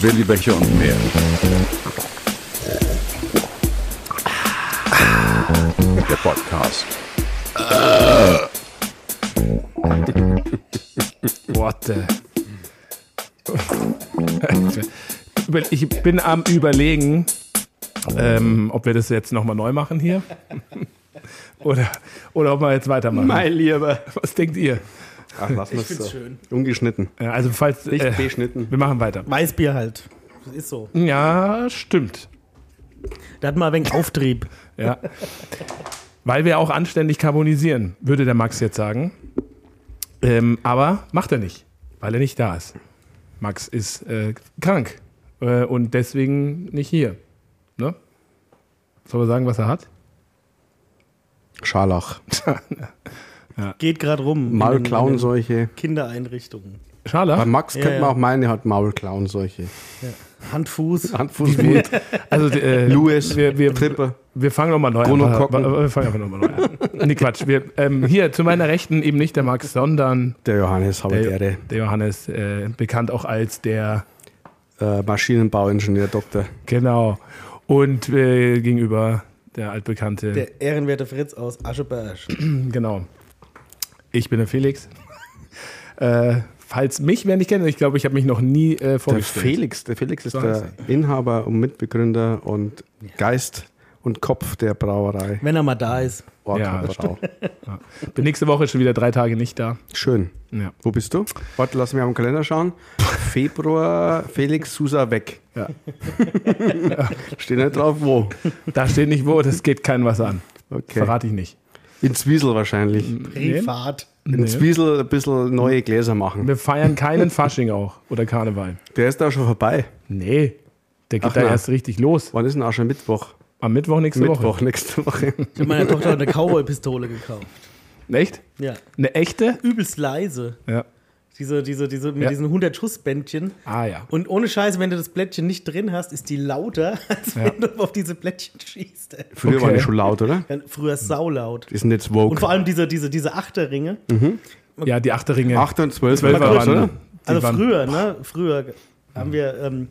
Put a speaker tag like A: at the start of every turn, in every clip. A: Willi Becher und mehr. Der Podcast.
B: Worte. Über- Ich bin am Überlegen, ähm, ob wir das jetzt nochmal neu machen hier. Oder, oder ob wir jetzt weitermachen.
C: Mein Lieber.
B: Was denkt ihr?
C: Ach, lass mal so. Schön. Ungeschnitten.
B: Äh, Also, falls.
C: Nicht
B: Äh,
C: beschnitten.
B: wir machen weiter.
D: Weißbier halt. Das ist so.
B: Ja, stimmt.
D: Da hat man ein wenig Auftrieb.
B: Ja. Weil wir auch anständig carbonisieren, würde der Max jetzt sagen. Ähm, aber macht er nicht, weil er nicht da ist. Max ist äh, krank äh, und deswegen nicht hier. Ne? Soll er sagen, was er hat?
C: Scharlach.
D: Geht gerade rum. in den- in den
C: Maulklauenseuche.
D: Kindereinrichtungen.
C: Bei
B: Scharlach?
C: Max
D: Ja,
C: könnte man
D: ja.
C: auch meinen, er hat Maulklauenseuche.
D: Hand, Fuß.
C: Handfußmund,
B: Also, äh,
C: Louis,
B: wir, wir,
C: Trippe.
B: wir fangen nochmal neu an.
C: Gonokokken.
B: Wir wir fangen einfach nochmal neu an. Nee, Quatsch. Wir, ähm, hier zu meiner Rechten eben nicht der Max, sondern
C: Der Johannes
B: der,
C: Habertere,
B: der Johannes, äh, bekannt auch als der
C: äh, Maschinenbauingenieur, Doktor.
B: Genau. Und äh, gegenüber der altbekannte.
D: Der ehrenwerte Fritz aus Ascheberg.
B: genau. Ich bin der Felix. äh, falls mich wer nicht kennt, ich glaube, ich habe mich noch nie äh,
C: Der
B: vorgestellt.
C: Felix, der Felix ist
B: So
C: der Inhaber und Mitbegründer und Geist und Kopf der Brauerei.
D: Wenn er mal da ist.
C: Ork
B: Ja, das
C: Brau.
B: Bin nächste Woche schon wieder drei Tage nicht da.
C: Schön.
B: Ja.
C: Wo bist du? Warte, lass mich am Kalender schauen. Februar, Felix Sousa weg.
B: Ja.
C: Steht nicht drauf, wo.
B: Da steht nicht wo, das geht kein was an.
C: Okay.
B: Verrate ich nicht.
C: In Zwiesel wahrscheinlich.
D: Privat.
C: In Zwiesel ein bisschen neue Gläser machen.
B: Wir feiern keinen Fasching auch oder Karneval.
C: Der ist da schon vorbei.
B: Nee. Der geht
C: Ach
B: da
C: na.
B: erst richtig los.
C: Wann ist denn Aschermittwoch?
B: Am Mittwoch nächste
C: Mittwoch, nächste Woche.
D: Ich habe meiner Tochter eine Cowboy-Pistole gekauft.
B: Woche. Echt?
D: Ja.
B: Eine echte?
D: Übelst leise.
B: Ja.
D: Diese, diese, diese, mit
B: Ja.
D: diesen 100-Schuss-Bändchen.
B: Ah ja.
D: Und ohne Scheiß, wenn du das Blättchen nicht drin hast, ist die lauter, als
B: Ja.
D: wenn du auf diese Blättchen schießt. ey.
C: Früher
B: Okay.
C: waren die schon laut, oder?
D: Dann Früher saulaut.
C: Die sind jetzt
D: Und
C: woke.
D: vor allem diese, diese, diese Achterringe.
B: Ja, die Achterringe.
C: 8 und 12
B: Zwölfer
C: waren groß,
B: waren-
C: oder?
B: die
D: Also
B: waren-
D: früher, ne? Früher haben wir, ähm,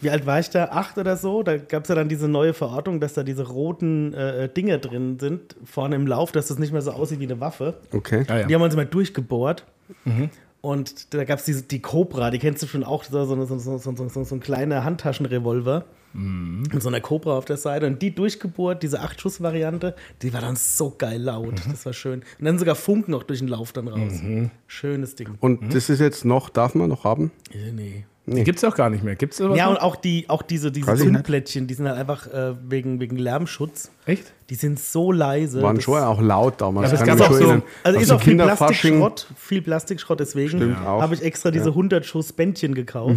D: wie alt war ich da? Acht oder so? Da gab es ja dann diese neue Verordnung, dass da diese roten äh, äh, Dinger drin sind, vorne im Lauf, dass das nicht mehr so aussieht wie eine Waffe.
C: Okay.
B: Ah, ja. Mhm.
D: Die haben wir uns immer durchgebohrt. Und da gab es diese die Cobra, die kennst du schon auch, so, so, so, so, so, so, so ein kleiner Handtaschenrevolver
B: Mhm.
D: mit so einer Cobra auf der Seite. Und die durchgebohrt, diese Acht-Schuss-Variante, die war dann so geil laut.
B: Mhm.
D: Das war schön. Und dann sogar Funken noch durch den Lauf dann raus. Schönes Ding.
C: Und das ist jetzt noch, darf man noch haben?
D: Äh, nee.
B: Die gibt's auch gar nicht mehr. Gibt's sowas?
D: Ja, und
B: noch?
D: auch, die, auch diese, diese
C: Weiß ich nicht.
D: Zündplättchen, die sind halt einfach äh, wegen, wegen Lärmschutz.
B: Echt?
D: Die sind so leise.
C: Waren
D: das-
C: schon auch laut damals.
B: Ja, aber es
C: Kann
B: gab
C: ich mich
B: auch
C: schon
B: so-
C: erinnern.
D: Also
C: Auf
D: ist
C: so
D: auch viel
C: Kinderfasching,
D: Plastikschrott, viel Plastikschrott, deswegen
C: Stimmt auch.
D: habe ich extra diese 100 Schuss Bändchen gekauft.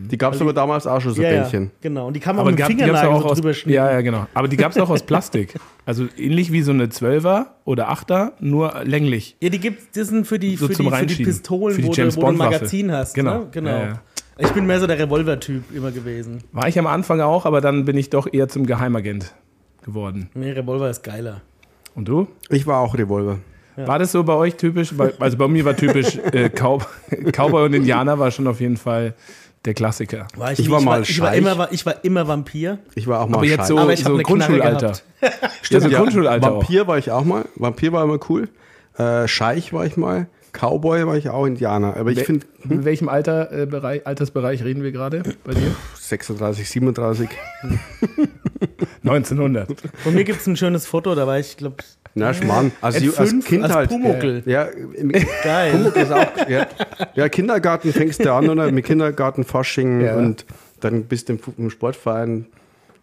C: Die gab es aber damals auch schon so
D: ja, ja,
C: Bändchen.
D: genau. Und die kann man
B: Aber die
D: mit dem
B: gab, die gab's
D: Fingernagel
B: auch
D: so
B: aus,
D: drüber schneiden.
B: ja, ja, genau. Aber die gab's auch aus Plastik. Also ähnlich wie so eine Zwölfer oder Achter, nur länglich.
D: Ja, die gibt das sind für die,
B: So
D: für die,
B: zum
D: für die
B: Reinschieben.
D: Pistolen,
B: Für die
D: wo, du,
B: James
D: wo du ein
B: Bond-Waffe.
D: Magazin hast.
B: Genau.
D: Ne? genau.
B: Ja, ja.
D: Ich bin mehr so der Revolver-Typ immer gewesen.
B: War ich am Anfang auch, aber dann bin ich doch eher zum Geheimagent geworden.
D: Nee, Revolver ist geiler.
B: Und du?
C: Ich war auch Revolver.
B: War das so bei euch typisch? Bei, also bei mir war typisch äh, Cow Cowboy und Indianer war schon auf jeden Fall der Klassiker.
D: War
C: Ich
D: nie.
C: war mal
D: ich war,
C: Scheich.
D: immer, ich war immer Vampir.
C: Ich war auch mal Also
B: Aber jetzt so,
D: Aber ich hab
B: so
D: eine Knarre
B: Grundschulalter.
D: gehabt.
B: Stimmt, ja, so Grundschulalter auch.
C: Vampir war ich auch mal. Vampir war immer cool. Äh, Scheich war ich mal. Cowboy war ich auch Indianer. Aber ich
B: Wel-
C: finde
B: In welchem Alter, äh, Bereich, Altersbereich reden wir gerade bei dir?
C: 36, 37.
B: 1900.
D: Von mir gibt es ein schönes Foto, da war ich, glaube
C: Na, Schmarrn. Also,
D: ich,
C: ju- als Kind halt.
D: Pumuckl.
C: Ja, im
D: Geil.
C: Pumuckl ist auch, ja. ja, Kindergarten fängst du an, oder? Mit Kindergarten, Fasching
B: Ja.
C: und dann bist du im, Fu- im Sportverein.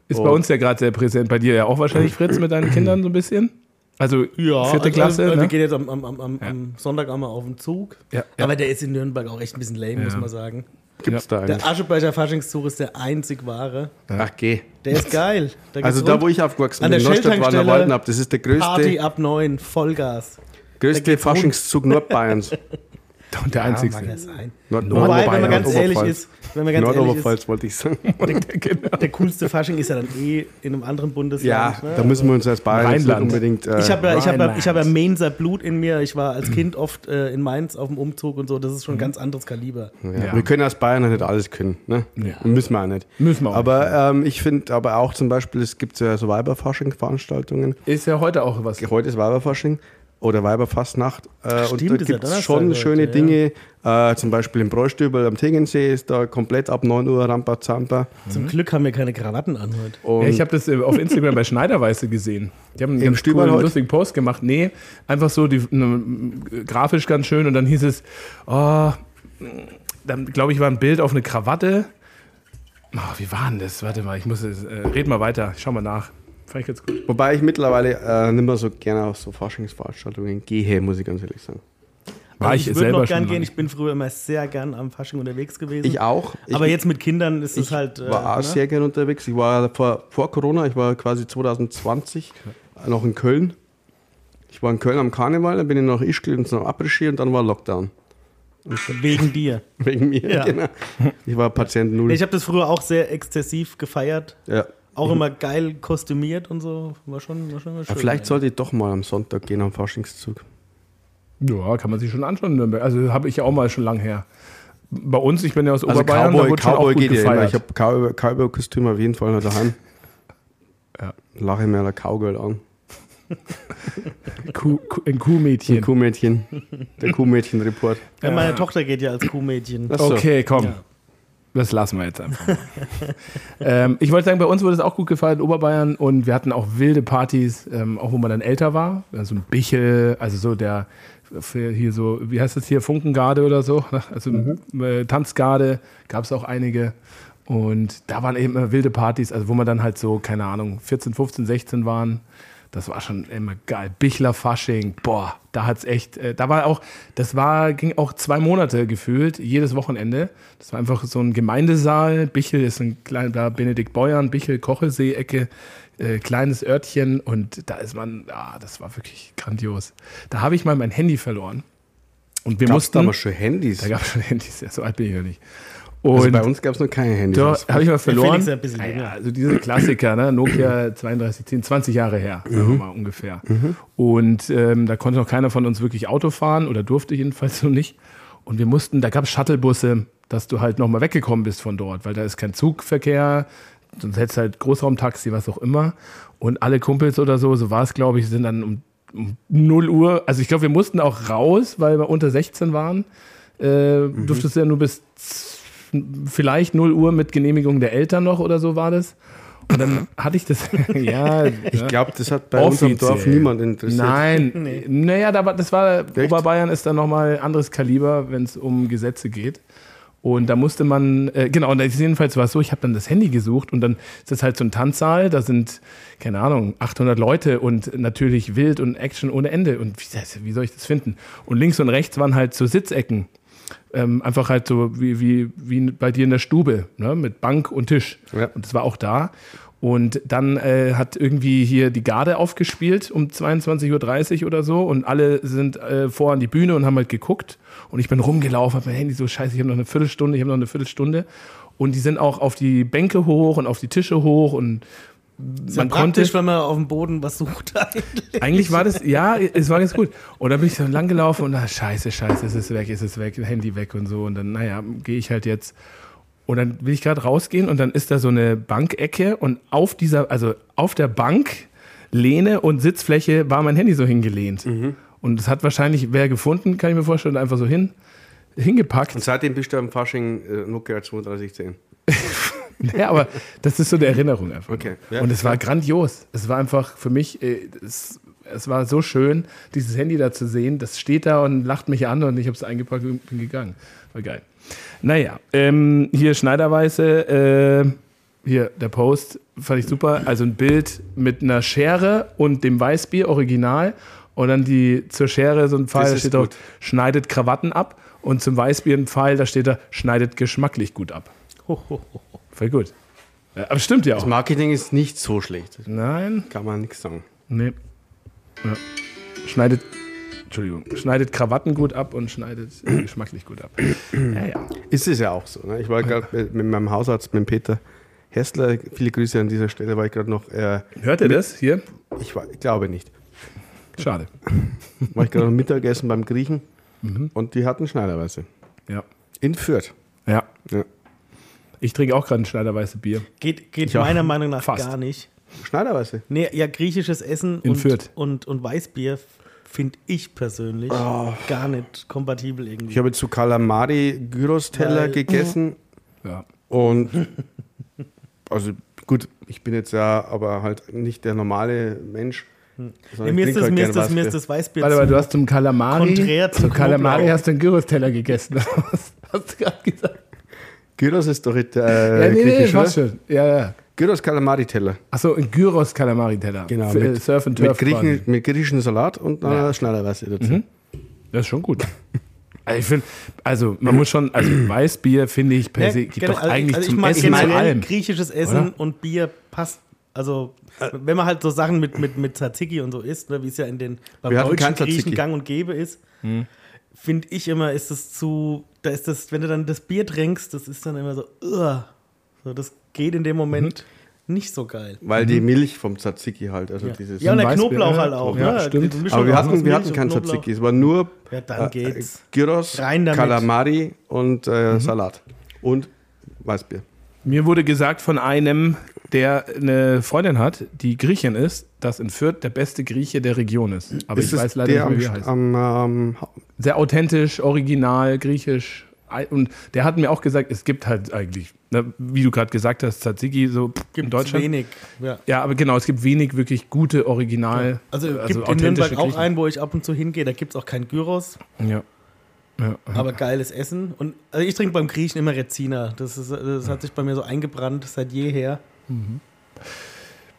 B: Ist
C: Oh.
B: bei uns ja gerade sehr präsent. Bei dir ja auch wahrscheinlich, Fritz, mit deinen Kindern so ein bisschen. Also vierte Klasse.
D: Also,
B: ne?
D: Wir gehen jetzt am, am, am, am, am Sonntag einmal auf den Zug.
B: Ja, ja.
D: Aber der ist in Nürnberg auch echt ein bisschen lame, muss man sagen.
C: Gibt's da einen?
D: Der Ascheberger Faschingszug ist der einzig wahre.
C: Ach, geh.
D: Der ist geil.
C: Also da, wo ich aufgewachsen
D: An
C: bin, in
D: der
C: Neustadt war der
D: Shell-Tankstelle
C: Walden ab. Das ist der
D: Party
C: größte,
D: ab neun, Vollgas. da
C: größte
D: geht's rund.
C: Faschingszug Nordbayerns.
B: Und der einzigste.
D: mag ja sein.
C: Nord
D: Wobei, wenn man ganz
C: Nordoberpfalz.
D: ehrlich ist, wenn man ganz ehrlich ist,
C: Nordoberpfalz wollte ich sagen.
B: genau.
D: der coolste Fasching ist ja dann eh in einem anderen
C: Ja,
D: Bundesland. ne?
C: da müssen wir uns als Bayern jetzt nicht
B: Rheinland.
C: unbedingt. Äh,
D: Ich habe ja, ich hab ja, ich hab ja
B: Rheinland.
D: Mainzer Blut in mir. Ich war als Kind oft äh, in Mainz auf dem Umzug und so. Das ist
C: Mhm.
D: schon ein ganz anderes Kaliber.
C: ja.
B: Ja.
C: Wir können als Bayern ja nicht alles können. Ne?
B: Ja.
C: Müssen wir auch nicht.
B: Müssen wir auch
C: aber
D: ne?
C: ähm, ich finde aber auch zum Beispiel, es gibt ja so Weiberfasching-Veranstaltungen.
B: Ist ja heute auch was.
C: Heute ist Weiberfasching oder Weiberfastnacht. Äh, und
D: Stimmt,
C: da
D: ist ja
C: gibt es
D: Donnerstag
C: schon
D: heute,
C: schöne
D: ja.
C: Dinge. Äh, zum Beispiel im Bräustübel am Tegensee ist da komplett ab 9 Uhr Rambazamba.
B: Mhm.
D: Zum Glück haben wir keine Krawatten an heute.
B: Ja, ich habe das äh, auf Instagram bei Schneiderweiße gesehen. Die haben einen ganz
C: Stüberl
B: coolen,
C: heute?
B: lustigen Post gemacht. Nee, einfach so die, ne, äh, grafisch ganz schön. Und dann hieß es, oh, dann glaube ich, war ein Bild auf eine Krawatte. Oh, wie war denn das? Warte mal, ich muss es. Äh, red mal weiter, ich schau mal nach. Fand ich ganz gut.
C: Wobei ich mittlerweile äh, nicht mehr so gerne auf so Faschingsveranstaltungen gehe, muss ich ganz ehrlich sagen.
B: War
D: Also
B: ich,
D: ich würde
B: selber
D: noch
B: schon.
D: gern
B: lange.
D: gehen. Ich bin früher immer sehr gern am Fasching unterwegs gewesen.
C: Ich auch. Ich
D: Mhm. Aber jetzt mit Kindern ist es
C: ich
D: halt. äh,
C: war auch
D: ne?
C: sehr gerne unterwegs. Ich war vor, vor Corona, ich war quasi 2020 noch in Köln. Ich war in Köln am Karneval, dann bin ich nach Ischgl und zum Abrischi und dann war Lockdown.
D: Wegen dir.
C: Wegen mir.
D: Ja.
C: Genau. Ich war Patient Null.
D: Ich habe das früher auch sehr exzessiv gefeiert.
C: ja.
D: Auch immer geil kostümiert und so. War schon, war schon mal schön.
C: Vielleicht
D: ey.
C: sollte ich doch mal am Sonntag gehen am Faschingszug.
B: Ja, kann man sich schon anschauen, in Nürnberg. Also habe ich ja auch mal schon lang her. Bei uns, ich bin ja aus
C: Also
B: Oberbayern, da
C: Cowboy,
B: wurde schon auch
C: Cowboy
B: gut
C: geht ja immer.
B: gefeiert.
C: Ich habe Cowboy- Cowboy-Kostüm auf jeden Fall noch daheim.
B: Ja.
C: Lache mir der Cowgirl an.
B: Kuh, Kuh, ein
C: Die
B: Kuhmädchen.
C: Kuhmädchen. Der Kuhmädchen-Report.
D: Ja, meine Tochter geht ja als Kuhmädchen.
C: Ach so.
B: Okay, komm. Das lassen wir jetzt einfach. mal. ähm, ich wollte sagen, bei uns wurde es auch gut gefeiert in Oberbayern und wir hatten auch wilde Partys, ähm, auch wo man dann älter war. So ein Bichel, also so der für hier so, wie heißt das hier, Funkengarde oder so, also äh, Tanzgarde gab es auch einige. Und da waren eben immer wilde Partys, also wo man dann halt so, keine Ahnung, 14, 15, 16 waren. Das war schon immer geil. Bichler Fasching, boah, da hat's echt, äh, da war auch, das war, ging auch zwei Monate gefühlt, jedes Wochenende. Das war einfach so ein Gemeindesaal. Bichel ist ein kleiner Benedikt Beuern, Bichel, Kochelsee-Ecke, äh, kleines Örtchen und da ist man, ah, das war wirklich grandios. Da habe ich mal mein Handy verloren. Und wir
C: Gab's
B: mussten.
C: da aber schon Handys?
B: da gab es schon Handys, ja, so alt bin ich ja nicht.
C: also
B: Und
C: bei uns gab es noch keine Handys.
B: da
C: Das
B: habe ich mal verloren.
D: Felix ist ein bisschen
B: Ah ja,
D: jünger.
B: also diese Klassiker, ne? Nokia 3210, 20 Jahre her, sagen wir mal ungefähr. Und ähm, da konnte noch keiner von uns wirklich Auto fahren oder durfte jedenfalls noch nicht. Und wir mussten, da gab es Shuttlebusse, dass du halt nochmal weggekommen bist von dort, weil da ist kein Zugverkehr, sonst hättest du halt Großraumtaxi, was auch immer. Und alle Kumpels oder so, so war es, glaube ich, sind dann um, um 0 Uhr, also ich glaube, wir mussten auch raus, weil wir unter 16 waren. Äh,
C: Mhm.
B: Durftest du ja nur bis vielleicht 0 Uhr mit Genehmigung der Eltern noch oder so war das. Und dann hatte ich das. ja,
C: Ich glaube, das hat bei unserem Dorf niemand interessiert.
B: Nein, naja, da war, das war,
C: Echt?
B: Oberbayern ist dann nochmal anderes Kaliber, wenn es um Gesetze geht. Und da musste man, äh, genau, und das- jedenfalls war es so, ich habe dann das Handy gesucht und dann ist das halt so ein Tanzsaal, da sind, keine Ahnung, 800 Leute und natürlich wild und Action ohne Ende. Und wie, das- wie soll ich das finden? Und links und rechts waren halt so Sitzecken. Ähm, einfach halt so wie, wie, wie bei dir in der Stube, ne? mit Bank und Tisch.
C: Ja.
B: Und das war auch da. Und dann äh, hat irgendwie hier die Garde aufgespielt um 22.30 Uhr oder so und alle sind äh, vor an die Bühne und haben halt geguckt. Und ich bin rumgelaufen, hab mein Handy so, scheiße, ich habe noch eine Viertelstunde, ich habe noch eine Viertelstunde. Und die sind auch auf die Bänke hoch und auf die Tische hoch und
D: Ist
B: man konnte-
D: praktisch, wenn man auf dem Boden was sucht. eigentlich.
B: eigentlich war das, ja, es war ganz gut. Und dann bin ich so lang gelaufen und da, scheiße, scheiße, es ist weg, es ist weg, Handy weg und so. Und dann, naja, gehe ich halt jetzt. Und dann will ich gerade rausgehen und dann ist da so eine Bankecke und auf dieser, also auf der Bank, Lehne und Sitzfläche war mein Handy so hingelehnt. Und es hat wahrscheinlich wer gefunden, kann ich mir vorstellen, einfach so hin, hingepackt.
C: Und seitdem bist du am Fasching äh, Nokia 3210.
B: Ja, aber das ist so eine Erinnerung einfach.
C: Okay.
B: Ja,
C: Ja.
B: und es war grandios. Es war einfach für mich, äh, es, es war so schön, dieses Handy da zu sehen. Das steht da und lacht mich an und ich habe es eingepackt und bin gegangen. War geil. Naja, ähm, hier Schneiderweise, äh, hier der Post, fand ich super. Also ein Bild mit einer Schere und dem Weißbier, original. Und dann die zur Schere so ein Pfeil,
C: Das
B: da
C: ist
B: steht drauf,
C: gut.
B: schneidet Krawatten ab. Und zum Weißbier ein Pfeil, da steht da, schneidet geschmacklich gut ab.
D: Ho, ho, ho.
B: Voll gut. Ja, aber stimmt ja
C: Das
B: auch.
C: Marketing ist nicht so schlecht.
B: Nein.
C: Kann man nichts sagen.
B: Nee. Ja. Schneidet Entschuldigung, schneidet Krawatten gut ab und schneidet äh, geschmacklich gut ab. Ja, ja.
C: Ist es ja auch so. Ne? Ich war gerade mit mit meinem Hausarzt, mit dem Peter Hessler, viele Grüße an dieser Stelle, weil ich gerade noch, äh,
B: Hört ihr das hier?
C: ich, war, ich glaube nicht,
B: Schade.
C: war ich gerade noch Mittagessen beim Griechen und die hatten Schneiderweiße.
B: Ja.
C: In Fürth.
B: Ja.
C: Ja.
B: Ich trinke auch gerade ein Schneiderweiße Bier.
D: Geht, geht
B: Ja,
D: meiner Meinung nach
B: fast.
D: gar nicht.
C: Schneiderweiße.
D: Nee, ja, griechisches Essen
B: In Fürth.
D: und, und, und Weißbier finde ich persönlich gar nicht kompatibel irgendwie.
C: Ich habe zu Kalamari Gyros-Teller
D: Weil-
C: gegessen
B: Ja.
C: und also gut, ich bin jetzt ja aber halt nicht der normale Mensch. sondern
D: Hm. Nee,
C: ich
D: mir,
C: trinke
D: ist das,
C: halt
D: mir,
C: gerne
D: ist das, mir
C: Weißbier.
D: ist das Weißbier
B: Warte mal,
D: zu.
B: du hast zum Kalamari.
D: Konträr zum
B: Zum Kalamari
D: Knoblauch.
B: hast du einen Gyros-Teller gegessen. Was hast du gerade gesagt?
C: Gyros ist doch it- äh,
B: ja, nee, nee,
C: griechisch,
B: passt
C: oder?
B: schon. Ja, ja.
C: Gyros Kalamari-Teller.
B: Achso, ein Gyros-Kalamari-Teller.
C: Genau,
B: Für, äh,
C: mit,
B: Surf and
C: mit,
B: Turf.
C: Griechen,
B: quasi.
C: mit griechischen Salat und einer
B: Ja. Mhm.
C: Schneiderweiße dazu.
B: Das ist schon gut. Also ich finde, also man muss schon, also Weißbier finde Ne, ich per
D: Ja,
B: se, gibt
D: genau,
B: doch
D: also ich-
B: eigentlich
D: also ich
B: zum
D: mag
B: Essen zu
D: generell
B: allem.
D: griechisches Essen
B: oder?
D: und Bier passt. Also, wenn man halt so Sachen mit, mit, mit Tzatziki und so isst, ne, wie es ja in den beim
C: Wir hatten
D: deutschen
C: kein Tzatziki.
D: Griechen gang und gäbe ist, finde ich immer, ist es zu, da ist das, wenn du dann das Bier trinkst, das ist dann immer so, "Ugh." so das geht in dem Moment nicht so geil.
C: Weil die
B: Mhm.
C: Milch vom Tzatziki halt, also
D: Ja,
C: dieses...
D: ja und der
B: Weißbier,
D: Knoblauch
B: ja.
D: halt auch.
B: Ja,
D: ne?
B: stimmt.
D: Die Mischung
C: aber wir
D: aus
C: hatten, wir
D: Milch
C: hatten
D: und
C: kein
D: Knoblauch.
C: Tzatziki, es war nur
D: Ja, dann
C: äh,
D: geht's.
C: Gyros,
D: Rein damit.
C: Kalamari und äh,
B: Mhm.
C: Salat und Weißbier.
B: Mir wurde gesagt von einem, der eine Freundin hat, die Griechin ist, dass in Fürth der beste Grieche der Region ist. Aber
C: Ist
B: ich
C: es
B: weiß leider nicht,
C: der
B: mehr, wie er
C: am,
B: heißt.
C: am, ähm, Ha-
B: sehr authentisch, original, griechisch. Ei- Und der hat mir auch gesagt, es gibt halt eigentlich, ne, wie du gerade gesagt hast, Tzatziki so pff, in
D: Gibt's
B: Deutschland.
D: wenig. Ja.
B: Ja, aber genau, es gibt wenig wirklich gute, original,
D: Also,
B: äh,
D: es gibt in Nürnberg auch
B: Griechen.
D: einen, wo ich ab und zu hingehe, da gibt es auch kein Gyros,
B: Ja. Ja.
D: aber geiles Essen. Und also ich trinke beim Griechen immer Rezina. Das, ist, das hat sich bei mir so eingebrannt seit jeher.
C: Mhm.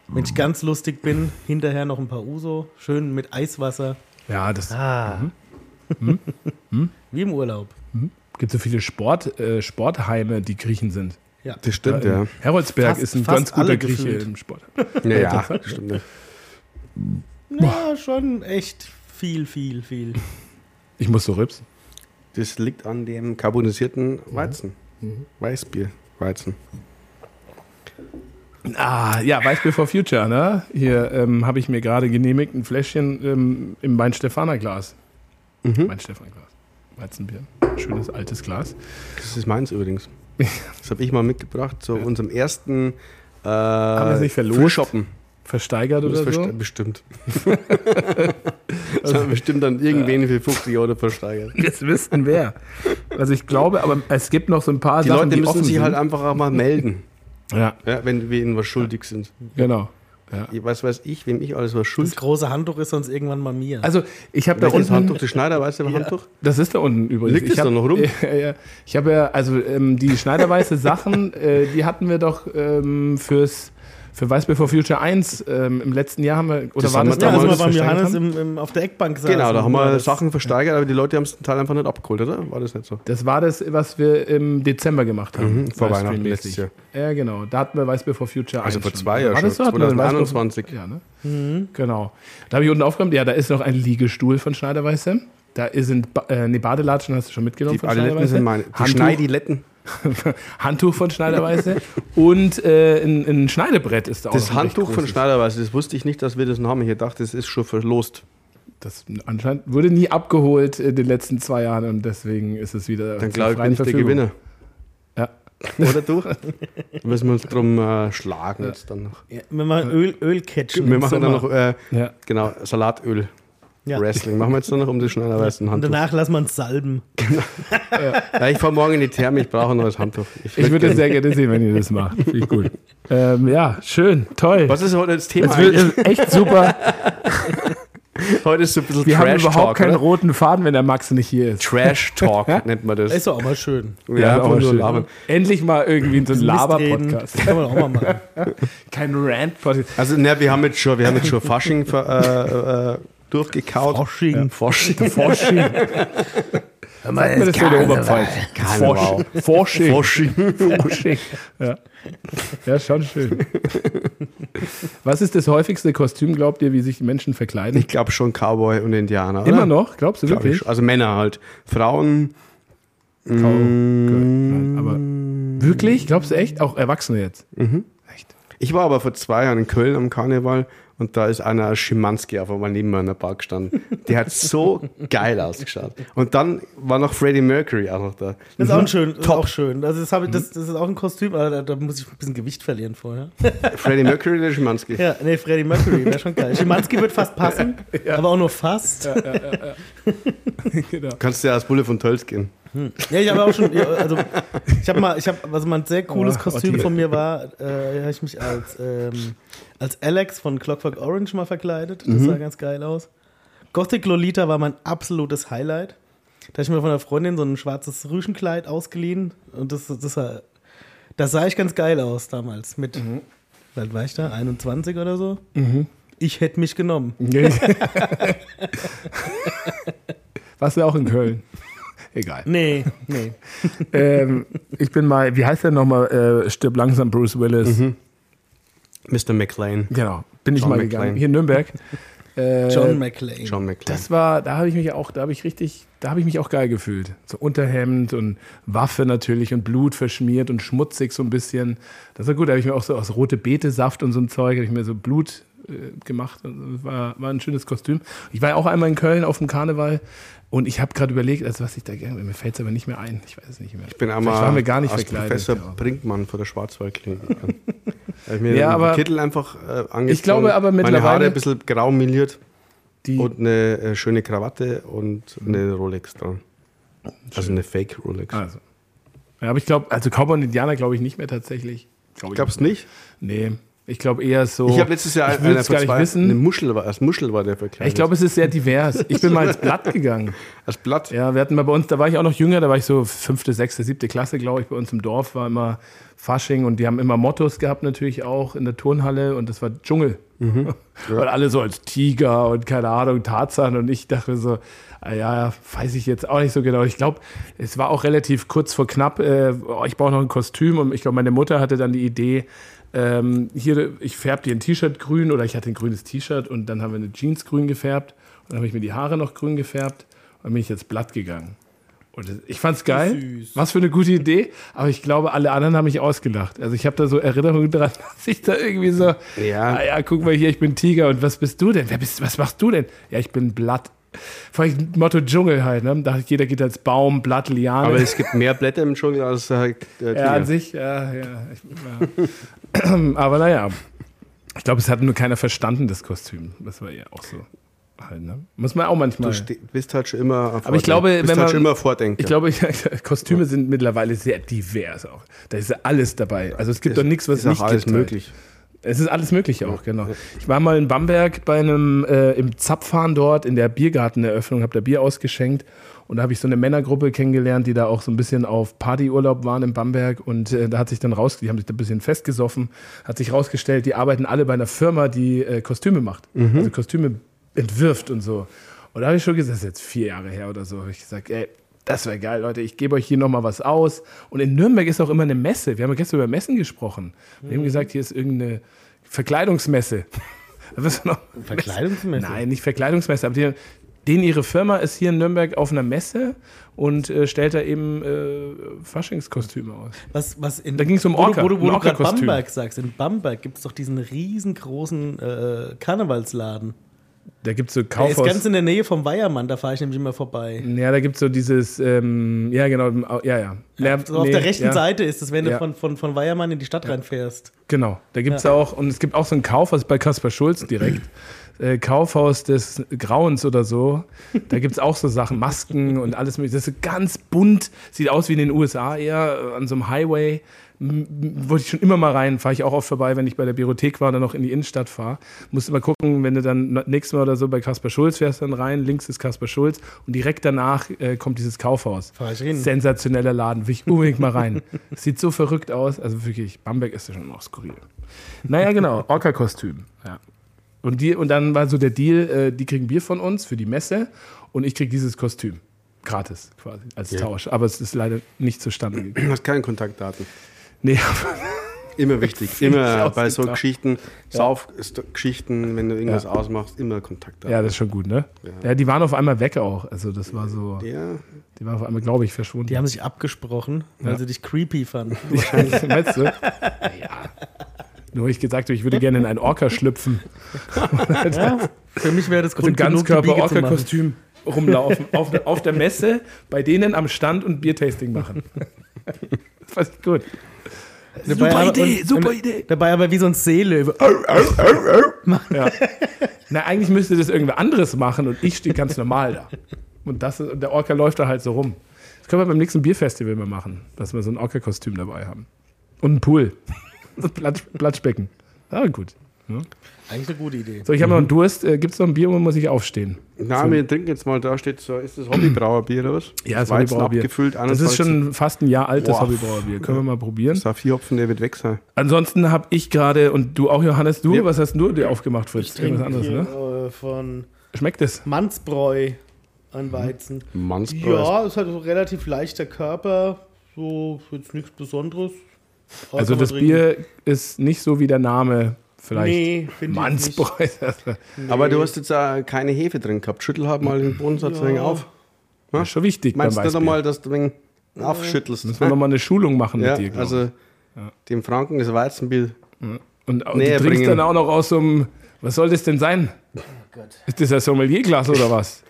D: Wenn ich ganz lustig bin, hinterher noch ein paar Uso, schön mit Eiswasser.
B: ja, das
D: Ah. Wie im Urlaub.
B: gibt so viele Sport, äh, Sportheime, die Griechen sind.
D: Ja.
C: Das stimmt,
B: Ja,
C: ja.
B: in Heroldsberg
D: Fast-
B: ist ein
D: fast
B: ganz guter
D: alle
B: Grieche
D: gefühlt.
B: im Sport.
C: Ja, ja, das stimmt. ja.
D: Na, schon echt viel, viel, viel.
B: Ich muss so rips.
C: Das liegt an dem
B: Mhm.
C: carbonisierten Weizen. Weißbier, Weizen.
B: Ah, ja, Weißbier for Future, ne? Hier ähm, habe ich mir gerade genehmigt ein Fläschchen ähm, im Wein-Stefaner-Glas. Mhm. Wein-Stefaner-Glas. Weizenbier. Schönes altes Glas.
C: Das ist meins übrigens. Das habe ich mal mitgebracht zu unserem ersten äh,
B: wir es nicht verlost?
C: Frühschoppen.
B: Versteigert
C: Das
B: oder
C: ist
B: so.
C: verste- bestimmt. das haben bestimmt dann irgendwen für 50 Euro versteigert.
B: Jetzt wüssten wer. Also ich glaube, aber es gibt noch so ein paar
C: Die
B: Sachen,
C: Leute
B: die
C: müssen
B: offen
C: sich
B: sind. Mhm.
C: halt einfach auch mal melden,
B: ja,
C: ja, wenn wir ihnen was schuldig sind.
B: genau.
C: Was weiß ich, wem ich alles was
D: Das
C: schuldig
D: große Handtuch ist sonst irgendwann mal mir.
B: Also ich habe da
C: Welches
B: unten
C: Handtuch? Das Schneiderweiße Handtuch?
B: Das ist da unten übrigens.
C: Liegt es
B: Ich hab-
C: da noch rum?
B: Ja, ja. Ich habe ja, also ähm, die schneiderweiße Sachen, äh, die hatten wir doch ähm, fürs für Weißbier for Future 1 ähm, im letzten Jahr haben wir, oder
C: Das
B: war
C: haben
B: das
C: wir
D: ja,
B: damals,
D: als wir
C: damals
D: beim
B: das wir
D: Johannes
B: haben?
D: im, im, auf der Eckbank saßen.
C: Genau, da haben
D: war
C: wir
D: das-
C: Sachen versteigert, aber die Leute haben es zum Teil einfach nicht abgeholt, oder? War das nicht so?
B: Das war das, was wir im Dezember gemacht haben.
C: Mhm, vor Weihnachten
B: Livestream-mäßig.
C: letztes Jahr.
B: Ja, genau. Da hatten wir Weißbier for Future 1.
C: Also vor
B: schon.
C: zwei Jahren
B: War das
C: schon,
B: so? Hatten wir den Weißbier-
C: 2021.
B: Ja, ne? Genau. Da habe ich unten aufgeräumt, ja, da ist noch ein Liegestuhl von Schneiderweiße. Da sind, Ba- äh, nee, Badelatschen hast du schon mitgenommen
C: Die Adiletten sind meine. Die
B: Handtuch- Oh,
C: Schneidiletten.
B: Handtuch von Schneiderweiße und äh, ein, ein Schneidebrett ist da auch.
C: Das
B: noch ein recht
C: Handtuch von
B: großes.
C: Schneiderweiße, das wusste ich nicht, dass wir das haben. Ich dachte, das ist schon verlost.
B: Das anscheinend wurde nie abgeholt in den letzten zwei Jahren und deswegen ist es wieder. zur
C: Dann glaube ich, bin
B: freien
C: ich der
B: Verfügung.
C: Gewinner.
B: Ja.
C: Oder du? müssen wir uns drum äh, schlagen jetzt dann noch.
D: Ja, wir machen Öl, Ölcatchen.
C: Wir
D: im
C: machen dann
D: Sommer.
C: noch, äh,
B: Ja.
C: genau, Salatöl.
D: Ja.
C: Wrestling machen wir jetzt dann noch um das Schneiderweiße
D: Und
C: Handtuch.
D: danach lassen wir uns salben.
C: Ja, ich fahre morgen in die Therme, ich brauche ein neues Handtuch.
B: Ich würde das
C: gerne-
B: sehr gerne sehen, wenn ihr das macht. Finde ich gut. Ähm, ja, schön, toll.
C: Was ist heute das Thema?
B: Es wird
C: eigentlich?
B: ist echt super.
C: Heute ist so ein bisschen
B: Wir haben
C: Trash
B: überhaupt
C: Talk.
B: keinen
C: oder?
B: roten Faden, wenn der Max nicht hier ist.
C: Trash Talk nennt man das.
D: Ist doch auch mal schön.
B: Ja,
C: einfach
B: aber
C: nur
B: schön.
C: labern.
B: Endlich mal irgendwie so ein Laber-Podcast.
D: Mistreden, Kann man auch mal machen.
B: Kein Rant-Podcast.
C: Also, ne, wir haben jetzt schon, wir haben jetzt schon Fasching ver, äh, äh, durchgekaut.
D: Fasching.
C: Ja. Fasching.
B: Forsching. Sagt man das so in der Oberpfalz?
C: Karneval.
B: Forsch- Forsching.
C: Fasching.
B: Pushing. Ja. ja, schon schön. Was ist das häufigste Kostüm, glaubt ihr, wie sich die Menschen verkleiden?
C: Ich glaube schon Cowboy und Indianer. Oder?
B: Immer noch? Glaubst du
C: Glaub ich
B: wirklich?
C: schon. Also Männer halt. Frauen. Mm.
B: Kau- Nein, aber
C: Mhm.
B: wirklich? Glaubst du echt? Auch Erwachsene jetzt? Echt?
C: Ich war aber vor zwei Jahren in Köln am Karneval und da ist einer als Schimanski einfach mal neben mir in der Bar gestanden. Der hat so geil ausgeschaut. Und dann war noch Freddie Mercury auch noch da.
D: Das ist auch ein schön, das ist auch schön. Also das, hab ich, das, das ist auch ein Kostüm, aber da, da muss ich ein bisschen Gewicht verlieren vorher.
C: Freddie Mercury oder Schimanski?
D: Ja, nee, Freddie Mercury wäre schon geil. Schimanski wird fast passen, aber auch nur fast. Ja,
B: genau.
C: Kannst du ja als Bulle von Tölz gehen.
D: ich habe auch schon, ja, also ich habe mal, ich habe, also mal ein sehr cooles
B: Oh,
D: Kostüm
B: Otti.
D: von mir war, äh, habe ich mich als, ähm, als Alex von Clockwork Orange mal verkleidet. Das sah ganz geil aus. Gothic Lolita war mein absolutes Highlight. Da habe ich mir von einer Freundin so ein schwarzes Rüschenkleid ausgeliehen und das, das, sah, das sah ich ganz geil aus damals mit, mhm. wie alt war ich da, 21 oder so? Ich hätte mich genommen.
B: Nee. Warst du auch in Köln? Egal.
D: Nee, nee.
B: Ähm, ich bin mal, wie heißt der nochmal? Äh, stirb langsam, Bruce Willis.
C: Mr. McLean.
B: Genau, bin ich
C: Mhm. John
B: mal
C: McClane.
B: gegangen. Hier in Nürnberg. Äh,
D: John McClane.
C: John McLean.
B: das war, da habe ich mich auch, da habe ich richtig, da habe ich mich auch geil gefühlt. So Unterhemd und Waffe natürlich und Blut verschmiert und schmutzig so ein bisschen. Das war gut. Da habe ich mir auch so aus rote Beete Saft und so ein Zeug, habe ich mir so Blut äh, gemacht. Und das War, war ein schönes Kostüm. Ich war ja auch einmal in Köln auf dem Karneval und ich habe gerade überlegt, also was ich da gerne, mir fällt es aber nicht mehr ein. Ich weiß es nicht mehr.
C: Ich bin
B: Vielleicht
C: einmal
B: waren wir gar nicht
C: als
B: verkleidet.
C: Professor
B: ja.
C: Brinkmann von der Schwarzwaldklinik gegangen. Da hab ich mir
B: Ja,
C: den
B: aber-
C: Kittel einfach äh, angezogen.
B: Ich glaube aber
C: Meine Haare
B: mittlerweile-
C: ein bisschen grau meliert
B: Die-
C: und eine äh, schöne Krawatte und eine Rolex dran. Also eine Fake Rolex.
B: Also. Ja, aber ich glaube, also Cowboy und Indianer glaube ich nicht mehr tatsächlich. Glaub ich
C: Glaubst du nicht?
B: Nee, ich glaube eher so.
C: Ich habe letztes Jahr
B: ich will's
C: vor
B: gar nicht
C: zwei-
B: wissen.
C: eine Muschel war, als Muschel war der
B: Ja,
C: verkleidet.
B: ich glaube, es ist sehr divers. Ich bin mal ins Blatt gegangen.
C: als Blatt.
B: Ja, wir hatten mal bei uns, da war ich auch noch jünger, da war ich so fünfte, sechste, siebte Klasse, glaube ich, bei uns im Dorf war immer Fasching und die haben immer Mottos gehabt natürlich auch in der Turnhalle und das war Dschungel. Und alle so als Tiger und keine Ahnung, Tarzan und ich dachte so, ah ja, weiß ich jetzt auch nicht so genau. Ich glaube, es war auch relativ kurz vor knapp, äh, oh, ich brauche noch ein Kostüm und ich glaube, meine Mutter hatte dann die Idee, ähm, hier, ich färbe dir ein T-Shirt grün oder ich hatte ein grünes T-Shirt und dann haben wir eine Jeans grün gefärbt und dann habe ich mir die Haare noch grün gefärbt und dann bin ich jetzt blatt gegangen. Und das- ich fand's geil. Was für eine gute Idee. Aber ich glaube, alle anderen haben mich ausgelacht. Also ich habe da so Erinnerungen dran, dass ich da irgendwie so,
C: Ja.
B: ah ja, guck mal hier, ich bin Tiger und was bist du denn? Wer bist, was machst du denn? Ja, ich bin Blatt. Vor allem Motto Dschungel halt, ne? Da jeder geht als Baum, Blatt, Liane.
C: Aber es gibt mehr Blätter im Dschungel als halt, äh,
B: Ja,
C: Tiger.
B: an sich, ja, ja. Ich, ja. Aber naja, ich glaube, es hat nur keiner verstanden, das Kostüm. Das war ja auch so. Halt, ne? Muss man auch manchmal.
C: Du ste- bist halt schon immer ein
B: Aber ich
C: Vordenker.
B: glaube,
C: bist
B: wenn
C: halt
B: man-
C: schon immer Vordenker.
B: Ich glaube, Kostüme sind mittlerweile sehr divers auch. Da ist ja alles dabei. Also es gibt doch nichts, was
C: ist auch
B: nicht
C: alles
B: gibt halt.
C: möglich.
B: Es ist alles Mögliche auch, genau. Ich war mal in Bamberg bei einem, äh, im Zapfahren dort, in der Biergarteneröffnung, habe da Bier ausgeschenkt und da habe ich so eine Männergruppe kennengelernt, die da auch so ein bisschen auf Partyurlaub waren in Bamberg und äh, da hat sich dann raus, die haben sich da ein bisschen festgesoffen, hat sich rausgestellt, die arbeiten alle bei einer Firma, die äh, Kostüme macht, also Kostüme entwirft und so. Und da habe ich schon gesagt, das ist jetzt vier Jahre her oder so, habe ich gesagt, ey, das wäre geil, Leute. Ich gebe euch hier nochmal was aus. Und in Nürnberg ist auch immer eine Messe. Wir haben ja gestern über Messen gesprochen. Wir
D: Mhm.
B: haben gesagt, hier ist irgendeine Verkleidungsmesse. Da wirst du noch
D: Verkleidungsmesse?
B: Nein, nicht Verkleidungsmesse. Aber die, denen ihre Firma ist hier in Nürnberg auf einer Messe und äh, stellt da eben äh, Faschingskostüme aus.
D: Was, was in,
B: Da ging's um
D: wo du-
B: Orca,
D: Wo du, wo
B: ein
D: du gerade
B: Orca-Kostüm.
D: Bamberg sagst, in Bamberg gibt es doch diesen riesengroßen äh, Karnevalsladen.
B: Da gibt es so
D: Der ist ganz
B: Kaufhaus.
D: in der Nähe vom Weiermann, da fahre ich nämlich immer vorbei.
B: Ja, da gibt es so dieses, ähm, ja genau, ja, ja. ja
D: So auf der rechten
B: ja.
D: Seite ist es, wenn du
B: Ja.
D: von, von, von Weiermann in die Stadt reinfährst.
B: Genau, da gibt es
D: Ja.
B: auch, und es gibt auch so ein Kaufhaus bei Kaspar Schulz direkt. Äh, Kaufhaus des Grauens oder so. Da gibt es auch so Sachen, Masken und alles mögliche. Das ist so ganz bunt, sieht aus wie in den USA eher, äh, an so einem Highway. M- m- Wollte ich schon immer mal rein, fahre ich auch oft vorbei, wenn ich bei der Bibliothek war und dann noch in die Innenstadt fahre. Musst immer gucken, wenn du dann nächstes Mal oder so bei Kaspar Schulz fährst, dann rein, links ist Kaspar Schulz und direkt danach äh, kommt dieses Kaufhaus.
D: Fahr ich hin.
B: Sensationeller Laden, will ich unbedingt mal rein. Sieht so verrückt aus, also wirklich, Bamberg ist ja schon noch skurril. Naja, genau, Orca-Kostüm. Ja. Und, die, und dann war so der Deal, äh, die kriegen Bier von uns für die Messe und ich krieg dieses Kostüm. Gratis quasi, als Tausch. Aber es ist leider nicht zustande gekommen.
C: Du hast keine Kontaktdaten.
B: Nee,
C: Immer wichtig. Immer
B: Aus
C: bei
B: dem
C: so
B: Dach.
C: Geschichten, Saufgeschichten, wenn du irgendwas ausmachst, immer Kontakt haben.
B: Ja, das ist schon gut, ne? Ja. die waren auf einmal weg auch. Also das war so,
C: Ja.
B: die waren auf einmal, glaube ich, verschwunden.
D: Die haben sich abgesprochen, weil sie dich creepy fanden.
B: Meinst du? Ja. Nur ich gesagt, ich würde gerne in ein Orca schlüpfen.
D: Für mich wäre das
B: Im
D: Grund genug, die Biege zu machen.
B: Ganzkörper-Orca-Kostüm rumlaufen. auf, der- auf der Messe, bei denen am Stand und Biertasting machen. das fand ich gut.
D: Dabei aber- und- und- Dabei aber wie so ein Seelöwe.
B: Na, eigentlich müsste das irgendwer anderes machen und ich stehe ganz normal da. Und, das, ist- und der Orca läuft da halt so rum. Das können wir beim nächsten Bierfestival mal machen, dass wir so ein Orca-Kostüm dabei haben. Und einen Pool. So ein Platsch, Platschbecken. Ah, gut.
D: Eigentlich eine gute Idee.
B: So, ich habe
C: Mhm.
B: noch einen Durst. Äh, Gibt es noch ein Bier oder muss ich aufstehen?
C: Na, wir trinken jetzt mal, da steht so, ist das Hobbybrauerbier oder was?
B: das
C: Weizen
B: Hobbybrauerbier.
C: abgefüllt,
B: Das ist
C: 21.
B: schon fast ein Jahr alt, das
C: Boah.
B: Hobbybrauerbier. Können wir mal probieren.
C: Saphirhopfen, der wird weg sein.
B: Ansonsten habe ich gerade, und du auch, Johannes, du,
C: Ja.
B: was hast du dir aufgemacht, Fritz? Irgendwas anderes,
D: Hier,
B: ne?
D: äh, Von
B: Schmeckt es?
D: Mannsbräu an Weizen.
C: Mannsbräu.
D: Ja, ist halt so relativ leichter Körper. So, jetzt nichts Besonderes. Aber
B: Also
D: kann man
B: das
D: trinken.
B: Bier ist nicht so wie der Name vielleicht.
D: Nee, finde ich nicht.
B: Mannsbräu.
C: Aber du hast jetzt äh, keine Hefe drin gehabt. Schüttel halt mal den Bodensatz ein wenig auf.
B: Das ist schon wichtig
C: Meinst du
B: beim
C: nicht
B: Weißbier.
C: einmal, dass du ein wenig aufschüttelst?
B: Müssen wir nochmal eine Schulung machen
C: ja,
B: mit dir, glaub ich.
C: also dem Franken das Weizenbier.
B: Und du
C: näher
B: trinkst
C: bringen.
B: dann auch noch aus so einem, was soll das denn sein? Ist das ein Sommelierglas oder was?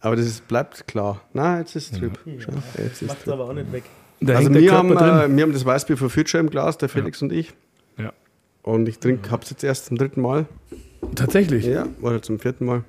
C: Aber das ist, bleibt klar. Na, jetzt ist Trip. Schau, Jetzt ist
D: Macht's aber auch nicht weg.
B: Da
C: Also
B: hängt der
C: wir haben,
B: Körper drin.
C: äh, wir haben das Weißbier für Future im Glas, der Felix und ich.
B: Ja.
C: Und ich trinke, hab's jetzt erst zum dritten Mal.
B: Tatsächlich.
C: äh, Ja, oder zum vierten Mal.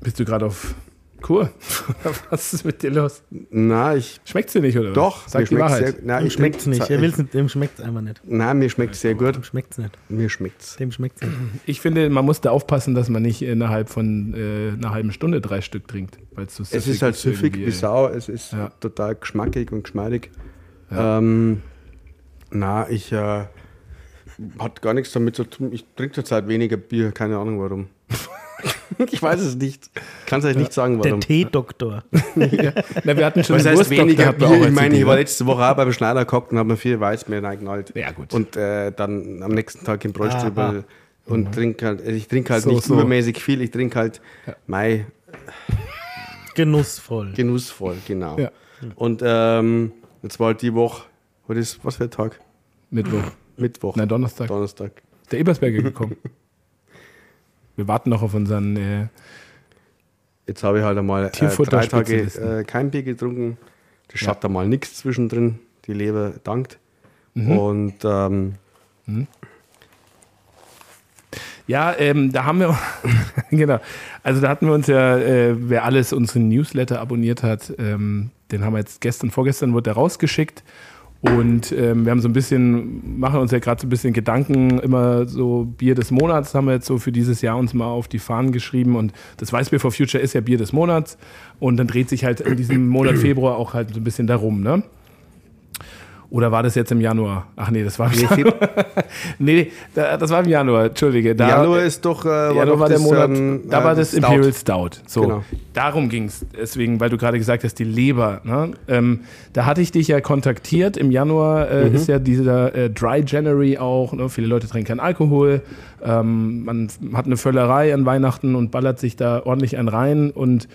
B: Bist du gerade auf Kur? Oder was ist mit dir los?
C: Na, ich
B: Schmeckt's dir nicht, oder was?
C: doch.
B: Sag die
C: schmeckt's
B: Wahrheit.
C: sehr. Na,
D: Ah, Dem
C: ich
D: schmeckt's nicht. Er will's nicht. Dem schmeckt's einfach nicht.
C: Na, mir schmeckt's sehr gut.
D: Dem schmeckt's nicht.
C: Mir schmeckt's.
D: Dem schmeckt's nicht.
B: Ich finde, man muss da aufpassen, dass man nicht innerhalb von äh, einer halben Stunde drei Stück trinkt, weil es zu
C: Es ist halt süffig
B: irgendwie. äh.
C: wie Sau. Es ist
B: Ja.
C: total geschmackig und geschmeidig. Ähm, na, ich äh, hat gar nichts damit zu tun. Ich trinke zurzeit weniger Bier. Keine Ahnung warum. ich weiß es nicht. Kann's euch nicht sagen,
D: Der
C: warum.
D: Teedoktor.
B: Na, wir hatten schon
C: Was
B: einen
C: heißt
B: Wurstdoktor,
C: weniger
B: hat man
C: Bier?
B: auch
C: Ich meine, ich
B: erzählt,
C: war
B: ne?
C: letzte Woche auch beim Schneider gehockt und habe mir viel Weißbier reingeschnallt.
B: Ja, gut.
C: Und äh, dann am nächsten Tag im
D: Ah,
C: Bräustübel und trinke halt, ich trinke halt
B: So,
C: nicht
B: so.
C: übermäßig viel, ich trinke halt Mai
D: Genussvoll.
C: genussvoll, genau.
B: Ja.
C: Und ähm, jetzt war halt die Woche, heute ist, was für ein Tag?
B: Mittwoch.
C: Mittwoch.
B: Nein, Donnerstag.
C: Donnerstag.
B: Der Ebersberger gekommen. wir warten noch auf unseren. Äh,
C: Jetzt habe ich halt einmal äh,
B: Tierfutter-
C: drei Tage
B: Spezialisten.
C: äh, kein Bier getrunken. Das schaut da mal nichts zwischendrin. Die Leber dankt.
B: Mhm.
C: Und ähm,
B: ja, ähm, da haben wir. genau. Also, da hatten wir uns ja, äh, wer alles unseren Newsletter abonniert hat, ähm, den haben wir jetzt gestern, vorgestern wurde der rausgeschickt. Und ähm, wir haben so ein bisschen, machen uns ja gerade so ein bisschen Gedanken, immer so Bier des Monats haben wir jetzt so für dieses Jahr uns mal auf die Fahnen geschrieben und das Weißbier for Future ist ja Bier des Monats und dann dreht sich halt in diesem Monat Februar auch halt so ein bisschen darum, ne? Oder war das jetzt im Januar? Ach nee, das war im
C: nee,
B: Januar. Nee, da, das war im Januar, Entschuldige. Da,
C: Januar ist doch, äh, war
B: Januar
C: doch
B: war der
C: das,
B: Monat,
C: ähm,
B: da
C: äh,
B: war das
C: Stout.
B: Imperial Stout. So,
C: Genau.
B: darum ging es. Deswegen, weil du gerade gesagt hast, die Leber. Ne? Ähm, da hatte ich dich ja kontaktiert. Im Januar äh, ist ja dieser äh, Dry January auch. Ne? Viele Leute trinken keinen Alkohol. Ähm, man hat eine Völlerei an Weihnachten und ballert sich da ordentlich einen rein. Und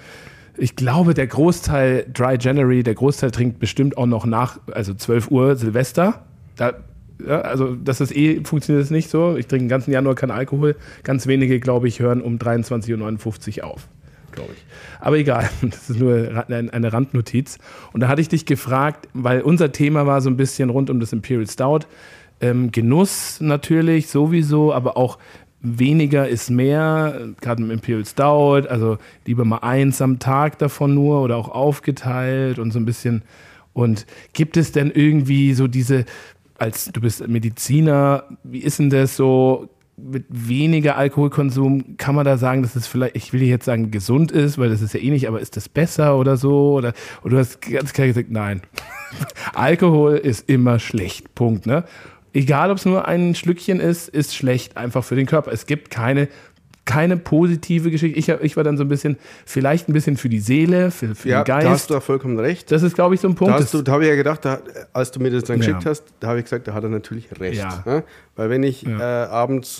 B: ich glaube, der Großteil Dry January, der Großteil trinkt bestimmt auch noch nach, also 12 Uhr Silvester. Da, ja, also das ist eh, funktioniert das nicht so. Ich trinke den ganzen Januar keinen Alkohol. Ganz wenige, glaube ich, hören um 23.59 Uhr auf. Glaube ich. Aber egal, das ist nur ra- ein- eine Randnotiz. Und da hatte ich dich gefragt, weil unser Thema war so ein bisschen rund um das Imperial Stout. Ähm, Genuss natürlich sowieso, aber auch weniger ist mehr, äh, gerade im Imperial Stout, also lieber mal eins am Tag davon nur oder auch aufgeteilt und so ein bisschen. Und gibt es denn irgendwie so diese, als du bist Mediziner, wie ist denn das so? Mit weniger Alkoholkonsum kann man da sagen, dass es vielleicht, ich will jetzt sagen, gesund ist, weil das ist ja eh nicht, aber ist das besser oder so? Oder, oder du hast ganz klar gesagt, nein. Alkohol ist immer schlecht. Punkt. Ne? Egal, ob es nur ein Schlückchen ist, ist schlecht einfach für den Körper. Es gibt keine keine positive Geschichte. Ich, hab- ich war dann so ein bisschen, vielleicht ein bisschen für die Seele, für, für
C: Ja,
B: den
C: da hast
B: Geist.
C: du auch vollkommen recht.
B: das ist, glaube ich, so ein Punkt.
C: Da,
B: das-
C: hast du, da habe ich ja gedacht, da, als du mir das dann
B: Ja.
C: geschickt hast, da habe ich gesagt, da hat er natürlich recht.
B: Ja.
C: ne? Weil wenn ich äh, abends,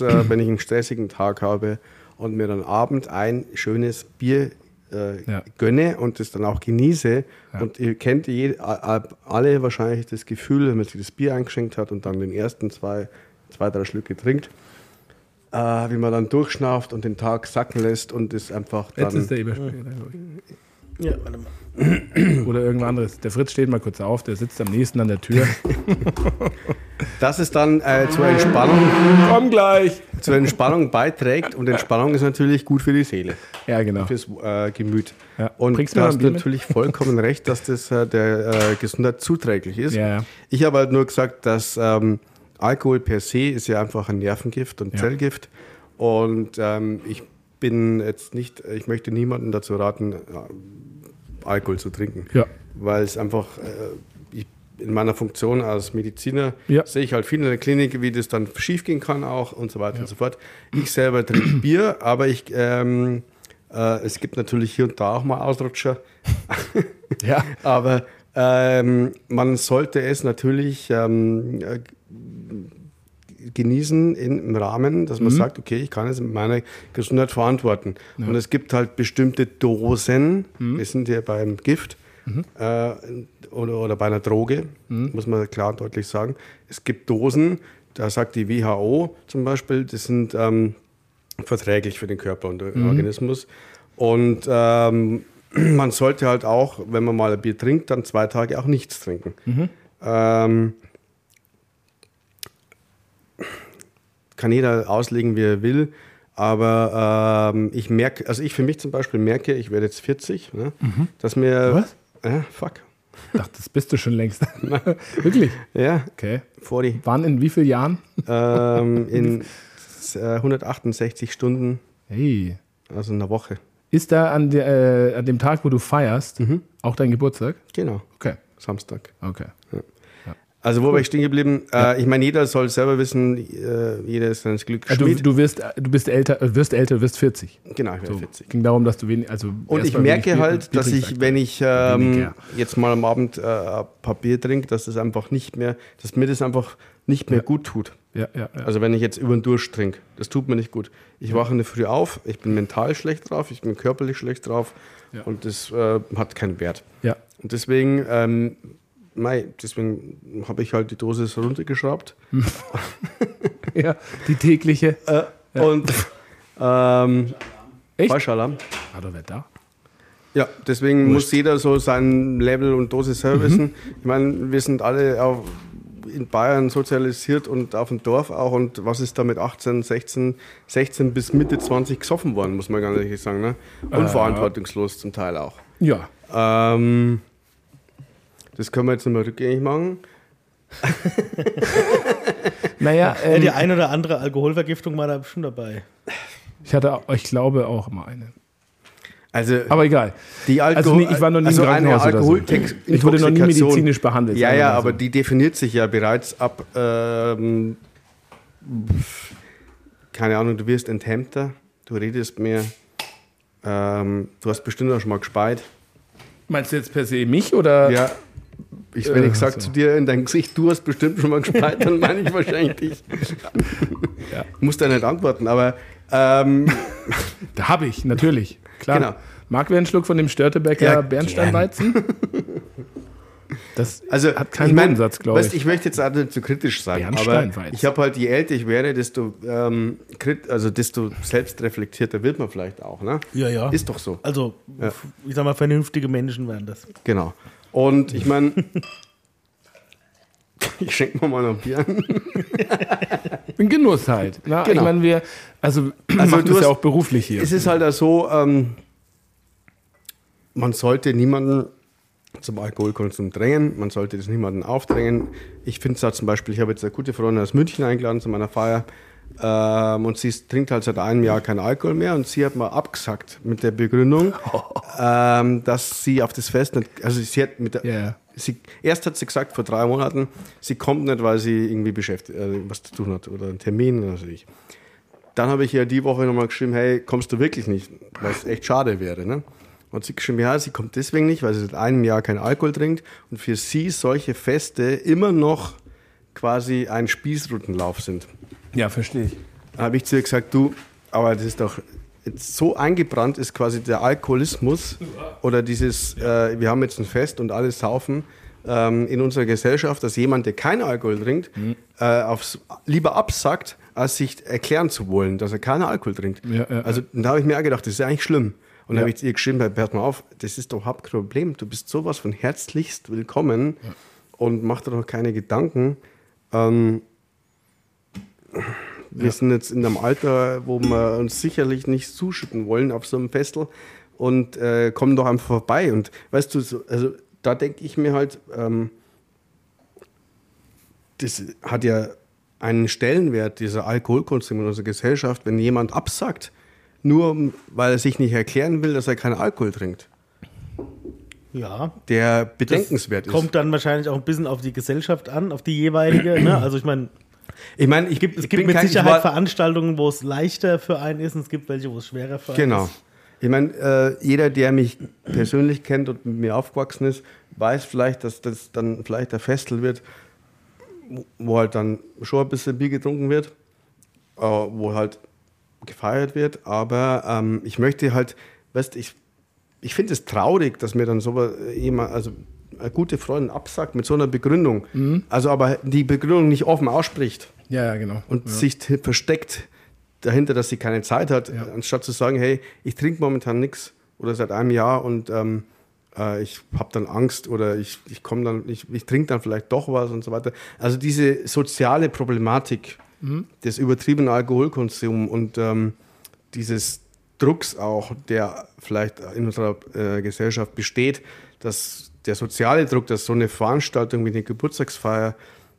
C: äh, wenn ich einen stressigen Tag habe und mir dann abend ein schönes Bier äh,
B: Ja.
C: gönne und das dann auch genieße und ihr kennt je, a- a- alle wahrscheinlich das Gefühl, wenn man sich das Bier eingeschenkt hat und dann den ersten zwei, zwei drei Schlücke trinkt, äh, wie man dann durchschnauft und den Tag sacken lässt und es einfach dann...
B: Jetzt ist der Eberspieler, glaub ich.
D: Ja, warte mal.
B: Oder irgendwas anderes. Der Fritz steht mal kurz auf, der sitzt am nächsten an der Tür.
C: Das ist dann äh, zur Entspannung...
B: Komm gleich!
C: zur Entspannung beiträgt und Entspannung ist natürlich gut für die Seele,
B: Ja, genau.
C: fürs äh, Gemüt.
B: Ja.
C: Und
B: Bringst du
C: da
B: mir
C: hast
B: mal
C: du
B: ein Bier
C: natürlich vollkommen recht, dass das äh, der äh, Gesundheit zuträglich ist.
B: Ja, ja.
C: Ich habe halt nur gesagt, dass ähm, Alkohol per se ist ja einfach ein Nervengift und
B: Ja.
C: Zellgift und ähm, ich bin jetzt nicht, ich möchte niemanden dazu raten, äh, Alkohol zu trinken
B: Ja.
C: weil es einfach, äh, ich, in meiner Funktion als Mediziner
B: Ja.
C: sehe ich halt viel in der Klinik, wie das dann schiefgehen kann auch und so weiter und so fort. Ich selber trinke Bier, aber ich, ähm, äh, es gibt natürlich hier und da auch mal Ausrutscher,
B: Ja.
C: aber ähm, man sollte es natürlich ähm, äh, genießen in, im Rahmen, dass man sagt, okay, ich kann es mit meiner Gesundheit verantworten. Und es gibt halt bestimmte Dosen, wir sind ja beim Gift äh, oder, oder bei einer Droge, muss man klar und deutlich sagen. Es gibt Dosen, da sagt die WHO zum Beispiel, das sind ähm, verträglich für den Körper und den Organismus. Und ähm, man sollte halt auch, wenn man mal ein Bier trinkt, dann zwei Tage auch nichts trinken. Ähm, kann jeder auslegen, wie er will. Aber ähm, ich merke, also ich für mich zum Beispiel merke, ich werde jetzt 40, ne, dass mir.
B: Was?
C: Ja, fuck.
B: Ich dachte, das bist du schon längst. Wirklich?
C: Ja,
B: Okay.
C: 40.
B: Wann in wie vielen Jahren?
C: ähm, in äh, 168 Stunden,
B: Hey.
C: also in einer Woche.
B: Ist da an, der, äh, an dem Tag, wo du feierst,
C: Mhm.
B: auch dein Geburtstag?
C: Genau,
B: Okay.
C: Samstag.
B: Okay.
C: Also, wo war ich stehen geblieben? Äh, ich meine, jeder soll selber wissen, äh, jeder ist seines Glücks
B: Also, du,
C: Schmied.
B: du, wirst, äh, du bist älter, äh, wirst älter, wirst 40.
C: genau, ich werde 40.
B: Ging darum, dass du wenig. Also
C: Und
B: erstmal
C: ich
B: wenig
C: merke
B: Bier-
C: halt,
B: Bier
C: dass
B: trinkst,
C: ich, wenn ich ähm,
B: Weniger.
C: jetzt mal am Abend äh, ein paar Bier trinke, dass das einfach nicht mehr, dass mir das einfach nicht mehr gut tut.
B: Ja, ja, ja.
C: Also wenn ich jetzt über den Durst trinke, das tut mir nicht gut. Ich wache in der Früh auf, ich bin mental schlecht drauf, ich bin körperlich schlecht drauf
B: Ja.
C: und das äh, hat keinen Wert.
B: ja.
C: Und deswegen, ähm, mei, deswegen habe ich halt die Dosis runtergeschraubt.
B: ja. Die tägliche.
C: Äh, Und ähm,
B: Echt?
C: Falschalarm.
B: War doch nicht da.
C: Ja, deswegen muss jeder so sein Level und Dosis selber wissen.
B: Mhm.
C: Ich meine, wir sind alle auf, in Bayern sozialisiert und auf dem Dorf auch. Und was ist da mit 18, 16, 16 bis Mitte 20 gesoffen worden, muss man ganz ehrlich sagen. Ne? Unverantwortungslos zum Teil auch.
B: Ja.
C: Ähm, das können wir jetzt nochmal rückgängig machen.
B: Naja,
D: Ja,
B: ähm,
D: Äh, die ein oder andere Alkoholvergiftung war da bestimmt dabei.
B: ich hatte, auch- ich glaube, auch immer eine.
C: Also,
B: Aber egal.
C: die Alkohol
B: also nee, ich war noch nie im
C: also eine
B: Krankenhaus oder so.
C: Alkoholtex-
B: Ich wurde noch nie
C: Intoxikation.
B: medizinisch behandelt.
C: Ja,
B: sagen wir
C: ja,
B: mal so.
C: aber die definiert sich ja bereits ab, ähm, pf, keine Ahnung, du wirst enthemmter, du redest mehr, ähm, du hast bestimmt auch schon mal gespeit.
B: Meinst du jetzt per se mich oder?
C: Ja, ich, wenn
B: Äh,
C: ich sage
B: so.
C: zu dir in dein Gesicht, du hast bestimmt schon mal gespeit, dann meine ich wahrscheinlich dich.
B: Ja.
C: Musst da nicht antworten, aber ähm,
B: Da habe ich, natürlich. Klar.
C: Genau.
B: Mag wer einen Schluck von dem Störtebecker
C: Ja,
B: Bernsteinweizen? Das
C: Also
B: hat keinen
C: ich mein,
B: Bodensatz, glaube
C: weißt,
B: ich.
C: Ich möchte jetzt auch nicht zu kritisch sein, aber
B: Bernsteinweizen.
C: ich habe halt, je älter ich werde, desto, ähm, krit also desto selbstreflektierter wird man vielleicht auch. Ne?
D: Ja, ja.
C: Ist doch so.
D: Also, ich sag mal, vernünftige Menschen wären das.
C: Genau. Und ich meine, ich schenke mir mal noch ein Bier an.
B: Ein Genuss halt. Na,
C: Genau.
B: Ich meine, wir, also,
C: Also
B: machen
C: du
B: das ja
C: hast-
B: auch beruflich hier.
C: Es ist halt auch so, ähm, man sollte niemanden zum Alkoholkonsum drängen, man sollte das niemanden aufdrängen. Ich finde es halt zum Beispiel, ich habe jetzt eine gute Freundin aus München eingeladen zu meiner Feier ähm, und sie ist- trinkt halt seit einem Jahr keinen Alkohol mehr und sie hat mal abgesagt mit der Begründung, ähm, dass sie auf das Fest nicht, also sie hat mit der,
B: Ja, ja.
C: Äh, sie, erst hat sie gesagt vor drei Monaten, sie kommt nicht, weil sie irgendwie beschäftigt, äh, was zu tun hat oder einen Termin oder so. Dann habe ich ja die Woche nochmal geschrieben, hey, kommst du wirklich nicht? Weil es echt schade wäre. Ne? Und sie hat geschrieben, ja, sie kommt deswegen nicht, weil sie seit einem Jahr keinen Alkohol trinkt und für sie solche Feste immer noch quasi ein Spießrutenlauf sind.
B: Ja, verstehe ich.
C: Da habe ich zu ihr gesagt, du, aber das ist doch jetzt so eingebrannt ist quasi der Alkoholismus oder dieses, äh, wir haben jetzt ein Fest und alle saufen ähm, in unserer Gesellschaft, dass jemand, der keinen Alkohol trinkt, äh, aufs, lieber absackt, als sich erklären zu wollen, dass er keinen Alkohol trinkt.
B: Ja, ja,
C: also da habe ich mir auch gedacht, das ist ja eigentlich schlimm. Und
B: Ja.
C: da habe ich ihr geschrieben, hey, hört mal auf, das ist doch Hauptproblem. Du bist sowas von herzlichst willkommen und mach dir doch keine Gedanken. Ähm, wir sind jetzt in einem Alter, wo wir uns sicherlich nicht zuschütten wollen auf so einem Festel und äh, kommen doch einfach vorbei. Und weißt du, so, also da denke ich mir halt, ähm, das hat ja einen Stellenwert, dieser Alkoholkonsum in unserer Gesellschaft, wenn jemand absagt, nur um- weil er sich nicht erklären will, dass er keinen Alkohol trinkt,
D: Ja.
C: der
D: Das
C: bedenkenswert ist.
D: Kommt dann wahrscheinlich auch ein bisschen auf die Gesellschaft an, auf die jeweilige. Ne? Also ich meine,
C: Ich meine, ich,
D: es
C: ich
D: gibt
C: bin
D: mit
C: kein- ich
D: Sicherheit
C: war-
D: Veranstaltungen, wo es leichter für einen ist und es gibt welche, wo es schwerer für einen
C: Genau.
D: ist.
C: Ich meine, äh, jeder, der mich persönlich kennt und mit mir aufgewachsen ist, weiß vielleicht, dass das dann vielleicht der Festel wird, wo- wo halt dann schon ein bisschen Bier getrunken wird, äh, wo halt gefeiert wird. Aber ähm, ich möchte halt, weißt ich, ich finde es traurig, dass mir dann so jemand, also eine gute Freundin absagt mit so einer Begründung. Also aber die Begründung nicht offen ausspricht
B: Ja, ja, genau.
C: und
B: ja.
C: sich t- versteckt dahinter, dass sie keine Zeit hat,
B: Ja.
C: anstatt zu sagen, hey, ich trinke momentan nichts oder seit einem Jahr und ähm, äh, ich habe dann Angst oder ich, ich komme dann, ich, ich trinke dann vielleicht doch was und so weiter. Also diese soziale Problematik
B: Mhm.
C: des übertriebenen Alkoholkonsums und ähm, dieses Drucks auch, der vielleicht in unserer äh, Gesellschaft besteht, dass der soziale Druck, dass so eine Veranstaltung wie eine Geburtstagsfeier,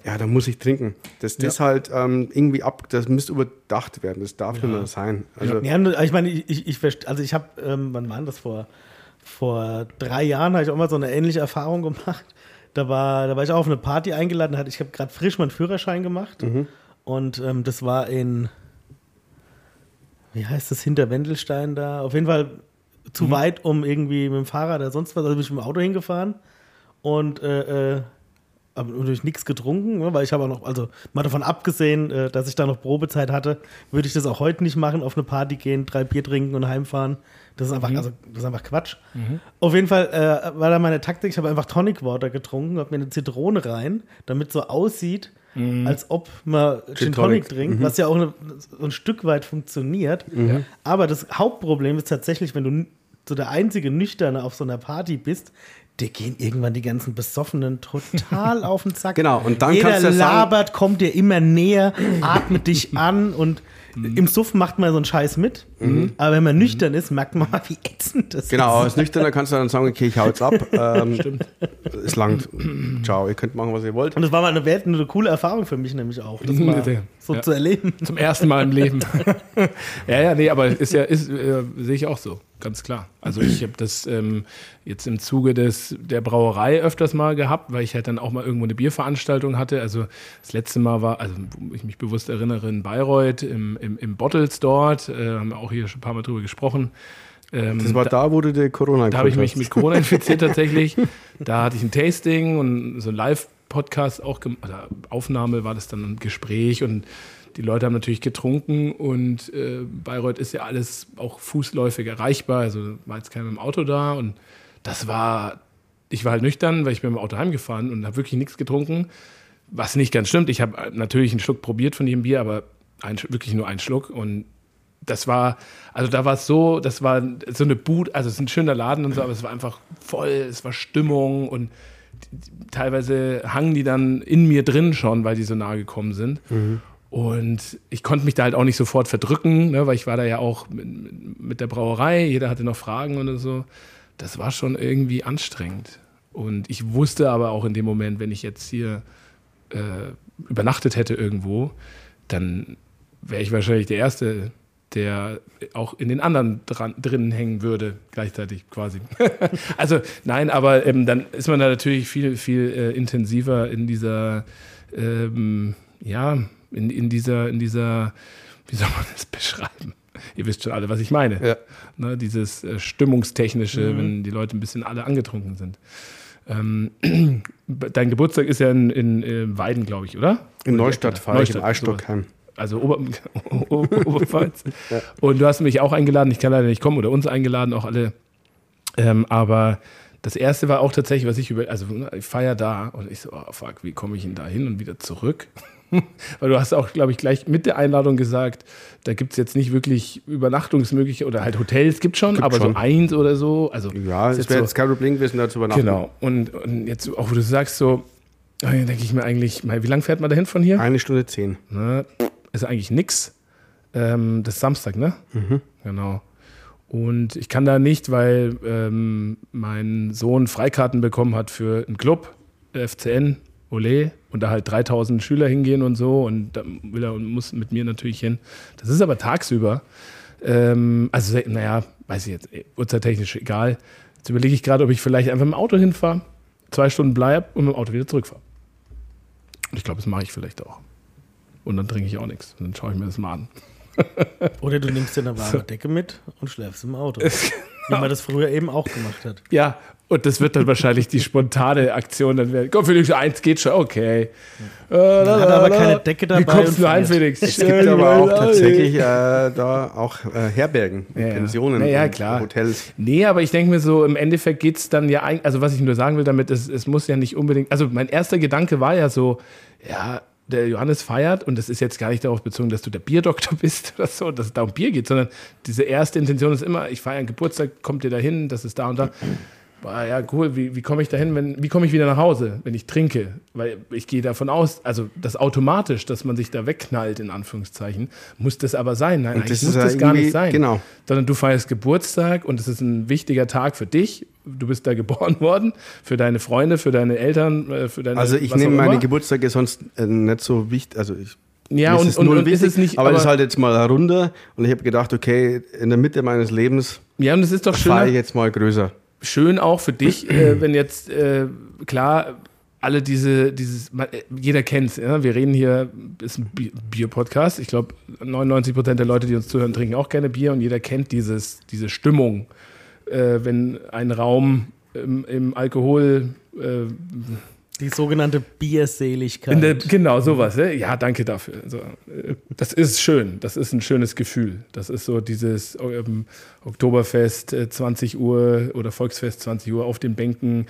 C: ja, da muss ich trinken. Dass das halt ähm, irgendwie ab, das müsste überdacht werden, das darf nicht mehr sein. Also,
D: Ja, nur- ich meine, ich, ich, ich verste- also ich habe, ähm, wann war denn das vor? Vor drei Jahren habe ich auch mal so eine ähnliche Erfahrung gemacht. Da war, da war ich auch auf eine Party eingeladen, hatte, ich habe gerade frisch meinen Führerschein gemacht
C: Mhm.
D: und ähm, das war in, wie heißt das, hinter Wendelstein da, auf jeden Fall zu
C: Mhm.
D: weit, um irgendwie mit dem Fahrrad oder sonst was, also bin ich mit dem Auto hingefahren und äh, äh, aber natürlich nichts getrunken, ne, weil ich habe auch noch, also mal davon abgesehen, äh, dass ich da noch Probezeit hatte, würde ich das auch heute nicht machen, auf eine Party gehen, drei Bier trinken und heimfahren. Das ist
C: Mhm.
D: einfach, also, das ist einfach Quatsch. Auf jeden Fall äh, war da meine Taktik, ich habe einfach Tonic Water getrunken, habe mir eine Zitrone rein, damit so aussieht, als ob man Gin
C: Mhm. Gin
D: Tonic
C: Tonic.
D: trinkt, was ja auch eine, so ein Stück weit funktioniert.
C: Mhm.
D: Aber das Hauptproblem ist tatsächlich, wenn du n- so der einzige Nüchterne auf so einer Party bist, dir gehen irgendwann die ganzen Besoffenen total auf den Sack.
C: Genau, und dann
D: Jeder
C: kannst du ja sagen-
D: labert, kommt dir immer näher, atmet dich an und
C: Mhm.
D: im Suff macht man so einen Scheiß mit. Aber wenn man nüchtern ist, merkt man mal, wie ätzend das
C: genau,
D: ist.
C: als Nüchterner kannst du dann sagen, okay, ich hau jetzt ab. Ähm, Es langt. Ciao, ihr könnt machen, was ihr wollt.
D: Und das war mal eine, Welt, eine coole Erfahrung für mich nämlich auch,
C: Mhm.
D: das mal
B: Ja.
D: so zu erleben.
B: Zum ersten Mal im Leben. ja, ja, nee, aber ist ja, ist, äh, sehe ich auch so, ganz klar. Also ich habe das ähm, jetzt im Zuge des, der Brauerei öfters mal gehabt, weil ich halt dann auch mal irgendwo eine Bierveranstaltung hatte. Also das letzte Mal war, also wo ich mich bewusst erinnere, in Bayreuth, im, im, im Bottles dort, äh, haben wir auch hier schon ein paar Mal drüber gesprochen. Ähm,
C: Das war da, wo du der Corona
B: da habe ich mich
C: geholt
B: mit Corona infiziert tatsächlich. Da hatte ich ein Tasting und so ein Live-Podcast auch gemacht. Oder Aufnahme war das dann ein Gespräch und die Leute haben natürlich getrunken und äh, Bayreuth ist ja alles auch fußläufig erreichbar. Also war jetzt keiner mit dem Auto da und das war, ich war halt nüchtern, weil ich bin mit dem Auto heimgefahren und habe wirklich nichts getrunken. Was nicht ganz stimmt. Ich habe natürlich einen Schluck probiert von dem Bier, aber ein, wirklich nur einen Schluck. Und das war, also da war es so, das war so eine Boot, also es ist ein schöner Laden und so, aber es war einfach voll, es war Stimmung und die- teilweise hangen die dann in mir drin schon, weil die so nahe gekommen sind. Und ich konnte mich da halt auch nicht sofort verdrücken, ne, weil ich war da ja auch mit, mit- mit der Brauerei, jeder hatte noch Fragen oder so. Das war schon irgendwie anstrengend. Und ich wusste aber auch in dem Moment, wenn ich jetzt hier äh, übernachtet hätte irgendwo, dann wäre ich wahrscheinlich der Erste, der auch in den anderen dran, drinnen hängen würde, gleichzeitig quasi. also nein, aber ähm, dann ist man da natürlich viel, viel äh, intensiver in dieser, ähm, ja, in, in dieser, in dieser wie soll man das beschreiben? Ihr wisst schon alle, was ich meine.
C: Ja.
B: Ne, dieses äh, stimmungstechnische, wenn die Leute ein bisschen alle angetrunken sind. Ähm, dein Geburtstag ist ja in, in äh, Weiden, glaube ich, oder?
C: In Neustadt fahre ich im
B: Neustadt, sowas.
C: Eisstockheim.
B: Also Ober O- O- Oberpfalz. Und du hast mich auch eingeladen. Ich kann leider nicht kommen oder uns eingeladen, auch alle. Ähm, aber das erste war auch tatsächlich, was ich über, also ich feier da und ich so, oh fuck, wie komme ich denn da hin und wieder zurück? Weil du hast auch, glaube ich, gleich mit der Einladung gesagt, da gibt es jetzt nicht wirklich Übernachtungsmöglichkeiten oder halt Hotels gibt schon,
C: Gibt
B: aber
C: schon.
B: so eins oder so. Also
C: Ja,
B: ist
C: es wäre jetzt kein Problem gewesen, da zu übernachten.
B: Genau. Und, und jetzt, auch wo du sagst, so, denke ich mir eigentlich, mein, wie lange fährt man dahin von hier?
C: Eine Stunde zehn.
B: ne, ist eigentlich nix. Ähm, das ist Samstag, ne? Genau. Und ich kann da nicht, weil ähm, mein Sohn Freikarten bekommen hat für einen Club, FCN, Ole, und da halt 3000 Schüler hingehen und so. Und da will er und muss mit mir natürlich hin. Das ist aber tagsüber. Ähm, also, se- naja, weiß ich jetzt, eh, uhrzeittechnisch egal. Jetzt überlege ich gerade, ob ich vielleicht einfach mit dem Auto hinfahre, zwei Stunden bleib und mit dem Auto wieder zurückfahre. Und ich glaube, das mache ich vielleicht auch. Und dann trinke ich auch nichts. Und dann schaue ich mir das mal an.
D: Oder du nimmst dir eine warme Decke mit und schläfst im Auto.
B: genau.
D: Wie man das früher eben auch gemacht hat.
B: Ja, und das wird dann wahrscheinlich die spontane Aktion dann werden. Komm, Felix, eins geht schon, okay.
D: Dann hat er aber keine Decke dabei.
B: Wie kommst
D: und
B: du heim,
D: friert.
B: Felix?
C: Es gibt aber auch tatsächlich äh, da auch äh, Herbergen, und
B: Ja, ja.
C: Pensionen,
B: Ja, ja,
C: und
B: klar.
C: Hotels.
B: Nee, aber ich denke mir so, im Endeffekt geht es dann ja eigentlich, also was ich nur sagen will damit, ist, es muss ja nicht unbedingt, also mein erster Gedanke war ja so, ja, der Johannes feiert und das ist jetzt gar nicht darauf bezogen, dass du der Bierdoktor bist oder so, dass es da um Bier geht, sondern diese erste Intention ist immer, ich feiere einen Geburtstag, kommt ihr da hin, das ist da und da. Boah, ja, cool, wie, wie komme ich da hin, wenn, wie komme ich wieder nach Hause, wenn ich trinke? Weil ich gehe davon aus, also das automatisch, dass man sich da wegknallt, in Anführungszeichen, muss das aber sein. Nein, eigentlich
C: das
B: Ah, muss
C: ist ja
B: das gar nicht
C: irgendwie-
B: sein
C: genau.
B: sondern du feierst Geburtstag und es ist ein wichtiger Tag für dich. Du bist da geboren worden, für deine Freunde, für deine Eltern, äh, für deine
C: Also ich
B: was
C: nehme
B: auch
C: meine
B: immer.
C: Geburtstage sonst äh, nicht so wichtig. Also ich
B: Ja,
C: mir
B: und,
C: es
B: und,
C: null
B: und ist es nicht,
C: aber,
B: aber,
C: das ist halt jetzt mal herunter und ich habe gedacht, okay, in der Mitte meines Lebens
B: ja, und es ist doch
C: fahre ich
B: schön,
C: jetzt mal größer.
B: schön auch für dich, äh, wenn jetzt äh, klar alle diese, dieses, man, äh, jeder kennt's, ja? wir reden hier, ist ein Bi- Bier-Podcast, ich glaube 99 Prozent der Leute, die uns zuhören, trinken auch gerne Bier und jeder kennt dieses, diese Stimmung, äh, wenn ein Raum im, im Alkohol äh,
D: Die sogenannte Bierseligkeit.
B: In der, genau, sowas. ne? Ja, danke dafür. So, äh, das ist schön. Das ist ein schönes Gefühl. Das ist so dieses ähm, Oktoberfest äh, 20 Uhr oder Volksfest 20 Uhr auf den Bänken.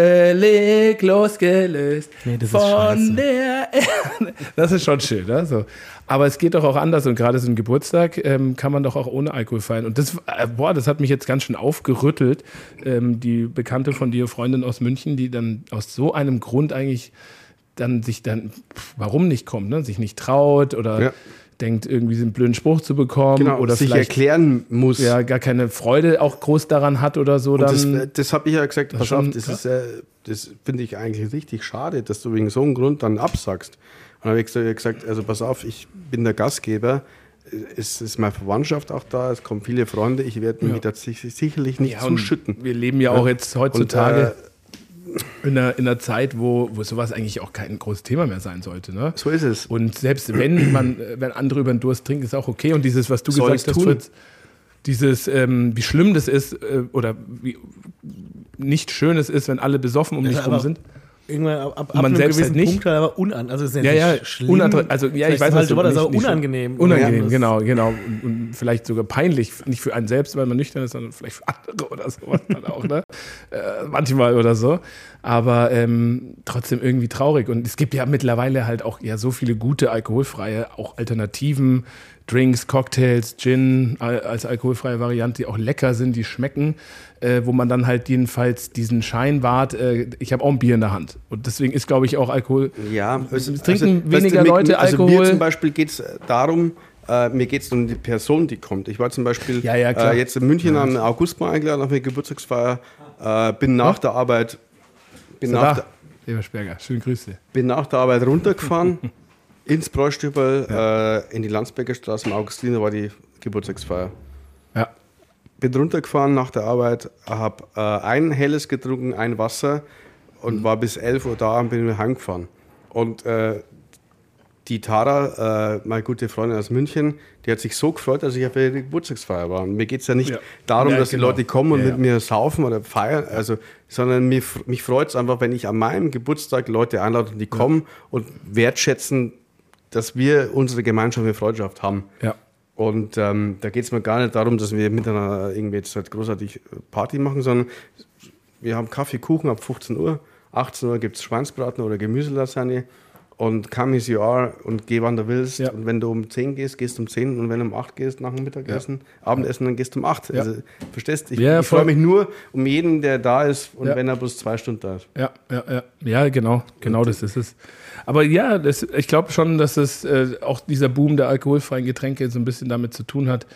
B: Völlig losgelöst
D: Nee, das ist scheiße.
B: von der Erde. Das ist schon schön. Ne? So. Aber es geht doch auch anders. Und gerade so ein Geburtstag ähm, kann man doch auch ohne Alkohol feiern. Und das, äh, boah, das hat mich jetzt ganz schön aufgerüttelt. Ähm, die Bekannte von dir, Freundin aus München, die dann aus so einem Grund eigentlich dann sich dann, pf, warum nicht kommt, ne? sich nicht traut oder
C: Ja.
B: denkt, irgendwie einen blöden Spruch zu bekommen
C: Genau,
B: oder
C: sich
B: vielleicht
C: erklären muss.
B: ja, gar keine Freude auch groß daran hat oder so.
C: Und
B: Dann,
C: das äh, das habe ich ja gesagt,
B: Das
C: pass
B: schon-
C: auf, das, ist, äh, das finde ich eigentlich richtig schade, dass du wegen so einem Grund dann absagst. Und habe ich so gesagt, also pass auf, ich bin der Gastgeber, Äh, es ist meine Verwandtschaft auch da, es kommen viele Freunde, ich werde mich da sich- sicherlich nicht
B: ja, und
C: zuschütten.
B: wir leben ja auch jetzt
C: Und,
B: heutzutage
C: äh,
B: in, einer, in einer Zeit, wo, wo sowas eigentlich auch kein großes Thema mehr sein sollte. Ne?
C: so ist es.
B: Und selbst wenn man, äh, wenn andere über den Durst trinken, ist auch okay. Und dieses, was du
C: Soll
B: gesagt
C: ich
B: hast,
C: tun?
B: Fritz, dieses, ähm, wie schlimm das ist äh, oder wie nicht schön es ist, wenn alle besoffen um
D: Ja,
B: dich
D: aber-
B: rum sind.
D: Irgendwann ab, ab, ab
B: man
D: einem
B: selbst
D: gewissen
B: halt nicht.
D: Punkt halt aber unan, also es ist
B: Ja,
D: nicht
B: ja,
D: schlimm.
B: unattra- also ja,
D: Vielleicht
B: ich weiß was
D: das falsche
B: du-
D: Wort,
B: nicht-
D: aber
B: nicht schlimm.
D: unangenehm.
B: Unangenehm,
D: Das-
B: genau, genau. Und, und vielleicht sogar peinlich, nicht für einen selbst, weil man nüchtern ist, sondern vielleicht für andere oder sowas dann auch, ne? Äh, manchmal oder so. Aber ähm, trotzdem irgendwie traurig. Und es gibt ja mittlerweile halt auch ja so viele gute alkoholfreie, auch Alternativen, Drinks, Cocktails, Gin al- als alkoholfreie Variante, die auch lecker sind, die schmecken, äh, wo man dann halt jedenfalls diesen Schein wahrt, äh, ich habe auch ein Bier in der Hand. Und deswegen ist, glaube ich, auch Alkohol
C: Ja, es
B: trinken weniger Leute
C: also
B: Alkohol?
C: Mir zum Beispiel geht es darum, äh, mir geht es um die Person, die kommt. Ich war zum Beispiel
B: Ja, ja, klar.
C: Äh, jetzt in München am August mal eingeladen auf eine Geburtstagsfeier, äh, bin nach der Arbeit bin nach,
B: Da,
C: der,
B: Ebersberger, schöne Grüße.
C: bin nach der Arbeit runtergefahren ins Bräustübel, äh, in die Landsberger Straße, im Augustiner war die Geburtstagsfeier.
B: Ja.
C: Bin runtergefahren nach der Arbeit, habe äh, ein helles getrunken, ein
B: Mhm.
C: Wasser und war bis 11 Uhr da und bin heimgefahren. Und äh, die Tara, äh, meine gute Freundin aus München, die hat sich so gefreut, dass ich auf ihre Geburtstagsfeier war. Und mir geht es ja nicht
B: Ja.
C: darum,
B: Ja,
C: dass
B: genau.
C: die Leute kommen und
B: Ja,
C: mit
B: ja.
C: mir saufen oder feiern, also, sondern mir, f- mich freut es einfach, wenn ich an meinem Geburtstag Leute einlade und die kommen und wertschätzen, dass wir unsere gemeinsame Freundschaft haben.
B: Ja.
C: Und ähm, da geht es mir gar nicht darum, dass wir miteinander irgendwie jetzt halt großartig Party machen, sondern wir haben Kaffee, Kuchen ab 15 Uhr. 18 Uhr gibt es Schweinsbraten oder Gemüselasagne. Und come as you are und geh, wann du willst.
B: Ja.
C: Und wenn du um 10 gehst, gehst du um 10. Und wenn du um 8 gehst, nach dem Mittagessen, Abendessen, dann gehst du um 8.
B: Ja.
C: Also, verstehst du? Ich,
B: Ja,
C: ich
B: voll.
C: freue mich nur um jeden, der da ist und
B: Ja.
C: wenn er bloß zwei Stunden da ist.
B: Ja, ja, ja. ja genau, genau das ist es. Aber ja, das, ich glaube schon, dass es äh, auch dieser Boom der alkoholfreien Getränke so ein bisschen damit zu tun hat,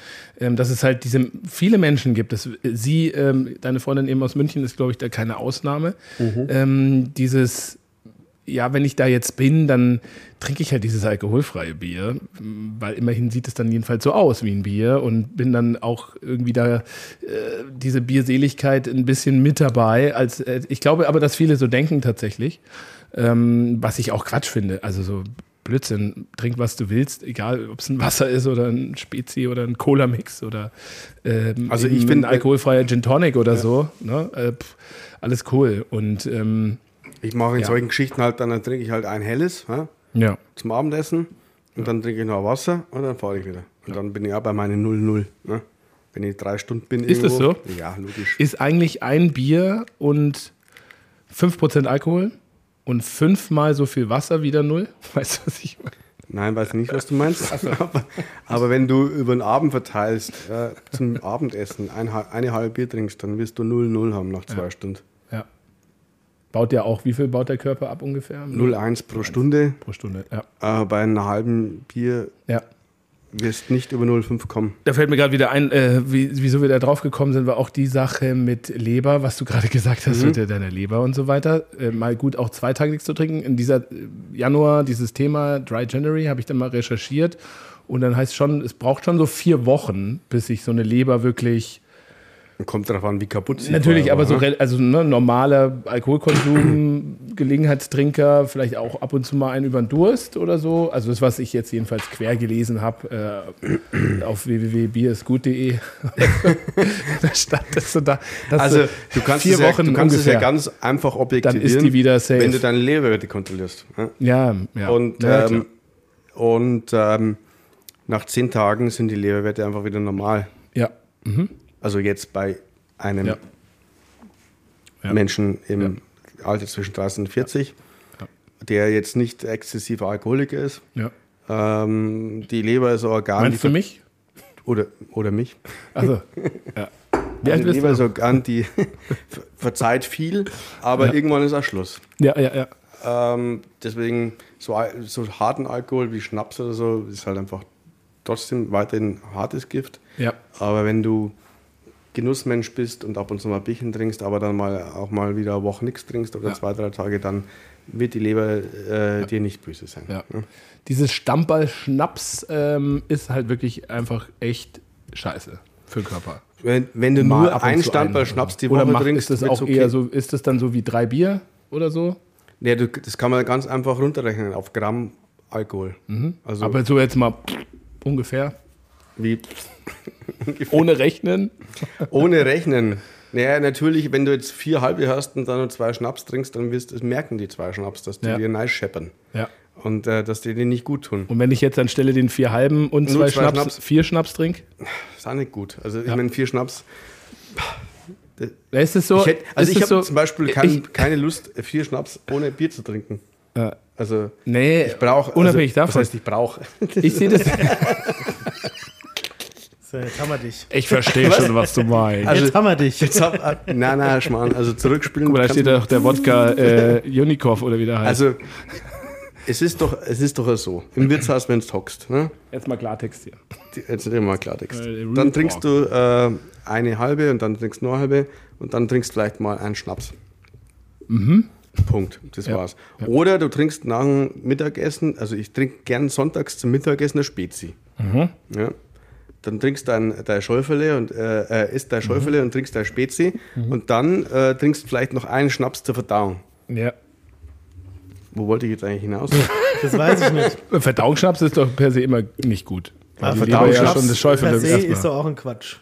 B: ähm, dass es halt diese viele Menschen gibt. Dass, äh, sie, ähm, deine Freundin eben aus München, ist, glaube ich, da keine Ausnahme. Ähm, dieses, ja, wenn ich da jetzt bin, dann trinke ich halt dieses alkoholfreie Bier, m, weil immerhin sieht es dann jedenfalls so aus wie ein Bier und bin dann auch irgendwie da äh, diese Bierseligkeit ein bisschen mit dabei. Als, äh, ich glaube aber, dass viele so denken tatsächlich, ähm, was ich auch Quatsch finde. Also so Blödsinn, trink was du willst, egal ob es ein Wasser ist oder ein Spezi oder ein Cola-Mix oder ähm,
C: Also
B: eben
C: ich
B: ein
C: bin-
B: alkoholfreier Gin Tonic oder so. Ne? Äh, pff, alles cool. Und ähm,
C: Ich mache in
B: Ja.
C: solchen Geschichten halt, dann, dann trinke ich halt ein helles ja,
B: ja.
C: zum Abendessen. Und dann trinke ich noch Wasser und dann fahre ich wieder. Und dann bin ich auch bei meinen 0-0. Ne? Wenn ich drei Stunden bin.
B: Ist das
C: irgendwo- Ja, logisch.
B: ist eigentlich ein Bier und 5% Alkohol und fünfmal so viel Wasser wieder null. Weißt du, was ich meine?
C: Nein, weiß nicht, was du meinst.
B: Also.
C: aber, aber wenn du über den Abend verteilst, äh, zum Abendessen, ein, ha- eine halbe Bier trinkst, dann wirst du 0-0 haben nach zwei Stunden.
B: Ja. Baut der auch, wie viel baut der Körper ab ungefähr?
C: 0-1 pro Stunde.
B: pro Stunde. Ja.
C: Äh, bei einem halben Bier
B: ja.
C: wirst nicht über 0,5 kommen.
B: Da fällt mir gerade wieder ein, äh, wie, wieso wir da drauf gekommen sind, war auch die Sache mit Leber, was du gerade gesagt hast, mit der- deiner Leber und so weiter. Äh, mal gut, auch zwei Tage nichts zu trinken. In dieser äh, Januar, dieses Thema Dry January, habe ich dann mal recherchiert. Und dann heißt schon, es braucht schon so vier Wochen, bis sich so eine Leber wirklich
C: Kommt darauf an, wie kaputt sie
B: Natürlich,
C: vorher
B: aber
C: war,
B: so
C: ne?
B: rel- also ne, normaler Alkoholkonsum, Gelegenheitstrinker, vielleicht auch ab und zu mal einen über den Durst oder so. Also das, was ich jetzt jedenfalls quer gelesen habe äh, auf www.bierisgut.de, da stand das so da. dass
C: Also
B: so
C: du kannst,
B: vier
C: es, ja,
B: Wochen
C: du kannst es ja
B: ungefähr.
C: ganz einfach objektivieren,
B: Dann ist die wieder safe.
C: wenn du deine Leberwerte kontrollierst. Ne?
B: ja, ja.
C: Und,
B: ja, klar.
C: ähm, und ähm, nach zehn Tagen sind die Leberwerte einfach wieder normal.
B: ja,
C: Also jetzt bei einem
B: Ja. Ja.
C: Menschen im Alter zwischen 30 und 40, der jetzt nicht exzessiver Alkoholiker ist.
B: ja.
C: Ähm, die Leber ist ein Organ,
B: Meinst
C: die
B: du mich?
C: oder oder mich.
B: Also, ja. Wie alt
C: die
B: bist
C: Leber
B: du?
C: ist ein Organ, die ver- verzeiht viel, aber irgendwann ist auch Schluss.
B: Ja, ja, ja.
C: Ähm, deswegen so, al- so harten Alkohol wie Schnaps oder so ist halt einfach trotzdem weiterhin hartes Gift.
B: Ja,
C: Aber wenn du Genussmensch bist und ab und zu mal Bierchen trinkst, aber dann mal auch mal wieder eine Woche nichts trinkst oder
B: Ja.
C: zwei, drei Tage, dann wird die Leber äh, dir nicht böse sein.
B: Ja. Dieses Stammball-Schnaps ähm, ist halt wirklich einfach echt scheiße für den Körper.
C: Wenn, wenn du
B: Mal ab
C: nur
B: und
C: einen
B: zu
C: Stammball
B: einen.
C: Schnaps die
B: oder
C: Woche
B: macht,
C: trinkst,
B: ist das
C: wird's
B: auch eher so, ist das dann so wie drei Bier oder so?
C: Nee, du, das kann man ganz einfach runterrechnen auf Gramm Alkohol. Also
B: Mhm. Aber so jetzt mal ungefähr,
C: wie
B: ohne Rechnen.
C: ohne Rechnen. Naja, natürlich, wenn du jetzt vier halbe hast und dann nur zwei Schnaps trinkst, dann wirst du es merken, die zwei Schnaps, dass die
B: Ja.
C: dir nice scheppern.
B: Ja.
C: Und äh, dass die dir nicht gut tun.
B: Und wenn ich jetzt anstelle den vier halben und zwei,
C: Nur zwei
B: Schnaps,
C: Schnaps.
B: vier Schnaps trinke,
C: ist auch nicht gut. Also ich meine, vier Schnaps.
B: ist es so?
C: Ich hätte, also
B: ist
C: ich
B: es
C: habe
B: so,
C: zum Beispiel kein,
B: Ich,
C: keine Lust, vier Schnaps ohne Bier zu trinken. Also
B: nee,
C: ich brauche.
B: unabhängig
C: also,
B: davon.
C: Das heißt, ich brauche.
B: ich sehe das.
D: So, jetzt haben wir dich.
B: Ich verstehe schon, was du meinst.
C: Also-
D: jetzt haben wir dich.
C: Jetzt hab- na, na, Schmarrn. Also zurückspielen.
B: Guck mal, da
C: kannst
B: steht
C: du-
B: doch der Wodka äh, Unikov oder wie der heißt.
C: Also es ist doch, es ist doch so. Im Wirtshaus, wenn du hockst, ne?
B: jetzt mal Klartext hier.
C: Die- Jetzt nehmen wir mal Klartext.
B: Äh, Real
C: Dann trinkst du äh, eine halbe und dann trinkst du noch eine halbe und dann trinkst vielleicht mal einen Schnaps. Punkt. Das war's. Oder du trinkst nach dem Mittagessen, also ich trinke gern sonntags zum Mittagessen eine Spezi. Ja. Dann trinkst du dein, dein Schäufele und äh, äh, isst dein Schäufele und trinkst dein Spezi und dann äh, trinkst vielleicht noch einen Schnaps zur Verdauung.
B: Ja.
C: Wo wollte ich jetzt eigentlich hinaus?
D: Das weiß ich nicht.
B: Verdauungsschnaps ist doch per se immer nicht gut. Also
D: Aber
B: Die Leber ja schon das Schäufele
D: per se
B: erstmal.
D: ist doch auch ein Quatsch.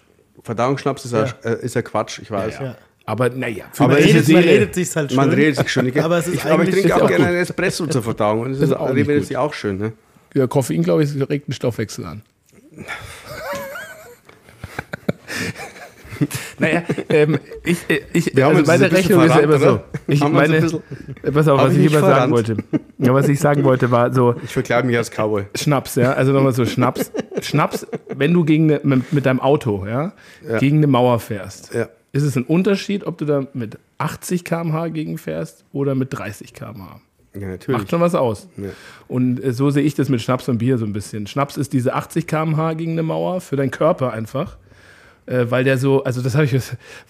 C: Verdauungsschnaps ist ja, äh, ist ja Quatsch, ich weiß.
D: Ja.
B: Aber naja,
C: Aber
D: man,
C: ist
D: redet,
C: die
D: man
C: Seele.
D: redet sich's halt schön.
C: Man redet sich schön. Ich,
D: Aber es ist
C: ich, aber ich
D: eigentlich-
C: trinke
B: Ist
C: auch
B: auch
C: gerne
B: gut.
C: einen Espresso zur Verdauung. Und das
B: Ist
C: ist,
B: auch
C: auch
B: nicht
C: redet
B: gut.
C: sich auch schön. Ne?
B: ja, Koffein, glaube ich, regt den Stoffwechsel an. naja, ähm, ich, äh, ich,
C: Wir haben
B: also
C: uns
B: meine
C: ein bisschen
B: Rechnung ist ja
C: verrannt,
B: immer so.
C: oder?
B: Ich
C: Haben wir uns
B: meine,
C: ein
B: äh, pass auf,
C: Hab
B: was
C: ich
B: ich
C: nicht
B: immer sagen
C: verrannt?
B: wollte. Ja, was ich sagen wollte, war so,
C: Ich verkleide mich als Cowboy.
B: Schnaps, ja. Also nochmal so Schnaps. Schnaps, wenn du gegen eine, mit, mit deinem Auto, ja, gegen eine Mauer fährst,
C: Ja.
B: ist es ein Unterschied, ob du da mit 80 km/h gegen fährst oder mit 30 km/h?
C: Ja,
B: Macht
C: natürlich.
B: schon was aus. Und äh, so sehe ich das mit Schnaps und Bier so ein bisschen. Schnaps ist diese 80 km/h gegen eine Mauer für deinen Körper einfach. Äh, weil der so, also das habe ich,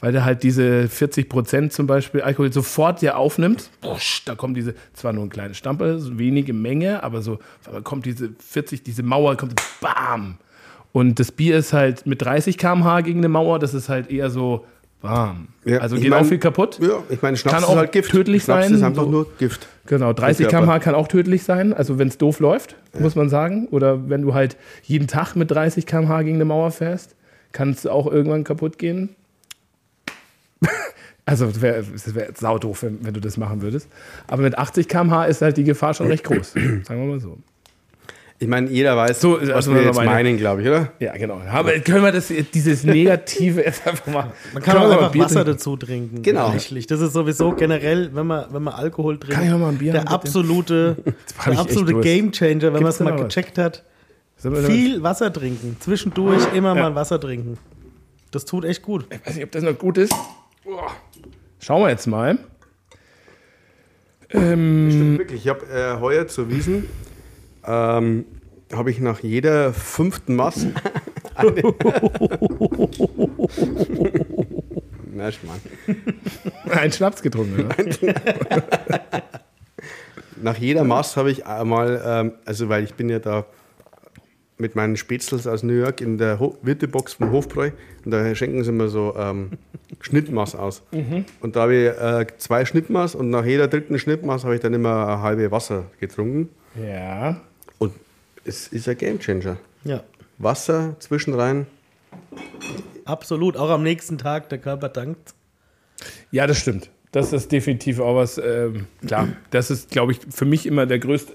B: weil der halt diese 40 Prozent zum Beispiel Alkohol sofort ja aufnimmt. Busch, da kommt diese, zwar nur ein kleines Stamperl, so wenige Menge, aber so, aber kommt diese 40, diese Mauer, kommt BAM! Und das Bier ist halt mit 30 km/h gegen eine Mauer, das ist halt eher so BAM.
C: Ja,
B: also
C: ich
B: geht
C: mein-
B: auch viel kaputt.
C: Ja, ich meine, Schnaps
B: Kann
C: ist
B: auch
C: halt Gift.
B: tödlich
C: Schnaps
B: sein,
C: ist einfach
B: so.
C: nur Gift.
B: Genau, 30
C: Körper.
B: km/h kann auch tödlich sein, also wenn es doof läuft, muss man sagen. Oder wenn du halt jeden Tag mit 30 km/h gegen eine Mauer fährst, kann es auch irgendwann kaputt gehen. also es wäre wär saudoof, wenn, wenn du das machen würdest. Aber mit 80 km/h ist halt die Gefahr schon recht groß, sagen wir mal so.
C: Ich meine, jeder weiß,
B: So,
C: was
B: also
C: wir
B: nur
C: jetzt
B: meine-
C: meinen, glaube ich, oder?
B: Ja, genau. Aber können wir das, dieses Negative jetzt einfach mal...
D: Man kann
B: Können
D: auch
B: wir mal
D: einfach
B: Bier
D: Wasser
B: trinken?
D: dazu trinken.
C: Genau.
D: Reichlich. Das ist sowieso generell, wenn man, wenn man Alkohol trinkt,
B: Kann ich noch mal ein Bier
D: der
B: haben, bitte?
D: absolute,
B: ich
D: der
B: echt
D: absolute
B: Durst.
D: Gamechanger, wenn man es
B: da
D: mal
B: was?
D: gecheckt hat.
B: Sind wir damit-
D: Viel Wasser trinken. Zwischendurch immer mal Wasser trinken. Das tut echt gut.
B: Ich weiß nicht, ob das noch gut ist. Schauen wir jetzt mal. Mhm.
C: Wirklich, ich habe äh, heuer zur Wiesen, ähm, habe ich nach jeder fünften Masse eine. Na, Schmarrn.
B: Einen Schnaps getrunken, oder?
C: Nach jeder Maß habe ich einmal, ähm, also weil ich bin ja da mit meinen Spätzels aus New York in der Ho Wirtebox vom Hofbräu und da schenken sie mir so ähm, Schnittmaß aus. Und da habe ich äh, zwei Schnittmaß und nach jeder dritten Schnittmaß habe ich dann immer eine halbe Wasser getrunken.
B: Ja.
C: Und es ist ein Gamechanger.
D: Ja.
C: Wasser zwischenrein.
D: Absolut. Auch am nächsten Tag, der Körper dankt.
B: Ja, das stimmt. Das ist definitiv auch was, ähm, klar, das ist, glaube ich, für mich immer der größte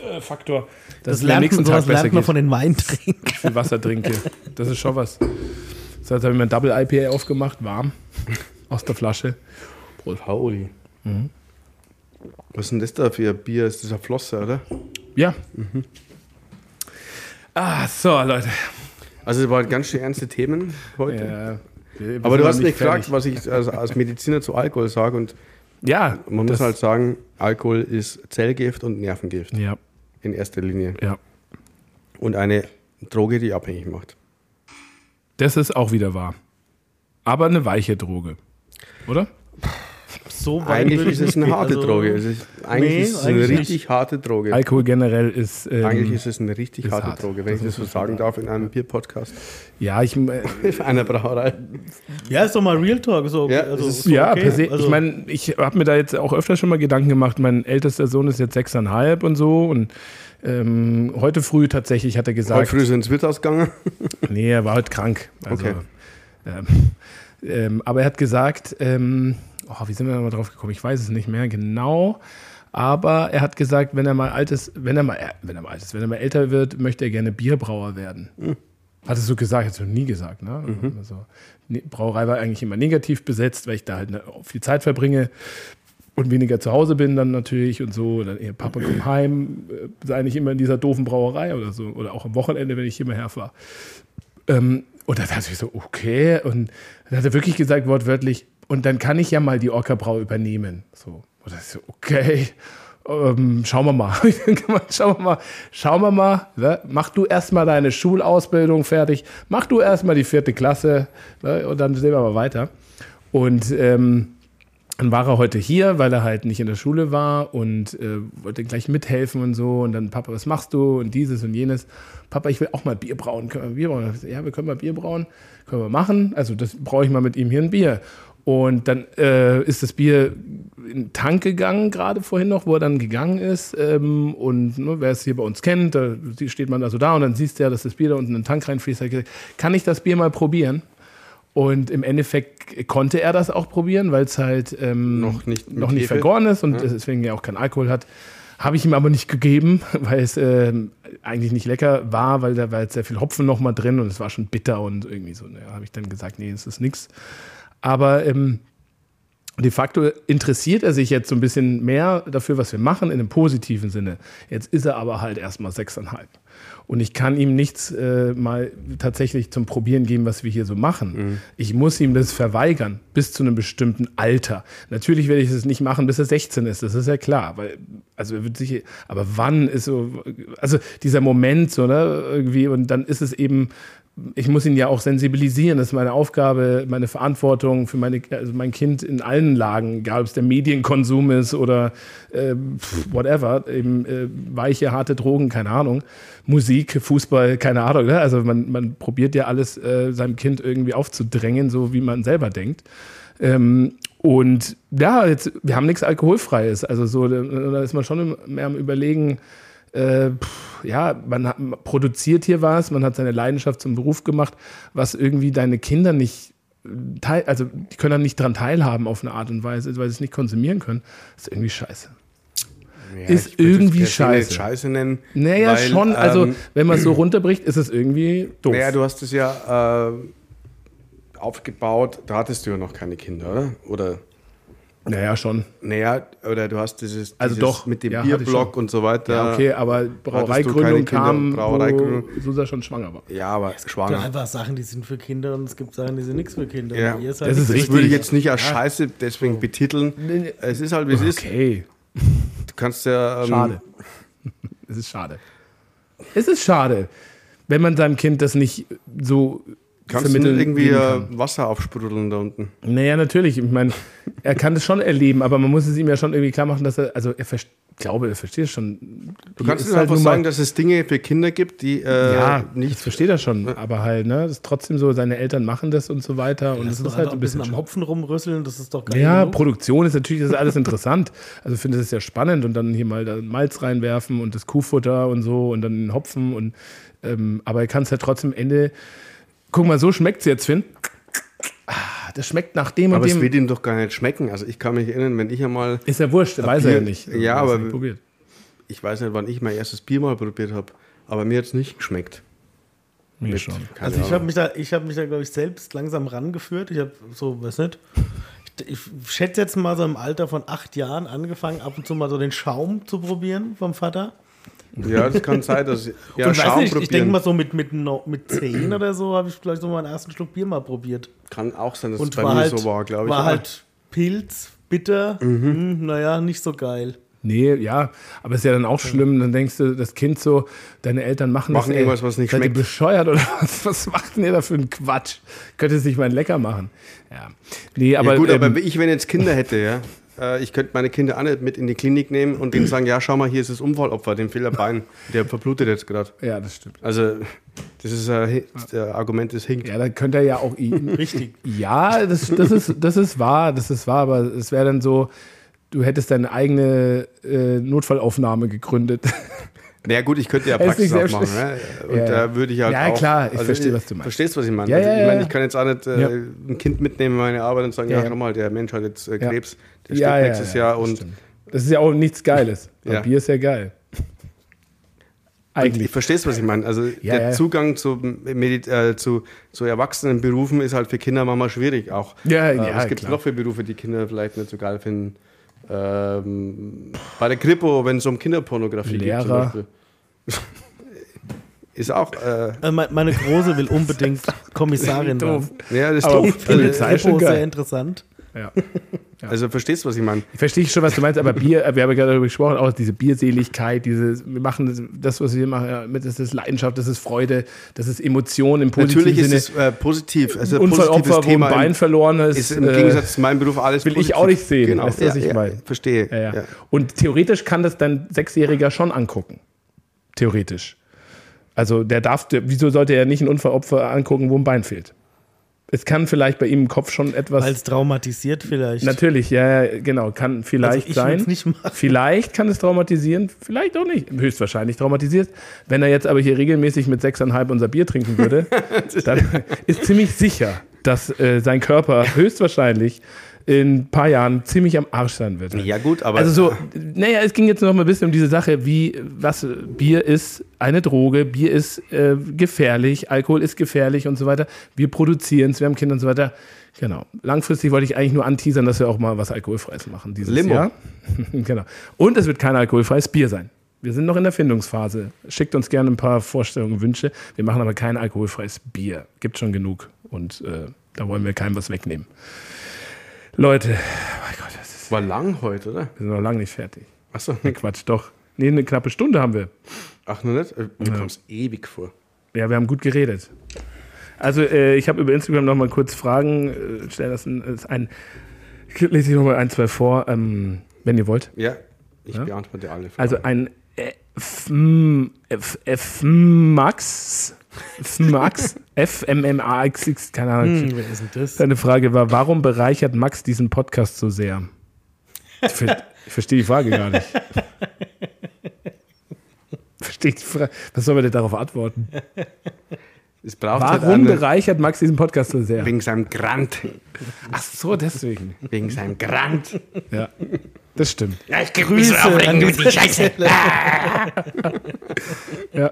B: äh, Faktor, dass es mir am nächsten Tag
D: sowas
B: besser
D: lernt man
B: geht,
D: von
B: wenn
D: den Weintrinken.
B: ich viel Wasser trinke. Das ist schon was. So, jetzt habe ich mir ein Double IPA aufgemacht, warm, aus der Flasche.
C: Pauli. Mhm. Was ist denn das da für ein Bier? Ist das ein Flosser, oder?
B: Ja. Ah, so, Leute.
C: Also, das waren ganz schön ernste Themen heute.
B: Ja,
C: Aber du hast mich gefragt, was ich als, als Mediziner zu Alkohol sage. Und
B: Ja,
C: man muss
B: das-
C: halt sagen, Alkohol ist Zellgift und Nervengift
B: Ja,
C: in erster Linie.
B: ja.
C: Und eine Droge, die abhängig macht.
B: Das ist auch wieder wahr. Aber eine weiche Droge. Oder?
D: So weit
C: Eigentlich
D: würde ich
C: ist es eine
D: nicht
C: harte
D: gehen. Also,
C: Droge. Es ist, eigentlich
D: nee,
C: ist es
D: eigentlich
C: eine
D: nicht.
C: richtig harte Droge.
B: Alkohol generell ist. ähm,
C: eigentlich ist es eine richtig
B: ist
C: harte
B: hart.
C: Droge, wenn ich das so sagen darf in einem Bierpodcast.
B: ja, ich. äh,
C: In einer Brauerei.
D: Ja, ist doch mal Real Talk. So,
C: Ja,
D: also,
C: es ist-
D: so
B: ja,
D: okay.
B: per se.
D: Also,
B: ich meine, ich habe mir da jetzt auch öfter schon mal Gedanken gemacht. Mein ältester Sohn ist jetzt sechseinhalb und so. Und ähm, heute früh tatsächlich hat er
C: Heute
B: gesagt,
C: früh sind es Wirtshausgegangen.
B: nee, er war heute krank. Also,
C: Okay.
B: ähm, ähm, aber er hat gesagt, ähm, oh, wie sind wir da mal drauf gekommen? Ich weiß es nicht mehr genau. Aber er hat gesagt, wenn er mal alt ist, wenn er mal, äh, wenn er mal alt ist, wenn er mal älter wird, möchte er gerne Bierbrauer werden. Hattest du gesagt, hast du nie gesagt, ne? Also, ne- Brauerei war eigentlich immer negativ besetzt, weil ich da halt ne- viel Zeit verbringe und weniger zu Hause bin dann natürlich und so. Und dann eher Papa komm heim, äh, sei nicht immer in dieser doofen Brauerei oder so. Oder auch am Wochenende, wenn ich immer herfahre. Ähm, und dann dachte ich so, okay. Und dann hat er wirklich gesagt, wortwörtlich, und dann kann ich ja mal die Orca-Brau übernehmen. So. Und dann ich so, okay, ähm, schauen wir mal. Dann kann man- schauen wir mal, schauen wir mal. Ne? Mach du erstmal deine Schulausbildung fertig. Mach du erstmal die vierte Klasse. Ne? Und dann sehen wir mal weiter. Und ähm, dann war er heute hier, weil er halt nicht in der Schule war und äh, wollte gleich mithelfen und so. Und dann, Papa, was machst du? Und dieses und jenes. Papa, ich will auch mal Bier brauen. Können wir Bier brauen? Ja, wir können mal Bier brauen. Können wir machen. Also, das brauche ich mal mit ihm hier ein Bier. Und dann äh, ist das Bier in den Tank gegangen, gerade vorhin noch, wo er dann gegangen ist. Ähm, und ne, wer es hier bei uns kennt, da steht man also da und dann siehst du ja, dass das Bier da unten in den Tank reinfließt. Er hat gesagt, Kann ich das Bier mal probieren? Und im Endeffekt konnte er das auch probieren, weil es halt ähm,
C: Noch nicht mit
B: noch nicht
C: Hefe.
B: vergoren ist und deswegen ja auch keinen Alkohol hat. Habe ich ihm aber nicht gegeben, weil es ähm, eigentlich nicht lecker war, weil da war jetzt sehr viel Hopfen nochmal drin und es war schon bitter und irgendwie so. Da habe ich dann gesagt, nee, es ist nichts. Aber ähm, de facto interessiert er sich jetzt so ein bisschen mehr dafür, was wir machen, in einem positiven Sinne. Jetzt ist er aber halt erstmal sechseinhalb. Und ich kann ihm nichts äh, mal tatsächlich zum Probieren geben, was wir hier so machen. Ich muss ihm das verweigern, bis zu einem bestimmten Alter. Natürlich werde ich es nicht machen, bis er 16 ist, das ist ja klar. Weil, also er wird sich, aber wann ist so, also dieser Moment, so, ne, irgendwie, und dann ist es eben, ich muss ihn ja auch sensibilisieren. Das ist meine Aufgabe, meine Verantwortung für meine, also mein Kind in allen Lagen, egal ob es der Medienkonsum ist oder äh, pf, whatever, eben äh, weiche, harte Drogen, keine Ahnung, Musik, Fußball, keine Ahnung. Ne? Also man, man probiert ja alles äh, seinem Kind irgendwie aufzudrängen, so wie man selber denkt. Ähm, und ja, jetzt, wir haben nichts Alkoholfreies. Also so, da da ist man schon im- mehr am Überlegen, äh, pff, ja, man hat, man produziert hier was, man hat seine Leidenschaft zum Beruf gemacht, was irgendwie deine Kinder nicht teil, also die können dann nicht dran teilhaben auf eine Art und Weise, weil sie es nicht konsumieren können. ist irgendwie scheiße.
C: Ja,
B: Ist
C: ich würd es
B: irgendwie
C: per se nicht
B: scheiße.
C: Scheiße nennen.
B: Naja,
C: weil,
B: schon, also
C: ähm,
B: wenn man es so runterbricht, ist es irgendwie doof.
C: Naja, du hast es ja äh, aufgebaut, da hattest du ja noch keine Kinder, oder? Oder,
B: naja schon.
C: naja, oder du hast dieses,
B: Also
C: dieses
B: doch,
C: mit dem
B: ja, hatte ich
C: Bierblock
B: schon.
C: und so weiter.
B: Ja, okay, aber
C: keine
B: Brauereigründung
C: Kinder,
B: kam,
C: Brauereigründung.
B: wo Susa schon schwanger war.
C: Ja, aber
D: Da
C: schwanger.
D: einfach Sachen, die sind für Kinder und es gibt Sachen, die sind nichts für Kinder.
C: Ja.
D: Und ihr
B: Das
D: nichts
B: ist
D: für
B: richtig.
C: Ich würde jetzt nicht als Scheiße deswegen betiteln.
B: nee.
C: Es ist halt, wie es ist.
B: Okay,
C: Du kannst ja. Ähm,
B: schade. es ist schade. Es ist schade, wenn man seinem Kind das nicht so
C: Kannst du nicht irgendwie
B: geben
C: äh,
B: kann.
C: Wasser aufsprudeln da unten?
B: Naja, natürlich. Ich meine, er kann es schon erleben, aber man muss es ihm ja schon irgendwie klar machen, dass er, also er verst- ich glaube, er versteht es schon.
C: Du kannst halt einfach sagen, dass es Dinge für Kinder gibt, die äh,
B: ja,
C: nicht
B: das versteht er schon, aber halt, ne, das ist trotzdem so, seine Eltern machen das und so weiter und
D: Lass
B: das
D: doch
B: ist
D: halt
B: halt
D: ein
B: ein
D: bisschen am
B: schade.
D: Hopfen rumrüsseln, das ist doch geil. ne?
B: Ja,
D: genug.
B: Produktion ist natürlich, das ist alles interessant. Also ich finde das ja spannend und dann hier mal da Malz reinwerfen und das Kuhfutter und so und dann den Hopfen und ähm, aber er kann es ja trotzdem Ende. Guck mal, so schmeckt es jetzt, Finn. Ah, Das schmeckt nach dem und
C: Aber es
B: dem.
C: wird ihm doch gar nicht schmecken. Also ich kann mich erinnern, wenn ich einmal,
B: Ist ja wurscht, weiß er ja
C: Bier-
B: nicht.
C: Ja,
B: Hat's
C: aber-
B: nicht probiert.
C: ich weiß nicht, wann ich mein erstes Bier mal probiert habe, aber mir hat es nicht geschmeckt.
B: Mir
C: Mit-
B: schon.
C: keine
D: Also ich
C: Ahnung.
D: habe mich da, ich habe mich da, glaube ich, selbst langsam rangeführt. Ich habe so, weiß nicht. Ich, ich schätze jetzt mal so im Alter von acht Jahren angefangen, ab und zu mal so den Schaum zu probieren vom Vater.
C: Ja, das kann sein, dass ja,
D: und
C: Schaum
D: weiß nicht, ich denke
C: probieren
D: mal so mit, mit, no- mit zehn oder so habe ich vielleicht so meinen ersten Schluck Bier mal probiert.
C: kann auch sein, dass es
D: Und
C: bei
D: war
C: mir
D: halt,
C: so war, glaube ich.
D: war
C: Aber
D: halt Pilz, bitter, mhm. naja, nicht so geil.
B: Nee, ja, aber ist ja dann auch schlimm. Dann denkst du, das Kind so, deine Eltern machen,
C: Machen
B: das,
C: irgendwas, was nicht
B: seid
C: schmeckt.
B: Ihr bescheuert oder was? Was macht denn ihr da für einen Quatsch? Könnt ihr es nicht mal lecker machen? Ja. Nee, aber.
C: ja, gut, aber
B: ähm,
C: ich, wenn jetzt Kinder hätte, ja, äh, ich könnte meine Kinder auch nicht mit in die Klinik nehmen und denen sagen, ja, schau mal, hier ist das Unfallopfer, dem fehlt ein Bein, der verblutet jetzt gerade.
B: ja, das stimmt.
C: Also, das ist ein äh, Argument, das hinkt.
B: Ja, dann könnte er ja auch ihn.
D: Richtig.
B: ja, das, das, ist, das ist wahr, das ist wahr, aber es wäre dann so, du hättest deine eigene äh, Notfallaufnahme gegründet.
C: Naja gut, ich könnte ja
B: Er ist
C: Praxis
B: nicht
C: auch machen. Ne? Und
B: Ja, ja.
C: da würde ich halt
B: Ja,
C: auch,
B: klar, ich verstehe, was du meinst.
C: Verstehst, was ich meine?
B: Ja,
C: also,
B: ja,
C: ich meine,
B: ja.
C: ich kann jetzt auch nicht äh,
B: Ja.
C: ein Kind mitnehmen in meine Arbeit und sagen,
B: Ja,
C: ja,
B: ja.
C: schau mal, der Mensch hat jetzt äh,
B: Ja.
C: Krebs, der
B: Ja, ja,
C: stirbt nächstes
B: ja,
C: Jahr
B: das
C: und
B: stimmt. Das ist ja auch nichts Geiles. Aber
C: Ja.
B: Bier ist ja geil.
C: ich
B: Eigentlich.
C: verstehst, was ich meine. Also der
B: ja.
C: Zugang zu, Medi- äh, zu, zu erwachsenen Berufen ist halt für Kinder manchmal schwierig auch. Äh,
B: Ja, ja,
C: was gibt es
B: klar.
C: noch für Berufe, die Kinder vielleicht nicht so geil finden? Ähm, bei der Kripo, wenn es um Kinderpornografie geht zum
B: Lehrer.
C: Beispiel. ist auch... Äh,
D: Äh, me- Meine Große will unbedingt Kommissarin
B: Doof.
D: werden.
C: ja, das ist
B: Aber
C: doof.
B: Polizei
C: Also,
B: ist schon
D: Kripo, sehr
B: geil.
D: interessant.
B: Ja.
C: also verstehst, was ich meine.
B: Verstehe ich schon, was du meinst, aber Bier, wir haben ja gerade darüber gesprochen, auch diese Bierseligkeit, dieses, wir machen das, das, was wir machen, ja, mit, das ist Leidenschaft, das ist Freude, das ist Emotion im positiven
C: Natürlich ist
B: Sinne.
C: es äh, positiv. Also ein positives
B: Unfallopfer, wo ein
C: Thema
B: Bein
C: im-
B: verloren ist.
C: ist im
B: äh,
C: Gegensatz zu meinem Beruf alles
B: will ich
C: positiv.
B: auch nicht sehen,
C: Genau,
B: weißt du,
C: ja,
B: was ich
C: ja,
B: meine?
C: Verstehe.
B: Ja, ja.
C: Ja.
B: Und theoretisch kann das dein Sechsjähriger schon angucken. Theoretisch. Also der darf, der, wieso sollte er nicht ein Unfallopfer angucken, wo ein Bein fehlt? Es kann vielleicht bei ihm im Kopf schon etwas.
D: Weil es traumatisiert vielleicht.
B: Natürlich, ja, ja, genau, kann
D: also
B: vielleicht
D: ich würde
B: sein.
D: es nicht machen.
B: Vielleicht kann es traumatisieren, vielleicht auch nicht. Höchstwahrscheinlich traumatisiert. Wenn er jetzt aber hier regelmäßig mit 6,5 unser Bier trinken würde, dann ist ziemlich sicher, dass äh, sein Körper höchstwahrscheinlich in ein paar Jahren ziemlich am Arsch sein wird.
C: Ja, gut, aber.
B: Also so, naja, es ging jetzt noch mal ein bisschen um diese Sache, wie, was, Bier ist eine Droge, Bier ist äh, gefährlich, Alkohol ist gefährlich und so weiter. Wir produzieren es, wir haben Kinder und so weiter. Genau. Langfristig wollte ich eigentlich nur anteasern, dass wir auch mal was Alkoholfreies machen dieses
C: Limo.
B: Jahr. genau. Und es wird kein alkoholfreies Bier sein. Wir sind noch in der Findungsphase. Schickt uns gerne ein paar Vorstellungen, Wünsche. Wir machen aber kein alkoholfreies Bier. Gibt schon genug und äh, da wollen wir keinem was wegnehmen. Leute, oh mein Gott, das ist,
C: war lang heute, oder?
B: wir sind noch lange nicht fertig.
C: Achso,
B: Nee, Quatsch, doch. Nee, eine knappe Stunde haben wir.
C: ach, nur nicht? Äh, Mir kommt es ewig vor.
B: Ja, wir haben gut geredet. Also, äh, ich habe über Instagram nochmal kurz Fragen äh, stellen lassen. Ist ein, ich lese ich nochmal ein, zwei vor, ähm, wenn ihr wollt.
C: Ja, ich beantworte alle Fragen.
B: Also, ein F- M- F- F- Max. F- Max. F-M-M-A-X-X, keine Ahnung.
D: Hm, wer ist denn das?
B: Deine Frage war, warum bereichert Max diesen Podcast so sehr? Ich, ver ich verstehe die Frage gar nicht. Verstehe ich die Frage. Was soll man denn darauf antworten?
C: es braucht
B: Warum
D: äh,
C: halt einen,
B: bereichert Max diesen Podcast so sehr?
C: wegen seinem Grand.
B: Ach so, deswegen.
C: Wegen seinem Grand.
B: Ja, das stimmt.
C: Ja, ich grüße
D: so aufregen über die
C: Scheiße.
B: Ja.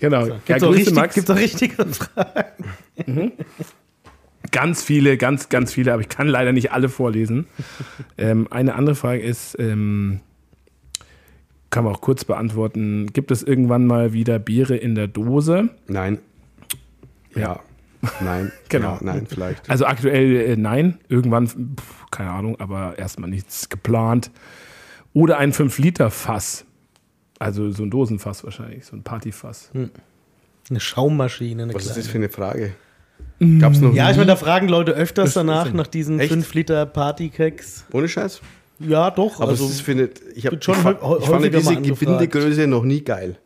B: Genau. ja,
D: Gibt's auch
B: Grüße,
D: richtig-
B: Max.
D: gibt's auch richtige Fragen.
B: Ganz viele, ganz, ganz viele, aber ich kann leider nicht alle vorlesen. Ähm, eine andere Frage ist, ähm, kann man auch kurz beantworten, gibt es irgendwann mal wieder Biere in der Dose?
C: Nein. Ja. Nein.
B: Genau.
C: Ja, nein, vielleicht.
B: Also aktuell äh, nein, irgendwann, pf, keine Ahnung, aber erstmal nichts geplant. Oder ein 5-Liter-Fass. Also so ein Dosenfass wahrscheinlich, so ein Partyfass.
C: Hm.
D: Eine Schaummaschine, eine
C: Was ist das
D: kleine.
C: für Hm? eine Frage? Gab's noch
D: Ja, ich
C: nie?
D: meine, da fragen Leute öfters danach,
B: Sinn.
D: nach diesen
C: Echt?
D: 5 Liter Partykeks.
C: Ohne Scheiß?
D: Ja, doch.
C: Aber
D: also,
C: es ist für eine, ich habe
D: wird schon
C: ich,
D: häu-
C: fa- ich fand
D: häufiger mal
C: diese
D: angefragt.
C: Gebindegröße noch nie geil.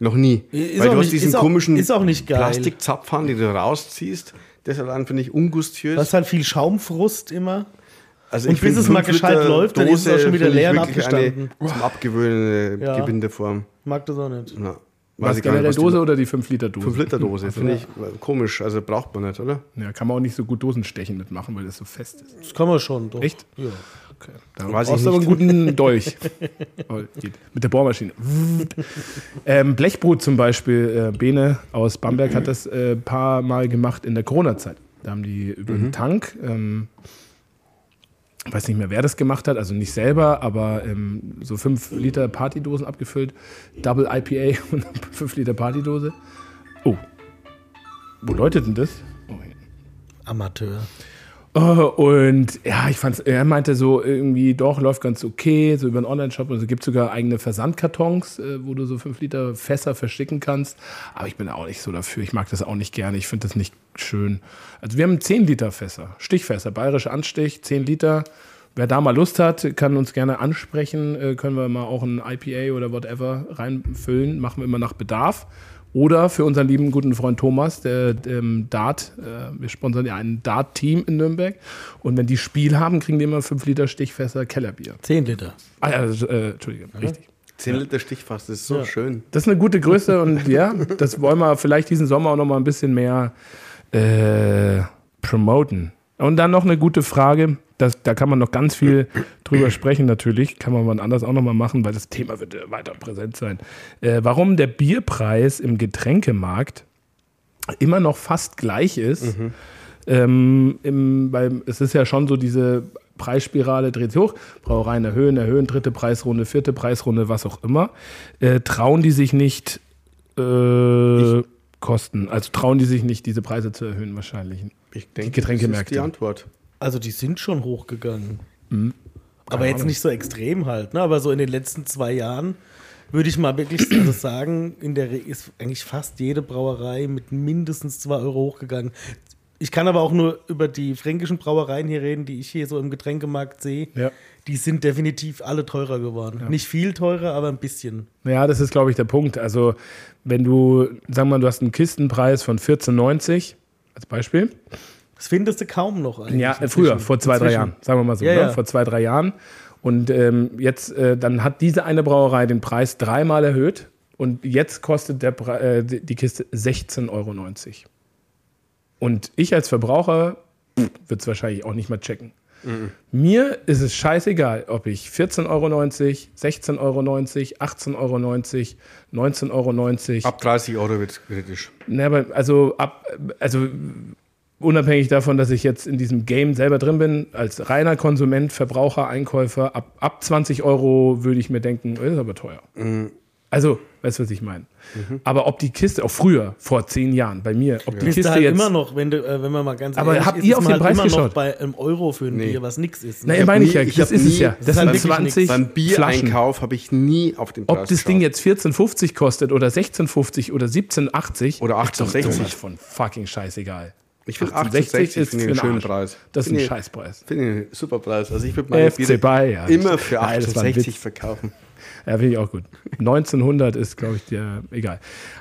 C: Noch nie.
D: Ist
C: Weil
D: auch
C: du
D: nicht-
C: hast diesen
D: ist auch-
C: komischen
D: ist auch nicht geil.
C: Plastikzapfhahn, den du rausziehst. Das allein finde ich ungustiös.
D: das ist halt viel Schaumfrust immer.
C: Also
D: Und
C: ich
D: bis
C: find
D: es mal
C: fünf Liter
D: gescheit läuft, dann ist es auch
C: Dose
D: schon wieder
C: find ich
D: leer und
C: wirklich
D: abgestanden.
C: Eine zum Abgewöhnen
D: Ja.
C: Gebindeform.
D: Ich mag das auch nicht.
C: Na, weiß
B: Was,
C: ich gar nicht,
B: generell
C: was die-
B: Dose Also, oder die 5-Liter-Dose?
C: 5 Liter Dose, finde ich komisch. Also braucht man nicht, oder?
B: Ja, kann man auch nicht so gut Dosenstechen mitmachen, weil das so fest ist.
D: Das kann man schon. Doch.
B: Echt?
D: Ja.
B: Da
C: Weiß ich
B: brauchst du aber einen
C: nicht.
B: guten Dolch. Oh, geht. Mit der Bohrmaschine. Wupp. ähm, Blechbrot zum Beispiel. Äh, Bene aus Bamberg hat das äh, ein paar Mal gemacht in der Corona-Zeit. Da haben die über
C: Mhm.
B: den Tank, ähm, ich weiß nicht mehr, wer das gemacht hat, also nicht selber, aber ähm, so 5 Liter Partydosen abgefüllt. Double IPA und 5 Liter Partydose. Oh. Wo läutet denn das? Oh, hier.
D: Amateur.
B: Oh, und ja, ich fand's, er meinte so irgendwie, doch, läuft ganz okay, so über einen Online-Shop und so gibt sogar eigene Versandkartons, äh, wo du so 5 Liter Fässer verschicken kannst. Aber ich bin auch nicht so dafür, ich mag das auch nicht gerne, ich finde das nicht schön. Also wir haben 10 Liter Fässer, Stichfässer, bayerische Anstich, 10 Liter. Wer da mal Lust hat, kann uns gerne ansprechen, äh, können wir mal auch ein IPA oder whatever reinfüllen, machen wir immer nach Bedarf. Oder für unseren lieben guten Freund Thomas, der, ähm, Dart, äh, wir sponsern ja ein Dart-Team in Nürnberg. Und wenn die Spiel haben, kriegen die immer 5 Liter Stichfässer Kellerbier.
D: 10 Liter.
B: Ah ja, das, äh, Entschuldigung, richtig.
C: 10 Liter Stichfass, das ist so schön.
B: Das ist eine gute Größe und ja, das wollen wir vielleicht diesen Sommer auch noch mal ein bisschen mehr äh, promoten. Und dann noch eine gute Frage, das, da kann man noch ganz viel drüber sprechen natürlich, kann man wann anders auch noch mal machen, weil das Thema wird äh, weiter präsent sein. Äh, warum der Bierpreis im Getränkemarkt immer noch fast gleich ist, ähm, im, beim, es ist ja schon so diese Preisspirale dreht sich hoch, Brauereien erhöhen, erhöhen, dritte Preisrunde, vierte Preisrunde, was auch immer. Äh, trauen die sich nicht äh, Kosten, also trauen die sich nicht, diese Preise zu erhöhen wahrscheinlich.
C: Ich denke, das ist
B: Getränkemärkte.
C: die Antwort.
D: Also die sind schon hochgegangen.
B: Mhm.
D: Aber jetzt nicht so extrem halt, ne? Aber so in den letzten zwei Jahren würde ich mal wirklich also sagen, in der Re- ist eigentlich fast jede Brauerei mit mindestens zwei Euro hochgegangen. Ich kann aber auch nur über die fränkischen Brauereien hier reden, die ich hier so im Getränkemarkt sehe.
B: Ja.
D: Die sind definitiv alle teurer geworden. Nicht viel teurer, aber ein bisschen.
B: Ja, das ist, glaube ich, der Punkt. Also, wenn du, sagen wir mal, du hast einen Kistenpreis von 14,90, als Beispiel.
D: Das findest du kaum noch eigentlich.
B: Ja, äh, früher, vor zwei, drei
D: Inzwischen.
B: Jahren, sagen wir mal so,
D: Ja,
B: ne?
D: ja.
B: vor zwei, drei Jahren. Und ähm, jetzt, äh, dann hat diese eine Brauerei den Preis dreimal erhöht und jetzt kostet der Pre äh, die die Kiste 16,90 Euro. Und ich als Verbraucher wird es wahrscheinlich auch nicht mal checken.
D: Mhm.
B: Mir ist es scheißegal, ob ich 14,90 Euro, 16,90 Euro, 18,90 Euro, 19,90 Euro.
C: Ab 30 Euro wird es kritisch.
B: Na, aber also ab, also unabhängig davon, dass ich jetzt in diesem Game selber drin bin, als reiner Konsument, Verbraucher, Einkäufer, ab, ab 20 Euro würde ich mir denken, "Äh, das ist aber teuer.
C: Mhm.
B: Also, weißt du, was ich meine? Aber ob die Kiste, auch früher, vor zehn Jahren, bei mir, ob die
D: Bist
B: Kiste
D: du halt
B: jetzt.
D: immer noch, wenn, du, äh, wenn man mal ganz
B: Aber
D: ehrlich
B: habt
D: ist,
B: ihr
D: ist
B: auf den
D: man halt
B: Preis
D: immer
B: geschaut?
D: noch bei einem Euro für ein
C: Nee.
D: Bier, was nix ist. ne?
B: Naja, meine ich
C: nie-
B: ja,
C: ich
B: das
C: hab
B: ist es
C: nie-
B: ja.
C: das
B: Das
D: ist halt
B: sind
D: wirklich
B: 20
D: nix.
C: Beim
B: Flaschen.
C: Biereinkauf habe ich nie auf den Preis
B: Ob das Ding
C: geschaut.
B: jetzt 14,50 kostet oder 16,50 oder 17,80
C: Oder
B: ist doch
C: 18,60.
B: sowas von fucking scheißegal.
C: Ich finde
B: 18,60
C: 1860 finde ich einen
B: für den
C: schönen
B: Arsch.
C: Preis.
B: Das ist ein
C: Finde ich-
B: Scheißpreis.
C: Finde ich einen super Preis. Also ich würde meine
B: FC Bayern.
C: immer für
B: Nein, das war ein
C: 1860
B: Witz.
C: verkaufen.
B: Ja, finde ich auch gut. 1900 ist, glaube ich, der, egal.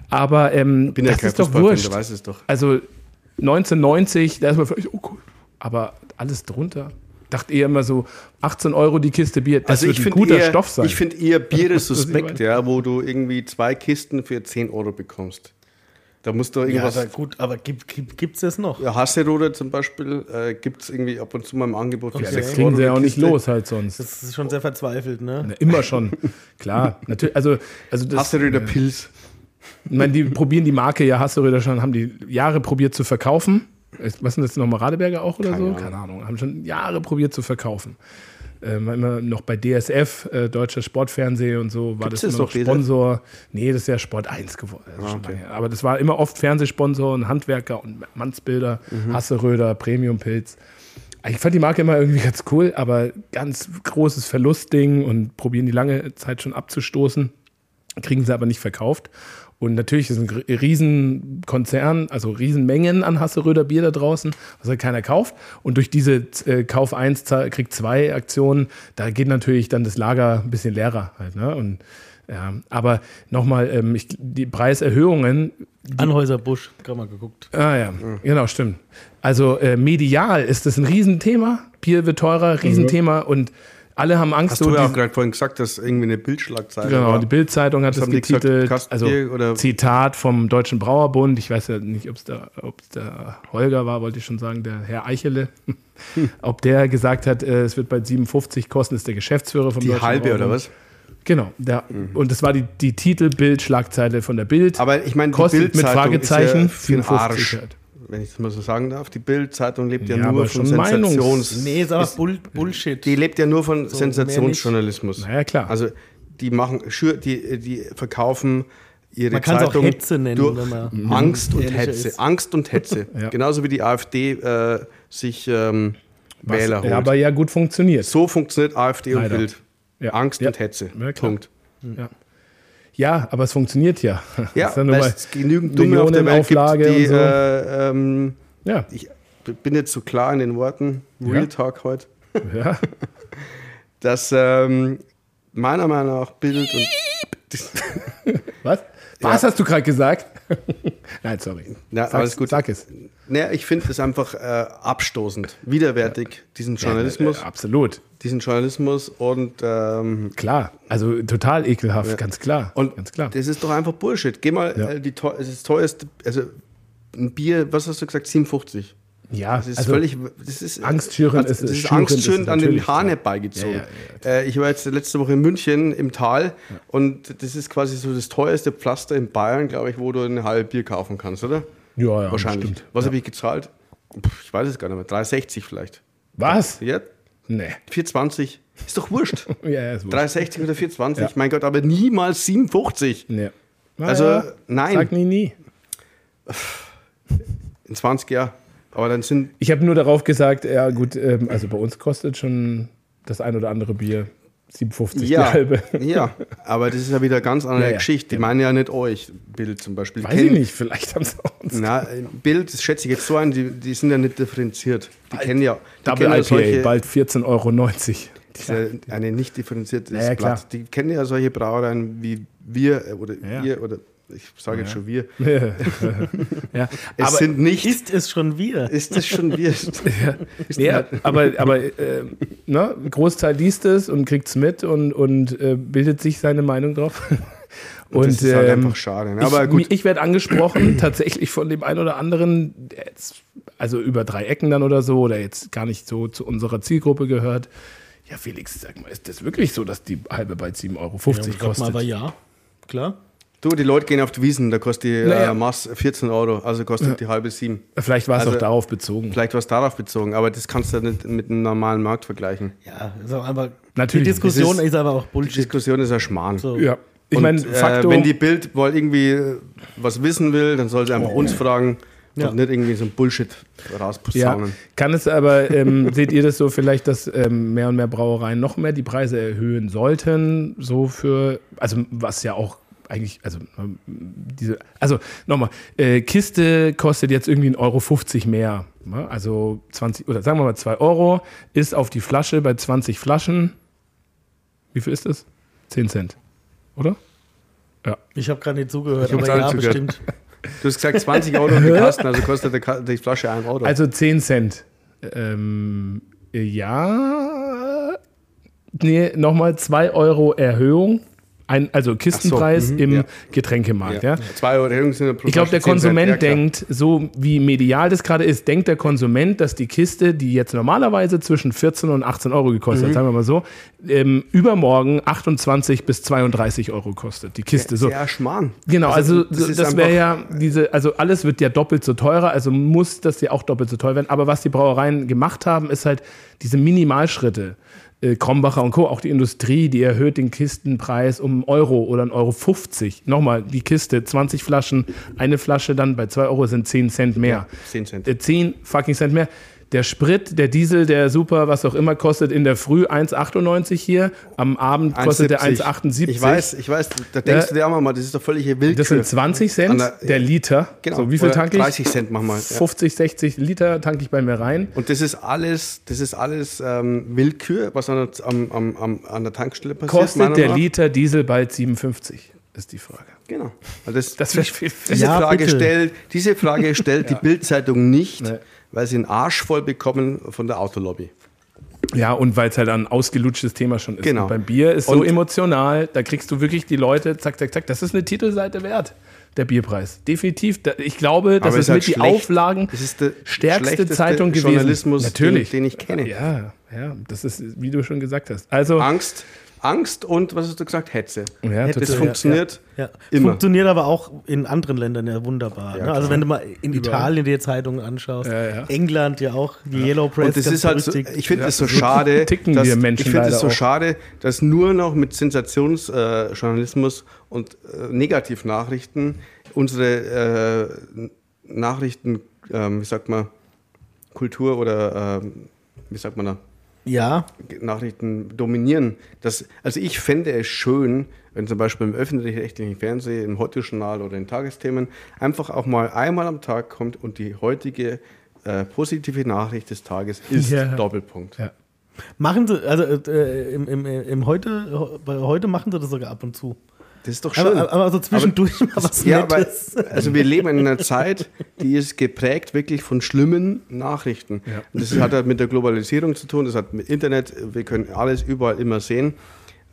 B: Aber ähm,
C: Bin ja
B: das
C: kein
B: ist doch
C: Fußballfan,
B: wurscht.
C: du weißt es doch.
B: Also 1990, da ist man völlig, oh cool. Aber alles drunter. Dachte eher immer so, 18 Euro die Kiste Bier, das wird ein
C: finde
B: guter
C: Also eher,
B: Stoff sein.
C: Ich finde eher Bier ist
B: Was ich
C: suspekt, ja, wo du irgendwie zwei Kisten für 10 Euro bekommst. Da musst du
D: Ja,
C: irgendwas.
D: aber halt gut, aber gibt, gibt, gibt's das noch?
C: Ja, Hasserode zum Beispiel äh, gibt es irgendwie ab und zu mal im Angebot für
D: Okay.
B: das
C: sechs
B: kriegen sie
C: Euro
B: ja auch
C: eine
B: nicht
C: Kiste.
B: los halt sonst.
D: Das ist schon sehr verzweifelt, ne?
B: Na, immer schon. Klar, natürlich, also, also das,
C: Hasseröder Pilz.
B: ich meine, die probieren die Marke ja Hasseröder schon, haben die Jahre probiert zu verkaufen. Ist- Was sind das nochmal Radeberger auch oder
C: Keine
B: so?
C: Ahnung.
B: Keine Ahnung. Haben schon Jahre probiert zu verkaufen. Ähm, war immer noch bei DSF, äh, Deutscher Sportfernsehen und so, war
C: Gibt's
B: das
C: das
B: immer
C: Ah,
B: noch
C: noch, DSF?
B: Sponsor. Nee, das ist ja Sport 1 geworden. Also schon lange. Aber das war immer oft Fernsehsponsor und Handwerker und Mannsbilder,
C: Mhm.
B: Hasseröder, Premium-Pilz. Also Ich fand die Marke immer irgendwie ganz cool, aber ganz großes Verlustding und probieren die lange Zeit schon abzustoßen, kriegen sie aber nicht verkauft. Und natürlich ist ein gr- Riesenkonzern, also Riesenmengen an Hasseröder Bier da draußen, was halt keiner kauft. Und durch diese äh, Kauf 1, Zahl- Krieg 2 Aktionen, da geht natürlich dann das Lager ein bisschen leerer halt. Ne? Und, ja, aber nochmal, ähm, ich- die Preiserhöhungen
D: Anhäuser Busch, gerade mal geguckt.
B: Ah ja,
C: Mhm.
B: genau, stimmt. Also äh, medial ist das ein Riesenthema. Bier wird teurer, Riesenthema und alle haben Angst.
C: Mhm. Hast du ja auch
B: diese-
C: gerade vorhin gesagt, dass irgendwie eine Bildschlagzeile
B: genau,
C: war.
B: die Bild-Zeitung hat das
C: haben die gesagt,
B: getitelt.
C: Kastenbier
B: also
C: oder-
B: Zitat vom Deutschen Brauerbund. Ich weiß ja nicht, ob es da, ob's da Holger war, wollte ich schon sagen, der Herr Eichele. ob der gesagt hat, äh, es wird bald 57 kosten, ist der Geschäftsführer vom
C: die
B: Deutschen
C: halbe
B: Brauerbund.
C: oder was? Mhm.
B: Genau. Der, Und das war die, die Titelbild-Schlagzeile von der Bild.
C: Aber ich meine, die
B: kostet mit
C: Bild-Zeitung ist
B: Fragezeichen
C: ja für den
B: 54
C: Arsch.
B: halt.
C: Wenn ich das mal so sagen darf. Die Bild-Zeitung lebt ja,
B: Ja,
C: nur
B: aber
C: von
B: schon Meinungs-
C: Sensations...
D: Nee, ist aber Bull, Bullshit.
C: Die lebt ja nur von
D: mehr
C: Sensationsjournalismus.
B: Na ja, klar.
C: Also die machen, schür- die, die verkaufen ihre
D: Man kann's auch
C: Zeitung
D: Hetze nennen,
C: durch Mhm.
D: wenn man
C: Angst und
D: ehrlicher
C: Hetze.
D: ist.
C: Angst und Hetze.
B: Ja.
C: Genauso wie die AfD äh, sich ähm, Wähler holt.
B: Ja, aber ja gut funktioniert.
C: so funktioniert AfD und
B: Leider.
C: Bild.
B: Ja.
C: Angst
B: Ja.
C: und Hetze.
B: Ja, klar.
C: Punkt.
B: Ja. ja, aber es funktioniert ja.
C: Ja,
B: Ist ja, nur
C: weil
B: mal-
C: es genügend Dumme auf der Welt
B: Millionenauflage
C: gibt, die,
B: und so.
C: äh, ähm,
B: ja.
C: ich bin jetzt so klar in den Worten, Real
B: Ja.
C: Talk heute,
B: ja.
C: dass ähm, meiner Meinung nach Bild und
B: Was? Was hast du gerade gesagt? Nein, sorry.
C: Na,
B: Sag's-
C: alles gut.
B: Sag es.
C: Naja, ich finde es einfach äh, abstoßend, widerwärtig, diesen Journalismus,
B: Äh, absolut.
C: diesen Journalismus und, ähm,
B: Klar. Also total ekelhaft, ganz klar.
C: und
B: ganz klar.
C: das ist doch einfach Bullshit. Geh mal,
B: Ja.
C: äh, die teu es ist teuerste, also ein Bier, was hast du gesagt, 57.
B: ja,
C: Das ist
B: also,
C: völlig, das ist
B: angstschürend
C: also,
B: ist es,
C: das ist
B: schürend ist es
C: angstschürend an
B: natürlich,
C: den Haaren
B: ja.
C: herbeigezogen.
B: Ja,
C: äh, ich war jetzt letzte Woche in München im Tal und das ist quasi so das teuerste Pflaster in Bayern, glaube ich, wo du ein halbes Bier kaufen kannst, oder?
B: Ja, ja,
C: Wahrscheinlich.
B: stimmt.
C: Was habe ich gezahlt? Puh, ich weiß es gar nicht mehr. 3,60 vielleicht.
B: Was?
C: Ja,
B: Nee.
C: 420. Ist doch wurscht.
B: Ja, ja, ist wurscht.
C: 360 oder 420,
B: Ja.
C: mein Gott, aber niemals 57.
B: Nee.
C: Also,
B: Naja,
C: nein.
B: Sag nie, nie.
C: In 20 Jahren. Aber dann sind
B: Ich habe nur darauf gesagt, ja gut, ähm, also bei uns kostet schon das ein oder andere Bier 57 die
C: ja,
B: halbe.
C: ja, aber das ist ja wieder eine ganz andere
B: Ja, ja.
C: Geschichte. Die meinen ja nicht euch, Bild zum Beispiel.
B: Weiß ich
C: Kennen-
B: nicht, vielleicht haben sie uns.
C: Na, Bild, das schätze ich jetzt so ein, die, die sind ja nicht differenziert. Die kennen ja, die
B: Double
C: kennen ja
B: IPA,
C: solche,
B: bald 14,90
C: das ist ja eine nicht differenzierte
B: Ja, ja, klar.
C: Blatt. Die kennen ja solche Brauereien wie wir äh, oder
B: Ja, ja.
C: ihr oder Ich sage jetzt schon wir.
B: ja,
C: Es
B: aber,
C: sind nicht.
D: Ist es schon wieder?
C: Ist das schon wir? Ist
B: nee, aber, aber äh, ne? ein Großteil liest es und kriegt es mit und, und äh, bildet sich seine Meinung drauf. Und
C: das ist halt
B: ähm,
C: einfach schade. ne? Aber
B: ich,
C: gut,
B: Ich werde angesprochen, tatsächlich von dem einen oder anderen, der jetzt, also über drei Ecken dann oder so, oder jetzt gar nicht so zu unserer Zielgruppe gehört. Ja, Felix, sag mal, ist das wirklich so, dass die halbe bei 7,50 Euro
D: ich glaube mal,
B: kostet?
D: aber ja. Klar.
C: du, die Leute gehen auf die Wiesen, da kostet die
B: Naja.
C: äh, Maß 14 Euro, also kostet die halbe sieben.
B: Vielleicht war es
C: Also-
B: auch darauf bezogen.
C: Vielleicht war es darauf bezogen, aber das kannst du ja nicht mit einem normalen Markt vergleichen.
D: Ja, ist auch einfach.
B: Natürlich,
D: Die Diskussion
C: es
D: ist,
C: ist-
D: aber auch
C: Die
D: Bullshit.
C: Diskussion ist ja Schmarrn.
D: So.
B: Ja. Ich
C: Und,
B: meine,
C: äh,
B: Faktor,
C: wenn die Bild wohl irgendwie äh, was wissen will, dann soll sie einfach uns fragen
D: Ja.
C: und nicht irgendwie so ein Bullshit
B: Oh. ja,
C: rausposaunen.
B: kann es aber, ähm, seht ihr das so vielleicht, dass ähm, mehr und mehr Brauereien noch mehr die Preise erhöhen sollten, so für, also was ja auch eigentlich, also ähm, diese, also nochmal, äh, Kiste kostet jetzt irgendwie 1,50 Euro 50 mehr, ne? also 20, oder sagen wir mal 2 Euro, ist auf die Flasche bei 20 Flaschen, wie viel ist das? 10 Cent, oder?
D: Ich habe gerade nicht zugehört,
C: hab's
D: aber
C: auch
D: ja,
C: nicht zugehört.
D: bestimmt.
C: Du hast gesagt 20 Euro für den Kasten, also kostet der Ka- die Flasche 1 Euro.
B: Also 10 Cent. Ähm, ja. Nee, nochmal 2 Euro Erhöhung. Ein, also Kistenpreis im
C: mhm, ja.
B: Getränkemarkt. Ja.
C: 2 Euro Erhöhung sind ja pro
B: Ich glaube, der
C: Flasche 10 Cent.
B: Konsument
C: Ja, klar.
B: denkt, so wie medial das gerade ist, denkt der Konsument, dass die Kiste, die jetzt normalerweise zwischen 14 und 18 Euro gekostet
C: Mhm.
B: hat, sagen wir mal so, ähm, übermorgen 28 bis 32 Euro kostet. Die Kiste. So.
C: Ja, Schmarrn.
B: Genau, also,
C: das
B: das,
C: ist
B: wäre
C: einfach-
B: ja diese, also alles wird ja doppelt so teurer, also muss das ja auch doppelt so teuer werden. Aber was die Brauereien gemacht haben, ist halt diese Minimalschritte. Äh, Krombacher und Co., auch die Industrie, die erhöht den Kistenpreis um einen Euro oder einen Euro 50. Nochmal, die Kiste, 20 Flaschen, eine Flasche dann bei 2 Euro sind 10 Cent mehr.
C: 10 Cent.
B: Äh, 10 fucking Cent mehr. Der Sprit, der Diesel, der Super, was auch immer, kostet in der Früh 1,98 hier. Am Abend kostet der 1,78.
C: Ich weiß, ich weiß, da denkst
B: Ja.
C: du dir auch mal, das ist doch völlige Willkür.
B: Das sind 20
C: An
B: Cent
C: der-
B: der Liter.
C: Genau.
B: So, wie viel
C: Oder
B: tanke ich?
C: 30 Cent machen wir. Ja.
B: 50, 60 Liter tanke ich bei mir rein.
C: Und das ist alles, das ist alles ähm, Willkür, was an der, am, am, am, an der Tankstelle passiert. meiner
B: Kostet der
C: Meinung nach.
B: Liter Diesel bald 57? Ist die Frage.
C: Genau. Also das,
B: Das wäre viel.
C: diese,
D: Ja,
C: Frage
D: bitte.
C: stellt, diese Frage stellt die Bildzeitung nicht,
B: Nee.
C: weil sie einen Arsch voll bekommen von der Autolobby.
B: Ja, und weil es halt ein ausgelutschtes Thema schon ist.
C: Genau.
B: Und beim Bier ist so
C: Und-
B: emotional, da kriegst du wirklich die Leute, zack, zack, zack. Das ist eine Titelseite wert, der Bierpreis. Definitiv. Da- Ich glaube, das
C: Aber
B: ist,
C: ist
B: mit
C: halt
B: die
C: schlecht.
B: Auflagen
C: Das ist der
B: stärkste
C: schlechteste
B: Zeitung gewesen.
C: Journalismus, den-
B: Natürlich.
C: den ich kenne.
B: Ja, ja, das ist, wie du schon gesagt hast. Also,
C: Angst, Angst und was hast du gesagt? Hetze.
B: ja,
C: Das
B: total.
C: funktioniert
D: Ja.
C: immer.
D: Funktioniert aber auch in anderen Ländern ja wunderbar. ne? Also wenn du mal in Italien dir Zeitungen anschaust,
B: Ja, ja.
D: England ja auch, die Yellow Press.
C: Und das
D: ganz
C: ist halt so,
D: berüchtigt.
C: ich finde es so schade,
B: ticken
C: dass,
B: wir Menschen
C: ich finde
B: leider
C: es so
B: auch.
C: schade, dass nur noch mit Sensationsjournalismus äh, Journalismus und äh, Negativnachrichten unsere äh, Nachrichten, ähm, wie sagt man, Kultur oder ähm, wie sagt man da,
D: ja,
C: Nachrichten dominieren. Das, also ich fände es schön, wenn zum Beispiel im öffentlich-rechtlichen Fernsehen, im Heute-Journal oder in Tagesthemen einfach auch mal einmal am Tag kommt und die heutige äh, positive Nachricht des Tages ist
B: Ja.
C: Doppelpunkt.
B: Ja.
D: machen sie, also äh, im, im, im heute, bei heute machen sie das sogar ab und zu.
C: Das ist doch schön.
D: Aber, aber so zwischendurch mal was
C: ja, weil,
D: Nettes.
C: also wir leben in einer Zeit, die ist geprägt wirklich von schlimmen Nachrichten.
B: Ja.
C: Und das hat halt mit der Globalisierung zu tun, das hat mit Internet, wir können alles überall immer sehen.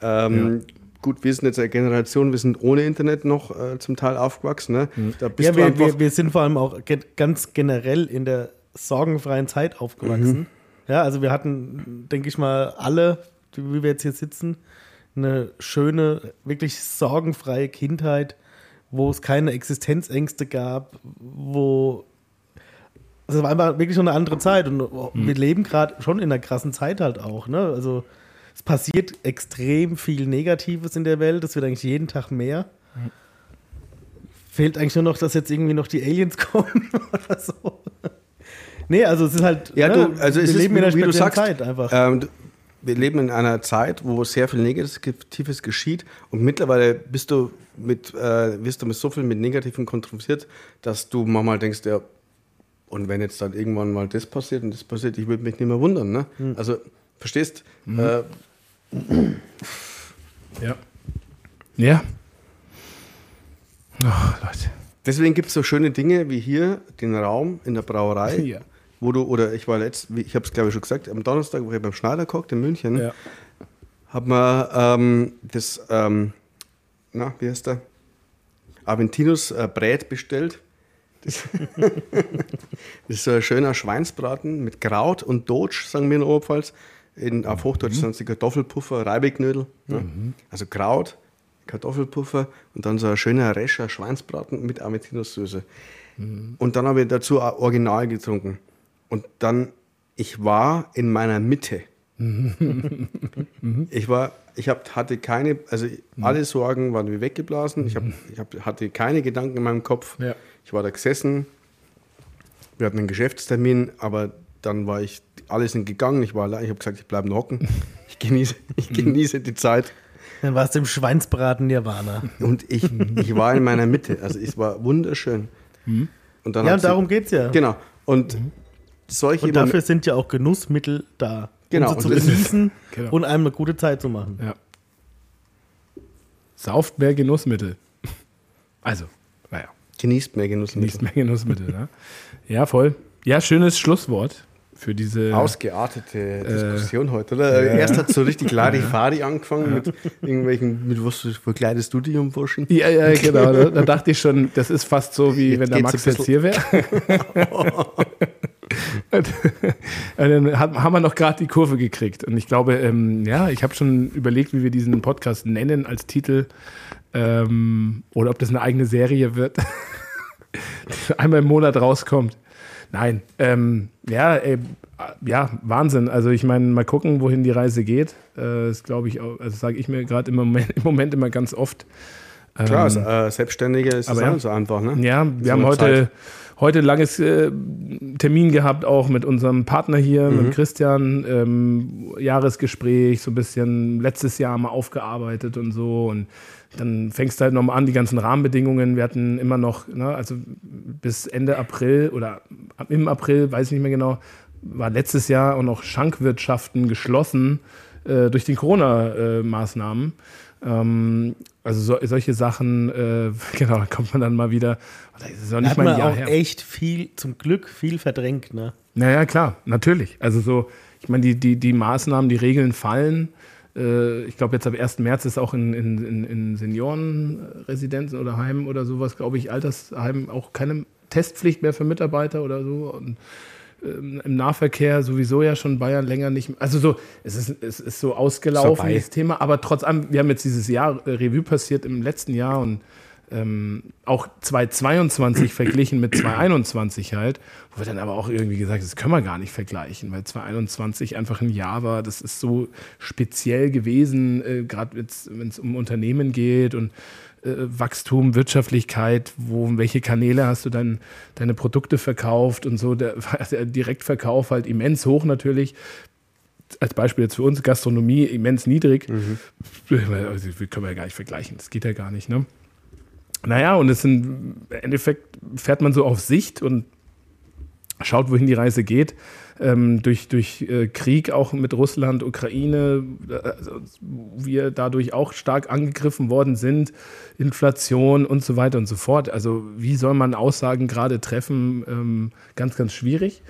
C: Ähm, Gut, wir sind jetzt eine Generation, wir sind ohne Internet noch äh, zum Teil aufgewachsen. Ne? Da bist
D: Mhm. Ja,
C: du
D: wir,
C: einfach,
D: wir, wir sind vor allem auch ge- ganz generell in der sorgenfreien Zeit aufgewachsen. Ja, also wir hatten, denke ich mal, alle, die- wie wir jetzt hier sitzen, eine schöne, wirklich sorgenfreie Kindheit, wo es keine Existenzängste gab, wo also es war einfach wirklich schon eine andere Zeit und oh, wir leben gerade schon in einer krassen Zeit halt auch. Ne? Also es passiert extrem viel Negatives in der Welt, es wird eigentlich jeden Tag mehr. Fehlt eigentlich nur noch, dass jetzt irgendwie noch die Aliens kommen oder so. Nee, also es ist halt.
C: ja,
D: ne,
C: du, also es ist,
D: in
C: wie,
D: einer
C: du- wie du
D: speziellen
C: sagst,
D: Zeit einfach.
C: Ähm, du- wir leben in einer Zeit, wo sehr viel Negatives geschieht und mittlerweile bist du mit, äh, wirst du mit so viel mit Negativen konfrontiert, dass du manchmal denkst, ja, und wenn jetzt dann irgendwann mal das passiert und das passiert, ich würde mich nicht mehr wundern. Ne?
D: Hm.
C: Also, verstehst?
D: Mhm.
C: Äh,
B: Ja. Ja. Ach, Ah, Leute.
C: Deswegen gibt es so schöne Dinge wie hier den Raum in der Brauerei,
B: Ja.
C: wo du, oder ich war letzt, wie- ich habe es glaube ich schon gesagt, am Donnerstag war ich beim Schneider gekocht in München,
B: Ja.
C: hat man ähm, das, ähm, na, wie heißt der? Aventinus äh, Brät bestellt. Das ist so ein schöner Schweinsbraten mit Kraut und Dotsch, sagen wir in Oberpfalz. In, auf Hochdeutsch sind es Kartoffelpuffer, Reibeknödel. Ne? Also Kraut, Kartoffelpuffer und dann so ein schöner rescher Schweinsbraten mit Aventinussoße. Und dann habe ich dazu ein Original getrunken. Und dann, ich war in meiner Mitte.
D: Mhm.
C: ich war, ich hab, hatte keine, also
D: Mhm.
C: alle Sorgen waren wie weggeblasen. Ich, hab, ich hab, hatte keine Gedanken in meinem Kopf.
B: Ja.
C: Ich war da gesessen, wir hatten einen Geschäftstermin, aber dann war ich, alle sind gegangen, ich war allein, ich habe gesagt, ich bleibe hocken. Ich genieße, ich
D: Mhm.
C: genieße die Zeit.
D: Dann war es dem Schweinsbraten Nirvana.
C: Und ich,
D: Mhm.
C: ich war in meiner Mitte. Also es war wunderschön. Und dann
D: Ja,
C: hat
D: und
C: sie-
D: darum geht's ja.
C: Genau. Und
B: Mhm.
C: solche
D: Und dafür sind ja auch Genussmittel da.
C: Genau,
D: Um sie zu
C: und das-
D: genießen
B: Genau.
D: und einem eine gute Zeit zu machen.
B: Ja. Sauft mehr Genussmittel. Also, naja,
C: genießt mehr Genussmittel.
B: nicht mehr Genussmittel, ne? Ja, voll. Ja, schönes Schlusswort für diese.
C: Ausgeartete
B: Äh,
C: Diskussion heute, oder? Erst hat so richtig Larifari angefangen mit irgendwelchen, mit was verkleidest du dich um Washington?
B: ja, ja, genau. Da, da dachte ich schon, das ist fast so, wie
C: Jetzt
B: wenn der
C: geht's
B: Max
C: ein
B: jetzt hier wäre. und, und dann hat, haben wir noch gerade die Kurve gekriegt. Und ich glaube, ähm, ja, ich habe schon überlegt, wie wir diesen Podcast nennen als Titel. Ähm, oder ob das eine eigene Serie wird. einmal im Monat rauskommt. Nein, ähm, ja, ey, ja, Wahnsinn. Also ich meine, mal gucken, wohin die Reise geht. Äh, ist, glaube ich, auch, also sage ich mir gerade im Moment, im Moment immer ganz oft. Ähm,
C: Klar, als äh, Selbstständiger ist das
B: aber
C: auch
B: ja.
C: nicht so einfach, ne?
B: ja, wir
C: so
B: haben
C: eine
B: heute, heute ein langes äh, Termin gehabt, auch mit unserem Partner hier,
C: Mhm.
B: mit dem Christian. Ähm, Jahresgespräch, so ein bisschen letztes Jahr mal aufgearbeitet und so. Und dann fängst du halt nochmal an, die ganzen Rahmenbedingungen. Wir hatten immer noch, ne, also bis Ende April oder ab- im April, weiß ich nicht mehr genau, war letztes Jahr auch noch Schankwirtschaften geschlossen äh, durch die Corona-Maßnahmen. Ähm, also so, solche Sachen, äh, genau, da kommt man dann mal wieder. Das ist noch
D: Da
B: nicht
D: hat
B: mal
D: man
B: ein Jahr
D: auch
B: her.
D: echt viel, zum Glück, viel verdrängt. Ne?
B: Naja, klar, natürlich. Also so, ich meine, die, die, die Maßnahmen, die Regeln fallen. Äh, Ich glaube, jetzt ab 1. März ist auch in, in, in- in Seniorenresidenzen oder Heimen oder sowas, glaube ich, Altersheimen auch keine Testpflicht mehr für Mitarbeiter oder so. Und ähm, im Nahverkehr sowieso ja schon Bayern länger nicht. mehr. Also so, es ist, es ist so ausgelaufen,
C: Vorbei.
B: dieses Thema. Aber trotz allem, wir haben jetzt dieses Jahr äh, Revue passiert im letzten Jahr und auch 2022 verglichen mit 2021 halt, wo wir dann aber auch irgendwie gesagt haben, das können wir gar nicht vergleichen, weil 2021 einfach ein Jahr war, das ist so speziell gewesen, äh, gerade wenn es um Unternehmen geht und äh, Wachstum, Wirtschaftlichkeit, wo, welche Kanäle hast du dein, deine Produkte verkauft und so, der, also der Direktverkauf halt immens hoch natürlich. Als Beispiel jetzt für uns Gastronomie immens niedrig. Also, wir können wir ja gar nicht vergleichen, das geht ja gar nicht, ne? Naja, und es sind im Endeffekt fährt man so auf Sicht und schaut, wohin die Reise geht. Ähm, durch durch äh, Krieg auch mit Russland, Ukraine, äh, also wir dadurch auch stark angegriffen worden sind, Inflation und so weiter und so fort. Also wie soll man Aussagen gerade treffen? Ähm, ganz, ganz schwierig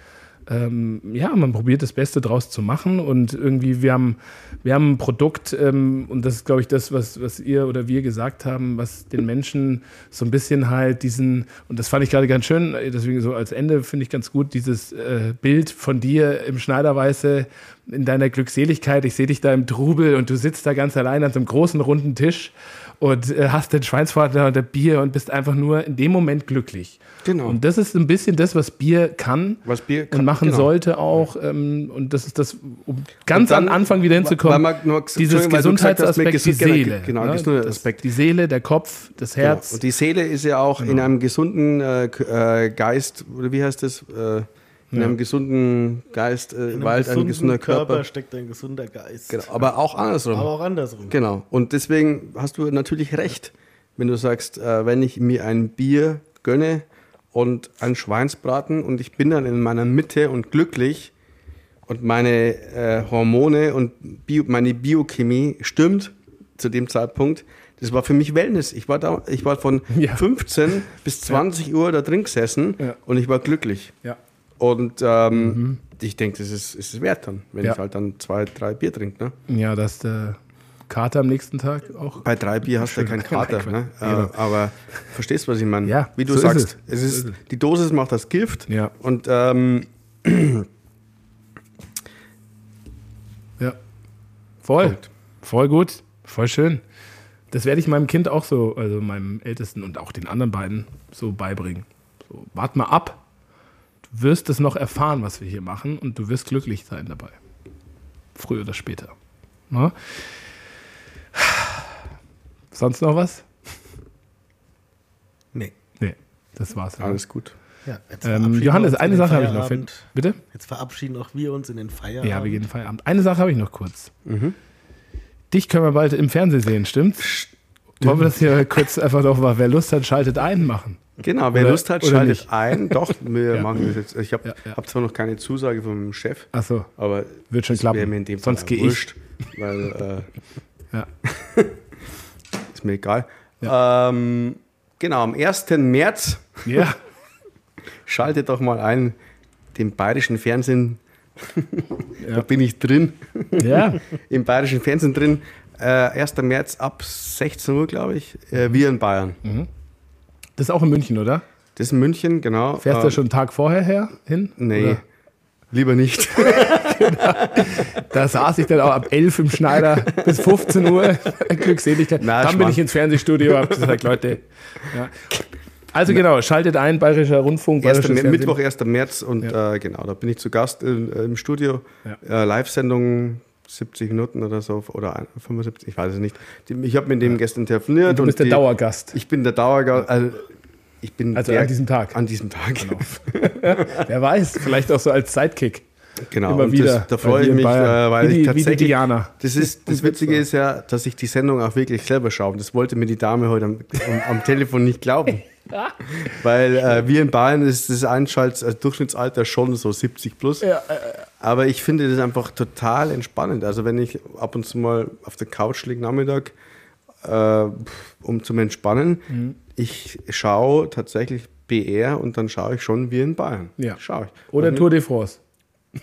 B: ähm, ja, man probiert das Beste draus zu machen und irgendwie, wir haben, wir haben ein Produkt ähm, und das ist, glaube ich, das, was, was ihr oder wir gesagt haben, was den Menschen so ein bisschen halt diesen, und das fand ich gerade ganz schön, deswegen so als Ende finde ich ganz gut, dieses äh, Bild von dir im Schneiderweiße in deiner Glückseligkeit, ich sehe dich da im Trubel und du sitzt da ganz allein an so einem großen runden Tisch und äh, hast den Schweinsvater und der Bier und bist einfach nur in dem Moment glücklich.
C: Genau.
B: Und das ist ein bisschen das, was Bier kann
C: Was Bier
B: und
C: kann-
B: machen
C: genau.
B: sollte auch. Ähm, und das ist das, um ganz
C: dann-
B: am Anfang wieder hinzukommen.
C: weil man nur-
B: dieses
C: Entschuldigung, weil du gesagt hast, mit
B: Gesundheitsaspekt, die
C: Gesund-
B: Seele.
C: genau,
B: ne?
C: Gesundheitsaspekt.
B: Das, die Seele, der Kopf, das Herz. Genau.
C: Genau. Und die Seele ist ja auch in einem gesunden äh, K- äh, Geist, oder wie heißt das? Äh, in einem gesunden Geist äh,
D: In
C: weilt ein
D: gesunden
C: gesunder Körper.
D: steckt ein gesunder Geist.
C: Genau. Aber auch andersrum.
D: Aber auch andersrum.
C: Genau. Und deswegen hast du natürlich recht, wenn du sagst, äh, wenn ich mir ein Bier gönne und einen Schweinsbraten und ich bin dann in meiner Mitte und glücklich und meine äh, Hormone und Bio, meine Biochemie stimmt zu dem Zeitpunkt. Das war für mich Wellness. Ich war, da, ich war von
B: Ja.
C: 15 bis 20 Uhr da drin gesessen
B: Ja.
C: und ich war glücklich.
B: Ja.
C: Und ähm, ich denke, das ist, ist es wert dann, wenn
B: Ja.
C: ich halt dann zwei, drei Bier trinke. Ne?
B: Ja, dass der Kater am nächsten Tag auch.
C: Bei drei Bier hast du ja keinen Kater. Ne? Äh,
B: Genau.
C: Aber verstehst du, was ich meine?
B: Ja,
C: Wie du
B: so ist
C: sagst,
B: es.
C: es. ist, die Dosis macht das Gift.
B: Ja.
C: Und ähm,
B: Ja. Voll.
C: Punkt.
B: Voll gut. Voll schön. Das werde ich meinem Kind auch so, also meinem Ältesten und auch den anderen beiden so beibringen. So, wart mal ab. Du wirst es noch erfahren, was wir hier machen und du wirst glücklich sein dabei. Früher oder später. Ne? Na? Sonst noch was?
D: Nee.
B: Nee, das war's.
C: alles gut.
D: Ja, jetzt
B: Ähm,
D: verabschieden wir
B: Johannes,
D: uns in
B: eine
D: den
B: Sache habe ich noch.
D: Feierabend.
B: Bitte?
D: Jetzt verabschieden auch wir uns in den Feierabend.
B: Ja, wir gehen Feierabend. Eine Sache habe ich noch kurz.
C: Mhm.
B: Dich können wir bald im Fernsehen sehen, stimmt's? Wollen wir das hier kurz einfach noch mal, wer Lust hat, schaltet ein, machen.
C: Genau, wer
B: Oder-
C: Lust hat,
B: oder
C: schaltet
B: nicht.
C: ein. Doch, wir
B: Ja.
C: machen das jetzt. Ich habe
B: Ja, ja.
C: hab zwar noch keine Zusage vom Chef,
B: Achso,
C: aber
B: wird schon
C: das wäre
B: klappen.
C: mir in dem
B: Sonst
C: Fall
B: gehe ich.
C: wurscht, Weil äh,
B: Ja.
C: Ist mir egal. Ähm, genau, am 1. März
B: ja,
C: schaltet doch mal ein, dem bayerischen Fernsehen.
B: Ja.
C: da bin ich drin,
B: ja,
C: im bayerischen Fernsehen drin. Äh, 1. März ab 16 Uhr, glaube ich. Äh, wir in Bayern.
B: Mhm. das ist auch in München, oder?
C: Das ist in München, genau.
B: Fährst du
C: Ähm,
B: ja schon einen Tag vorher her hin?
C: Nee,
B: Oder?
C: lieber nicht.
B: Da saß ich dann auch ab 11 im Schneider bis 15 Uhr. Glückseligkeit.
C: Na,
B: dann bin
C: Schmarrn.
B: ich ins Fernsehstudio, hab gesagt, Leute. Ja. Also genau, schaltet ein, Bayerischer Rundfunk,
C: Erster,
B: Bayerisches Fernsehen.
C: Mittwoch, 1. März und äh, genau, da bin ich zu Gast in, äh, im Studio. Äh, Live-Sendung 70 Minuten oder so oder ein- 75, ich weiß es nicht. Die- Ich habe mit dem gestern telefoniert.
B: Du bist der
C: die-
B: Dauergast.
C: Ich bin der Dauergast. Also, ich bin
B: Also
C: der,
B: an diesem Tag.
C: An diesem Tag. Genau.
B: Wer weiß, vielleicht auch so als Sidekick. Immer
C: Genau, und
B: wieder.
C: Das, da
B: Bei
C: freue
B: dir
C: ich
B: in
C: mich, äh,
B: Bayern.
C: weil
B: Wie die- wie
C: ich
B: die
C: tatsächlich.
B: Diana.
C: Das, ist, das Witzige ist ja, dass ich die Sendung auch wirklich selber schaue. Und das wollte mir die Dame heute am, am, am Telefon nicht glauben. weil äh, wir in Bayern ist das Einschalts also Durchschnittsalter schon so 70 plus. Aber ich finde das einfach total entspannend. Also wenn ich ab und zu mal auf der Couch liege Nachmittag, äh, pf, um zum Entspannen, ich schaue tatsächlich BR und dann schaue ich schon wie in Bayern.
B: Ja.
C: Schaue ich.
B: Oder Tour de France.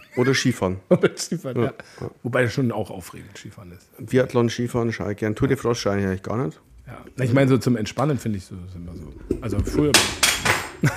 C: Oder Skifahren.
B: Oder Skifahren, ja. Wobei das schon auch aufregend Skifahren ist.
C: Biathlon, Skifahren schaue ich gern. Tour de France schaue ich eigentlich gar nicht.
B: Ja. Ich meine, so zum Entspannen finde ich so, ist immer so. Also früher.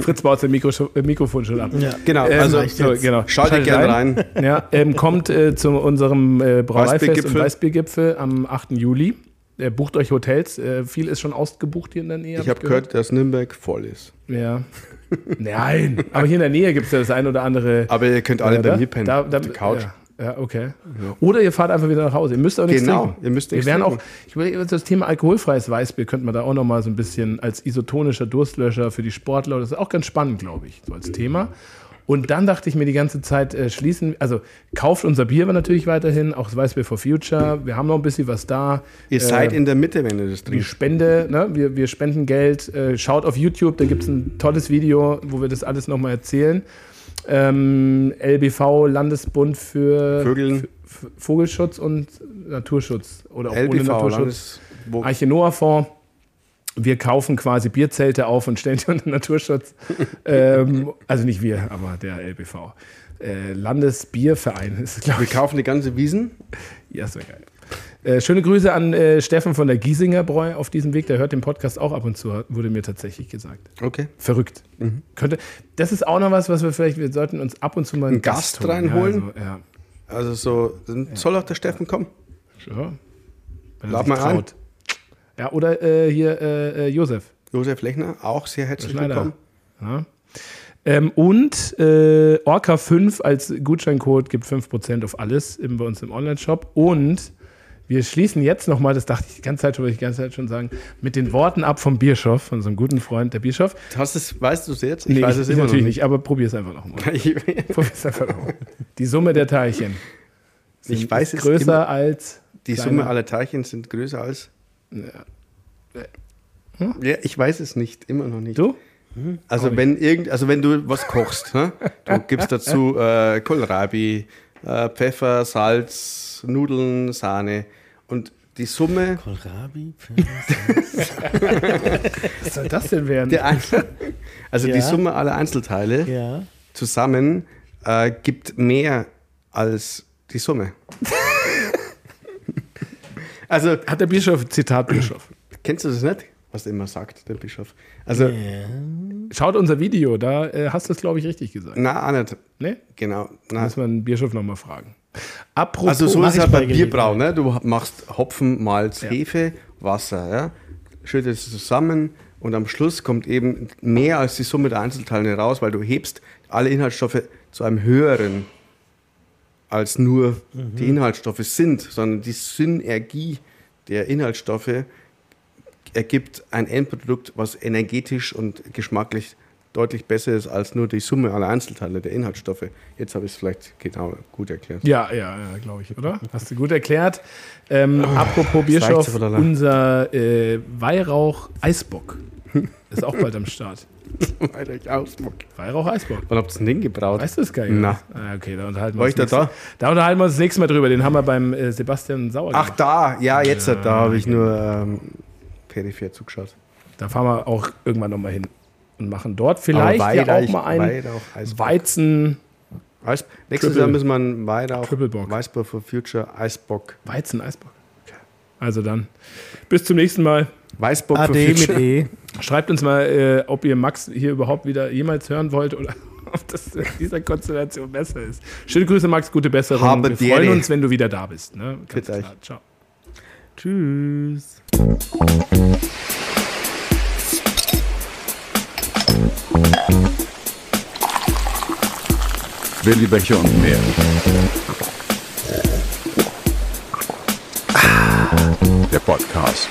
B: Fritz baut sein Mikro, äh, Mikrofon schon ab.
D: Ja.
C: Genau,
B: Ähm,
C: also
B: so, genau.
C: Schaltet gerne rein.
B: Ja, ähm, kommt äh, zu unserem äh, Brauereifest und
C: Weißbiergipfel.
B: Weißbiergipfel am 8. Juli. Äh, bucht euch Hotels. Äh, viel ist schon ausgebucht hier in der Nähe. hab
C: ich habe gehört, dass Nürnberg voll ist.
B: Ja. Nein, aber hier in der Nähe gibt es ja das ein oder andere.
C: Aber ihr könnt alle
B: Ja,
C: dann
B: da-
C: hier pennen,
B: da- da-
C: auf der Couch.
B: Ja, ja okay. Oder ihr fahrt einfach wieder nach Hause. Ihr müsst auch nichts
C: Genau,
B: trinken.
C: ihr müsst
B: Wir
C: nichts
B: wären auch,
C: trinken.
B: ich überlege, das Thema alkoholfreies Weißbier könnte man da auch nochmal so ein bisschen als isotonischer Durstlöscher für die Sportler, das ist auch ganz spannend, glaube ich, so als Thema. Und dann dachte ich mir die ganze Zeit, äh, schließen, also kauft unser Bier aber natürlich weiterhin, auch das Weißbier for Future. Wir haben noch ein bisschen was da.
C: Ihr seid in der Mitte, wenn ihr das
B: Äh, Die
C: trinkt.
B: Spende, ne? wir, wir spenden Geld. Äh, schaut auf YouTube, da gibt es ein tolles Video, wo wir das alles nochmal erzählen. Ähm, LBV, Landesbund für
C: Vögeln.
B: F- Vogelschutz und Naturschutz. Oder auch ohne
C: LBV,
B: Naturschutz.
C: Landes... Wo,
B: Arche Noah Fonds. Wir kaufen quasi Bierzelte auf und stellen die unter Naturschutz. ähm, also nicht wir, aber der LBV. Äh, Landesbierverein ist, glaube
C: wir
B: ich.
C: kaufen die ganze Wiesen.
B: Ja, ist ja geil. Äh, schöne Grüße an äh, Steffen von der Giesinger Bräu auf diesem Weg. Der hört den Podcast auch ab und zu, wurde mir tatsächlich gesagt.
C: Okay.
B: Verrückt.
C: Mhm.
B: Könnte, das ist auch noch was, was wir vielleicht, wir sollten uns ab und zu mal einen,
C: Einen Gast
B: holen.
C: reinholen?
B: Ja, also,
C: Also so, dann soll auch der Steffen kommen.
B: ja. ja. Wenn er
C: Lad
B: sich
C: mal ein.
B: traut. Ja, oder äh, hier äh, äh, Josef
C: Josef Lechner, auch sehr herzlich
B: Schneider.
C: willkommen.
B: Ja. Ähm, und äh, Orca 5 als Gutscheincode gibt 5% auf alles im, bei uns im Online-Shop. Und wir schließen jetzt nochmal, das dachte ich die ganze Zeit schon, wollte ich die ganze Zeit schon sagen, mit den Worten ab vom Bischof, von unserem guten Freund, der Bischof.
C: Hast es, weißt du es jetzt?
B: Nee,
C: weiß es immer noch
B: natürlich nicht, aber probier es einfach nochmal.
C: nicht.
B: Probier es einfach nochmal. Die Summe der Teilchen
C: Ich, weiß
B: ist
C: es
B: größer
C: immer,
B: als
C: Die
B: kleiner.
C: Summe aller Teilchen sind größer als... Ja. ich weiß es nicht, immer noch nicht.
B: du?
C: Also wenn irgend, also wenn du was kochst, ne? du gibst dazu äh, Kohlrabi, äh, Pfeffer, Salz, Nudeln, Sahne und die Summe
D: Kohlrabi?
B: Was soll das denn werden?
C: der Einzel also
D: Ja.
C: die Summe aller Einzelteile
D: Ja.
C: zusammen äh, gibt mehr als die Summe. also
B: Hat der Bischof, Zitat Bischof.
C: kennst du das nicht, was der immer sagt, der Bischof? Also
B: Schaut unser Video, da äh, hast du es, glaube ich, richtig gesagt.
C: na, auch nicht.
B: Ne?
C: Genau. Na,
B: Muss man den Bischof nochmal fragen. Apropos.
C: Also so
D: mach
C: ist es
D: ich
C: ja
D: bei
C: bei
D: Gelegenheit.
C: Bierbrau, ne? Du machst Hopfen, Malz, Hefe, Wasser, ja? Schüttest es zusammen und am Schluss kommt eben mehr als die Summe der Einzelteile raus, weil du hebst alle Inhaltsstoffe zu einem höheren als nur die
D: Mhm.
C: Inhaltsstoffe sind, sondern die Synergie der Inhaltsstoffe ergibt ein Endprodukt, was energetisch und geschmacklich deutlich besser ist als nur die Summe aller Einzelteile der Inhaltsstoffe. Jetzt habe ich es vielleicht genau gut erklärt.
B: Ja, ja, ja glaube ich, oder? Hast du gut erklärt. Ähm,
C: Oh,
B: apropos Bischof,
C: aber danach.
B: unser äh, Weihrauch-Eisbock ist auch bald am Start.
C: Weil ich ausmuck.
B: Weihrauch-Eisbock.
C: Wann habt ihr denn den gebraut?
B: Weißt du das geil?
C: Na.
B: Ah, okay, da unterhalten wir
C: War
B: uns.
C: ich da
B: nächstes-
C: da?
B: da unterhalten wir uns das nächste Mal drüber. Den haben wir beim äh, Sebastian Sauer
C: Ach,
B: gemacht.
C: da, ja, jetzt, da habe ich nur ähm, peripher zugeschaut.
B: Da fahren wir auch irgendwann nochmal hin und machen dort
C: Aber
B: vielleicht ja
C: Weihrauch-
B: auch mal einen
C: Weihrauch, Eisbock.
B: Weizen,
C: Eis, nächstes
B: Triple-
C: Jahr müssen wir einen Weihrauch,
B: Triplebock.
C: Weißbock for Future, Eisbock.
B: Weizen-Eisbock. Also dann, bis zum nächsten Mal.
C: Weißbock
B: Ah,
C: for
D: AD mit
C: Future.
D: E.
B: Schreibt uns mal, äh, ob ihr Max hier überhaupt wieder jemals hören wollt oder ob das in dieser Konstellation besser ist. Schöne Grüße, Max, gute Besserung.
C: Habe
B: Wir
C: dir
B: freuen
C: die.
B: uns, wenn du wieder da bist. Ne? Ganz
C: Bitte
B: klar.
C: euch.
B: Ciao.
D: Tschüss.
A: Willi Becher und mehr. Der Podcast.